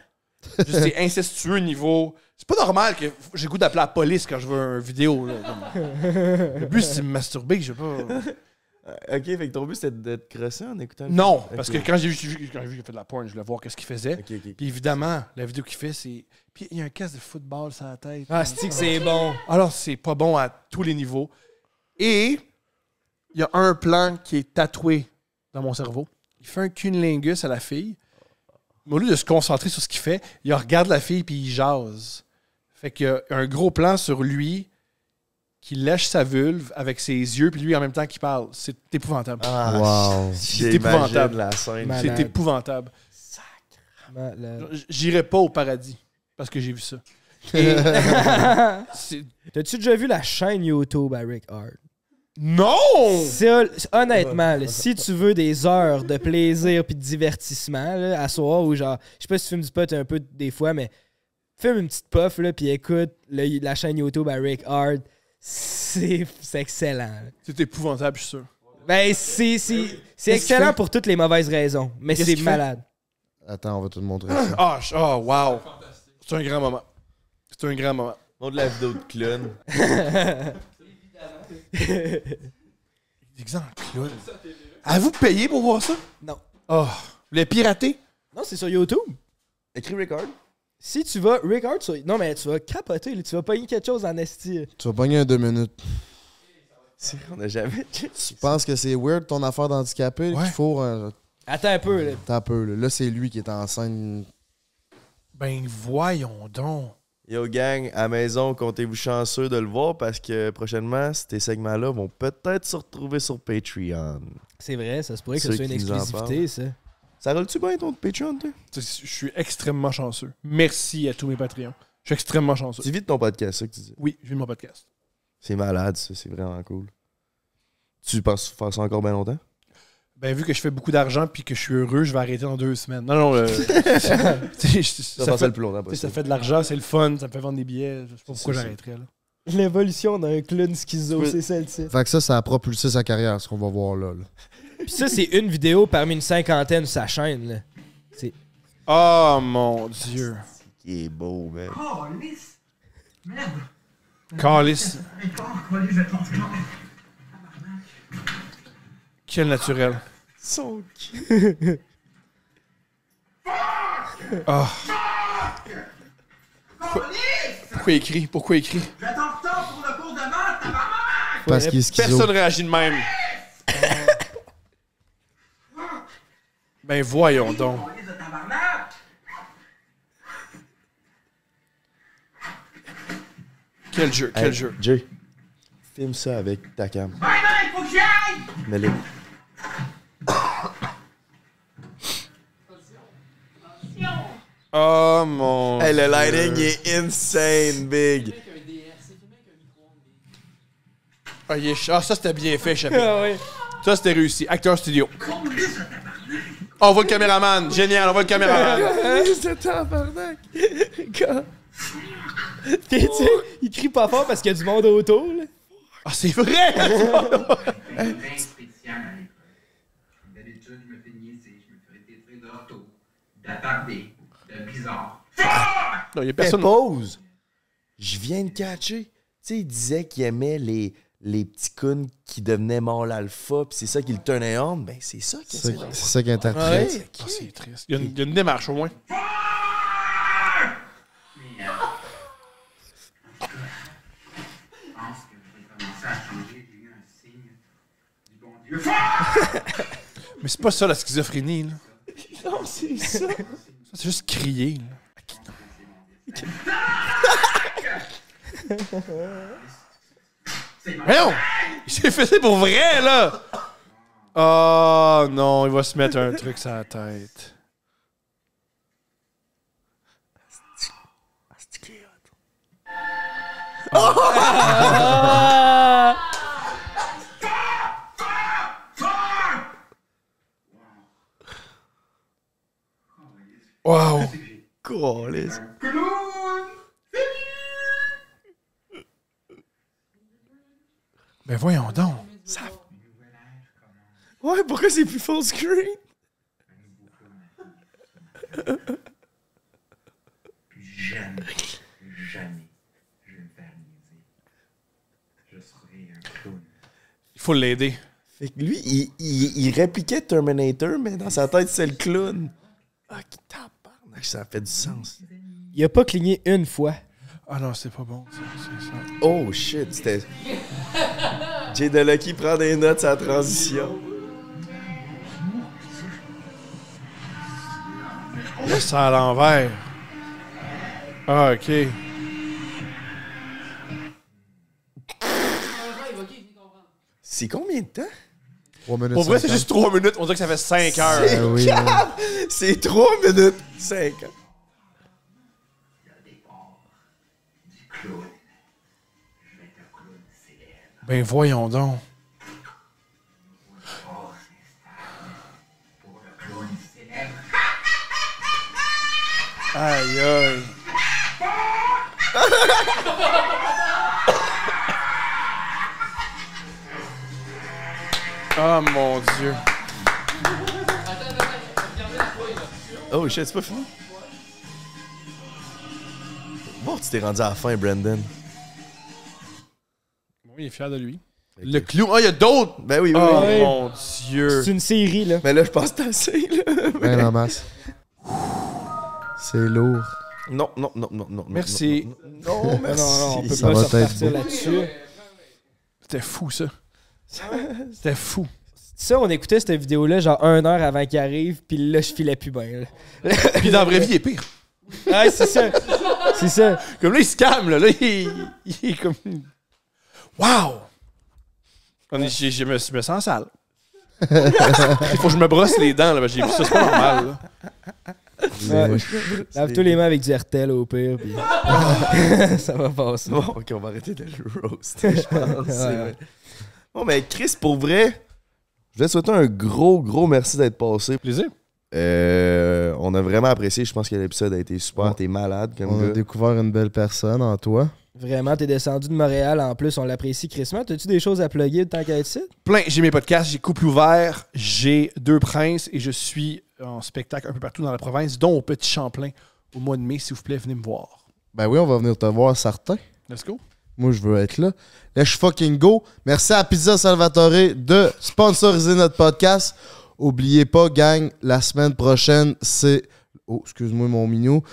Speaker 1: Juste, C'est incestueux niveau. C'est pas normal que j'ai le goût d'appeler la police quand je veux une vidéo. là. Comme- Le but, c'est de me masturber. Je sais pas.
Speaker 6: Ah, Ok, fait que ton but c'était de te crosser en écoutant. le-
Speaker 1: Non,
Speaker 6: Ok.
Speaker 1: parce que quand j'ai vu, j'ai vu- quand j'ai vu qu'il fait de la porn, je voulais voir qu'est-ce qu'il faisait.
Speaker 6: Ok, ok.
Speaker 1: Puis évidemment, la vidéo qu'il fait, c'est. Puis il y a un casque de football sur la tête.
Speaker 3: Ah, cest que c'est bon?
Speaker 1: Alors, c'est pas bon à tous les niveaux. Et il y a un plan qui est tatoué dans mon cerveau. Il fait un cunnilingus à la fille. Mais au lieu de se concentrer sur ce qu'il fait, il regarde la fille puis il jase. Fait qu'il y a un gros plan sur lui qui lèche sa vulve avec ses yeux puis lui en même temps qui parle. C'est épouvantable.
Speaker 6: Ah,
Speaker 2: Wow.
Speaker 1: C'est
Speaker 6: j'imagine
Speaker 1: épouvantable.
Speaker 6: la scène.
Speaker 3: Ma-
Speaker 1: C'est
Speaker 3: malade.
Speaker 1: épouvantable.
Speaker 3: Malade.
Speaker 1: J'irai pas au paradis parce que j'ai vu ça. Et c'est-
Speaker 3: T'as-tu déjà vu la chaîne YouTube à Rick Hard?
Speaker 1: non!
Speaker 3: Ça, honnêtement, là, si tu veux des heures de plaisir puis de divertissement, là, à soir ou genre, je sais pas si tu fumes du pot un peu des fois, mais fume une petite puff là, puis écoute le- la chaîne YouTube à Rick Hard, c'est c'est excellent. là.
Speaker 1: C'est épouvantable, je suis sûr.
Speaker 3: Ben, c'est c'est- c'est
Speaker 1: Qu'est-ce qu'il
Speaker 3: excellent
Speaker 1: fait?
Speaker 3: pour toutes les mauvaises raisons, mais
Speaker 1: Qu'est-ce
Speaker 3: c'est
Speaker 1: qu'il fait?
Speaker 3: malade.
Speaker 2: Attends, on va te le montrer ça.
Speaker 1: Ah, je- ah, wow. C'est un grand moment. C'est un grand moment.
Speaker 6: Montre la vidéo de clown.
Speaker 1: Exemple, clown. Avez-vous payé pour voir ça?
Speaker 3: Non.
Speaker 1: Oh, vous l'avez piraté?
Speaker 3: Non, c'est sur YouTube.
Speaker 6: Écris record.
Speaker 3: Si tu vas Rick Hard, sur- non, mais tu vas capoter, là, tu vas pogner quelque chose en esti.
Speaker 2: Tu vas pogner un deux minutes.
Speaker 6: C'est qu'on a jamais.
Speaker 2: Tu penses que c'est weird ton affaire d'handicapé?
Speaker 1: Ouais.
Speaker 2: qu'il faut un...
Speaker 3: Attends un peu, là.
Speaker 2: T'as un peu, là. Là, c'est lui qui est en scène.
Speaker 1: Ben, voyons donc.
Speaker 6: Yo gang, à maison, comptez-vous chanceux de le voir parce que prochainement, ces segments-là vont peut-être se retrouver sur Patreon.
Speaker 3: C'est vrai, ça se pourrait que
Speaker 6: Ceux
Speaker 3: ce soit une
Speaker 6: qui nous en
Speaker 3: exclusivité, ça.
Speaker 6: Ça roule-tu bien ton Patreon, toi?
Speaker 1: Tu sais, Je suis extrêmement chanceux. Merci à tous mes Patreons. Je suis extrêmement chanceux.
Speaker 6: Tu vis de ton podcast, ça que tu dis.
Speaker 1: Oui, j'ai vu mon podcast.
Speaker 6: C'est malade, ça, c'est vraiment cool. Tu penses faire ça encore bien longtemps?
Speaker 1: Ben, vu que je fais beaucoup d'argent puis que je suis heureux, je vais arrêter dans deux semaines. Non, non, euh, tu sais, je-
Speaker 6: Ça,
Speaker 1: ça,
Speaker 6: ça
Speaker 1: fait,
Speaker 6: le plus longtemps
Speaker 1: tu sais, ça
Speaker 6: possible.
Speaker 1: fait de l'argent, c'est le fun, ça me fait vendre des billets. Je sais pas pourquoi j'arrêterais. là.
Speaker 3: L'évolution d'un clown schizo, c'est ça le titre.
Speaker 2: Fait que ça, ça a propulsé sa carrière, ce qu'on va voir là. là.
Speaker 3: Puis ça, c'est une vidéo parmi une cinquantaine de sa chaîne, là.
Speaker 1: Oh mon Dieu.
Speaker 6: Il est beau, man.
Speaker 1: Oh, Carlis.
Speaker 9: Quel naturel.
Speaker 3: Son cul.
Speaker 1: Ah. Pourquoi il écrit? Pourquoi il écrit?
Speaker 2: Parce qu'il est schizo.
Speaker 1: Personne réagit de même.
Speaker 9: Ben voyons donc.
Speaker 1: Quel jeu, quel jeu.
Speaker 6: Jay, filme ça avec ta cam. Mets-le.
Speaker 1: Oh mon.
Speaker 6: Hey, le lighting est insane, big.
Speaker 1: Ah, il est ch- ah, ça c'était bien fait, chapitre.
Speaker 3: Ah ouais.
Speaker 1: Ça c'était réussi. Acteur studio. Oh, on voit le caméraman. Génial, on voit le caméraman.
Speaker 3: C'était un barnac. Il crie pas fort parce qu'il y a du monde autour. Là.
Speaker 1: Ah, c'est vrai!
Speaker 4: spécial. Comme d'habitude, je me fais niaiser, je me ferai détruire de l'auto, d'attardé, de bizarre.
Speaker 1: Non, il y a
Speaker 6: Fais
Speaker 1: personne.
Speaker 6: pause. Je viens de catcher. Tu sais, il disait qu'il aimait les, les petits cons qui devenaient mâles alpha, puis c'est ça qui le tenait on. Ben, c'est ça que
Speaker 2: C'est
Speaker 6: c'est.
Speaker 2: ça- c'est ça qu'il interprète.
Speaker 1: Ah, c'est triste. Il y, a une, il y a une démarche au moins.
Speaker 4: Je pense que je vais commencer à changer, j'ai eu un signe du bon Dieu.
Speaker 1: Mais c'est pas ça la schizophrénie, là.
Speaker 3: Non, c'est ça.
Speaker 1: Ça, C'est juste crier, là. Voyons! Il s'est fait ça pour vrai, là! Oh non, il va se mettre un truc sur la tête. Wow! Mais voyons donc!
Speaker 3: Ouais, pourquoi c'est plus full screen?
Speaker 4: Jamais, jamais, je vais me faire niaiser. Je serai un clown.
Speaker 1: Il faut l'aider.
Speaker 6: Fait que lui, il, il, il répliquait Terminator, mais dans sa tête, c'est le clown. Ah, qui tabarnak, ça fait du sens.
Speaker 3: Il a pas cligné une fois.
Speaker 1: Ah non, c'est pas bon, ça, c'est ça.
Speaker 6: Oh shit, c'était. Jay Delucky prend des notes à la transition.
Speaker 1: Là, c'est à l'envers. Ah, ok.
Speaker 6: C'est combien de temps?
Speaker 2: 3 minutes
Speaker 1: Pour vrai, c'est
Speaker 2: 50.
Speaker 1: juste 3 minutes, on dirait que ça fait 5 heures.
Speaker 2: Ah oui, là.
Speaker 6: C'est 3 minutes 50.
Speaker 1: Ben voyons donc. Aïe aïe. Oh mon dieu.
Speaker 6: Oh shit, c'est pas fini? Bon, tu t'es rendu à la fin, Brandon.
Speaker 1: Bon, il est fier de lui. Le clou. Ah, il y a d'autres.
Speaker 6: Ben oui, oui.
Speaker 3: Ah,
Speaker 1: Oh
Speaker 6: oui.
Speaker 1: mon dieu.
Speaker 3: C'est une série, là.
Speaker 6: Mais là, je pense que t'as assez, là.
Speaker 2: Ben en masse. C'est lourd.
Speaker 6: Non, non, non, non, non.
Speaker 1: Merci.
Speaker 6: Non, non, non,
Speaker 3: Non,
Speaker 6: merci.
Speaker 3: non, non, on peut
Speaker 2: Ça
Speaker 3: pas
Speaker 2: va
Speaker 3: se repartir
Speaker 2: être beau.
Speaker 3: là-dessus.
Speaker 1: C'était fou, ça. Ah C'était fou.
Speaker 3: Ça, on écoutait cette vidéo-là genre une heure avant qu'il arrive, puis là, je filais plus bien. là.
Speaker 1: Puis dans la vraie vie, il est pire.
Speaker 3: Ouais, c'est ça. C'est ça.
Speaker 1: Comme là, il se calme, là. Là, il, il est comme. Waouh! On est- j'ai- Je me, je me sens sale. il faut que je me brosse les dents, là. parce que J'ai vu ça, c'est pas normal, là.
Speaker 3: Ouais. Lave tous les mains avec du Hertel au pire, puis ça va passer.
Speaker 6: Bon, ok, on va arrêter de le roast, je pense. c'est
Speaker 3: Ouais.
Speaker 6: vrai. Bon, mais Chris, pour vrai, je voulais te souhaiter un gros, gros merci d'être passé.
Speaker 1: Plaisir.
Speaker 6: Euh, on a vraiment apprécié. Je pense que l'épisode a été super.
Speaker 2: Ouais.
Speaker 6: T'es malade comme
Speaker 2: On a
Speaker 6: gars.
Speaker 2: découvert une belle personne en toi.
Speaker 3: Vraiment, t'es descendu de Montréal en plus, on l'apprécie crissement. T'as-tu des choses à plugger de tant qu'à être ici?
Speaker 1: Plein. J'ai mes podcasts, j'ai Couple ouvert, j'ai Deux Princes et je suis en spectacle un peu partout dans la province, dont au Petit Champlain au mois de mai. S'il vous plaît, venez me voir.
Speaker 2: Ben oui, on va venir te voir, certain.
Speaker 1: Let's go.
Speaker 2: Moi, je veux être là. Let's fucking go. Merci à Pizza Salvatore de sponsoriser notre podcast. Oubliez pas, gang, la semaine prochaine, c'est. Oh, excuse-moi, mon minou.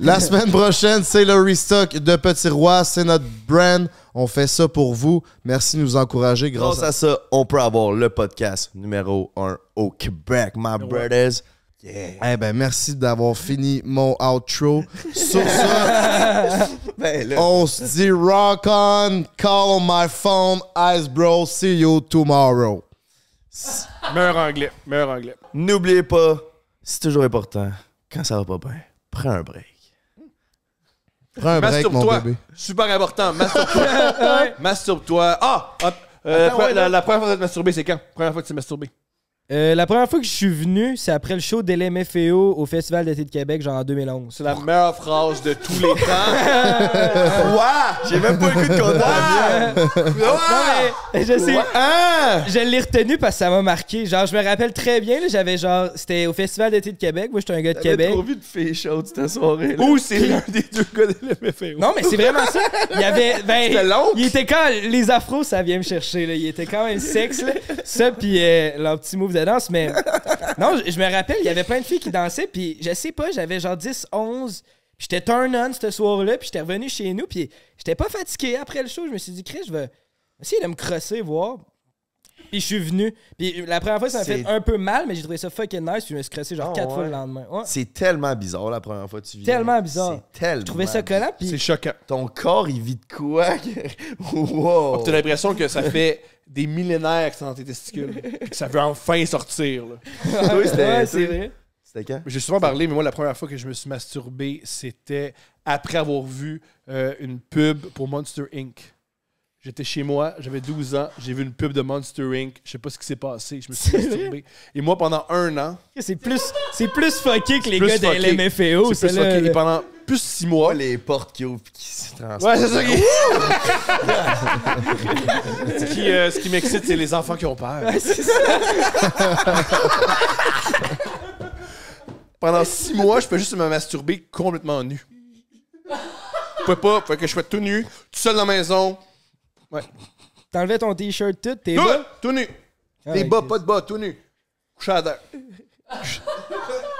Speaker 2: La semaine prochaine, c'est le restock de Petit Roi. C'est notre brand. On fait ça pour vous. Merci de nous encourager grâce
Speaker 6: Grâce
Speaker 2: à
Speaker 6: à ça, on peut avoir le podcast numéro 1 au Québec, my brothers. Yeah.
Speaker 2: Eh ben, merci d'avoir fini mon outro. Sur ça,
Speaker 6: Ben, là,
Speaker 2: on se dit rock on, call on my phone, ice bro, see you tomorrow.
Speaker 10: Meilleur anglais. Meilleur anglais.
Speaker 6: N'oubliez pas, c'est toujours important, quand ça va pas bien, prends un break.
Speaker 2: Prends un break, mon
Speaker 1: Masturbe-toi.
Speaker 2: bébé.
Speaker 1: Super important. Masturbe-toi. Masturbe-toi. Ah! hop. Euh, pre- la, la première fois que tu t'es masturbé, c'est quand? Première fois que tu t'es masturbé.
Speaker 3: Euh, la première fois que je suis venu, c'est après le show d'LMFAO au Festival d'été de Québec, genre en 2011.
Speaker 1: C'est la meilleure phrase de tous les temps.
Speaker 6: Quoi? J'ai même pas le goût de condamner.
Speaker 3: Non, mais je sais. Je l'ai retenu parce que ça m'a marqué. Genre, je me rappelle très bien, là, j'avais genre. C'était au Festival d'été de Québec. Moi, j'étais un gars de
Speaker 6: J'ai
Speaker 3: Québec.
Speaker 6: trop vu de filles chaudes cette soirée.
Speaker 1: Ou c'est l'un des deux gars de l'MFAO.
Speaker 3: Non, mais c'est vraiment ça. Il y avait. Ben,
Speaker 1: C'était l'oncle.
Speaker 3: Il était quand. Les afros, ça vient me chercher, là. Il était quand même sexe, là. Ça, puis euh, leur petit move de danse. Mais non, je, je me rappelle, il y avait plein de filles qui dansaient, puis je sais pas, j'avais genre 10, 11. Puis j'étais turn on ce soir-là, puis j'étais revenu chez nous, puis j'étais pas fatigué. Après le show, je me suis dit, Chris, je vais essayer de me crosser, voir. Puis je suis venu. Puis la première fois, ça m'a
Speaker 6: C'est-
Speaker 3: fait un peu mal, mais j'ai trouvé ça fucking nice, puis je me suis crossé genre
Speaker 6: Ah,
Speaker 3: quatre fois
Speaker 6: ouais.
Speaker 3: le lendemain. Ouais.
Speaker 6: C'est tellement bizarre la première fois que tu vis.
Speaker 3: Tellement bizarre.
Speaker 6: C'est tellement.
Speaker 3: Je trouvais ça collant, puis
Speaker 10: C'est choquant.
Speaker 6: Ton corps, il vit de quoi? que- wow!
Speaker 1: T'as l'impression que ça fait des millénaires que c'est dans tes testicules. et que ça veut enfin sortir. là.
Speaker 6: Toi, c'était-
Speaker 3: Ouais, c'est vrai.
Speaker 6: C'était quand?
Speaker 10: J'ai souvent parlé, mais moi, la première fois que je me suis masturbé, c'était après avoir vu euh, une pub pour Monster Inc. J'étais chez moi, j'avais 12 ans, j'ai vu une pub de Monster Inc. Je sais pas ce qui s'est passé, je me suis
Speaker 3: C'est
Speaker 10: masturbé. Et moi, pendant un an,
Speaker 3: C'est plus, c'est plus fucké que les
Speaker 10: plus
Speaker 3: gars de
Speaker 10: fucké.
Speaker 3: LMFAO,
Speaker 10: c'est plus
Speaker 3: celle-là,
Speaker 10: fucké. Et
Speaker 3: là.
Speaker 10: pendant plus de 6 mois,
Speaker 6: Pas les portes qui ouvrent pis qui se transforment.
Speaker 1: Ouais, c'est ça qui. ce qui, euh, ce qui m'excite, c'est les enfants qui ont peur.
Speaker 3: Ouais, c'est ça.
Speaker 1: Pendant six mois, je peux juste me masturber complètement nu. Je pouvais pas, faut que je sois tout nu, tout seul dans la maison.
Speaker 3: T'enlevais ton t-shirt tout, t'es
Speaker 1: Tout,
Speaker 3: bas.
Speaker 1: tout nu.
Speaker 3: Ah,
Speaker 1: Des
Speaker 3: ouais,
Speaker 1: bas,
Speaker 3: Chris.
Speaker 1: pas de bas, tout nu. Couché à terre.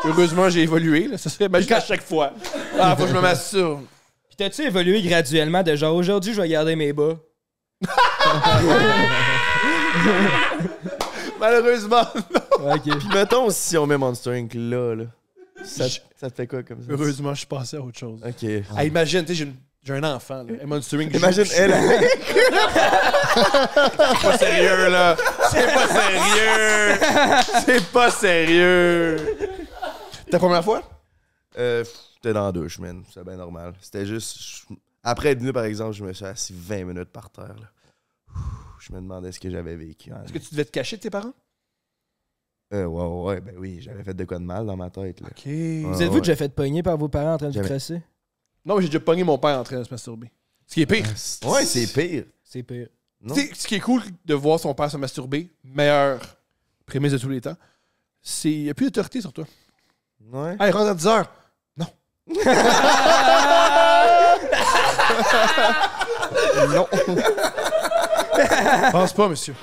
Speaker 1: Heureusement, j'ai évolué. Là. Ça serait magique à chaque fois. Ah, faut que je me masturbe.
Speaker 3: Puis t'as-tu évolué graduellement de genre aujourd'hui, je vais garder mes bas?
Speaker 1: Malheureusement.
Speaker 3: ok.
Speaker 6: Pis mettons si on met Monster Inc. là, là. Ça, ça te fait quoi comme ça?
Speaker 10: Heureusement, je suis passé à autre chose.
Speaker 6: Ok.
Speaker 1: Ah, imagine, tu sais, j'ai une- j'ai un enfant. Là. Monster Inc. joue-
Speaker 6: Imagine elle.
Speaker 1: pas sérieux, là. C'est pas sérieux. C'est pas sérieux. Ta première fois?
Speaker 6: euh, J'étais dans deux semaines, c'est bien normal. C'était juste. je- Après être venu, par exemple, je me suis assis 20 minutes par terre. Là. Ouh, Je me demandais ce que j'avais vécu. hein.
Speaker 1: Est-ce que tu devais te cacher de tes parents?
Speaker 6: Euh, ouais, ouais, ben oui, j'avais fait de quoi de mal dans ma tête. Là.
Speaker 1: OK.
Speaker 3: Vous
Speaker 6: Ouais,
Speaker 3: êtes-vous
Speaker 6: ouais.
Speaker 3: déjà fait pogner par vos parents en train de vous
Speaker 6: Jamais.
Speaker 3: crosser?
Speaker 1: Ah. Non, mais j'ai déjà pogné mon père en train de se masturber. Ce qui est pire.
Speaker 6: Ouais, c'est pire.
Speaker 3: C'est pire.
Speaker 6: Non?
Speaker 1: Tu sais, ce qui est cool de voir son père se masturber, meilleure prémisse de tous les temps, c'est qu'il n'y a plus d'autorité sur toi.
Speaker 6: Ouais.
Speaker 1: Hey, rentre à 10 heures.
Speaker 2: Non.
Speaker 1: Pense pas, monsieur.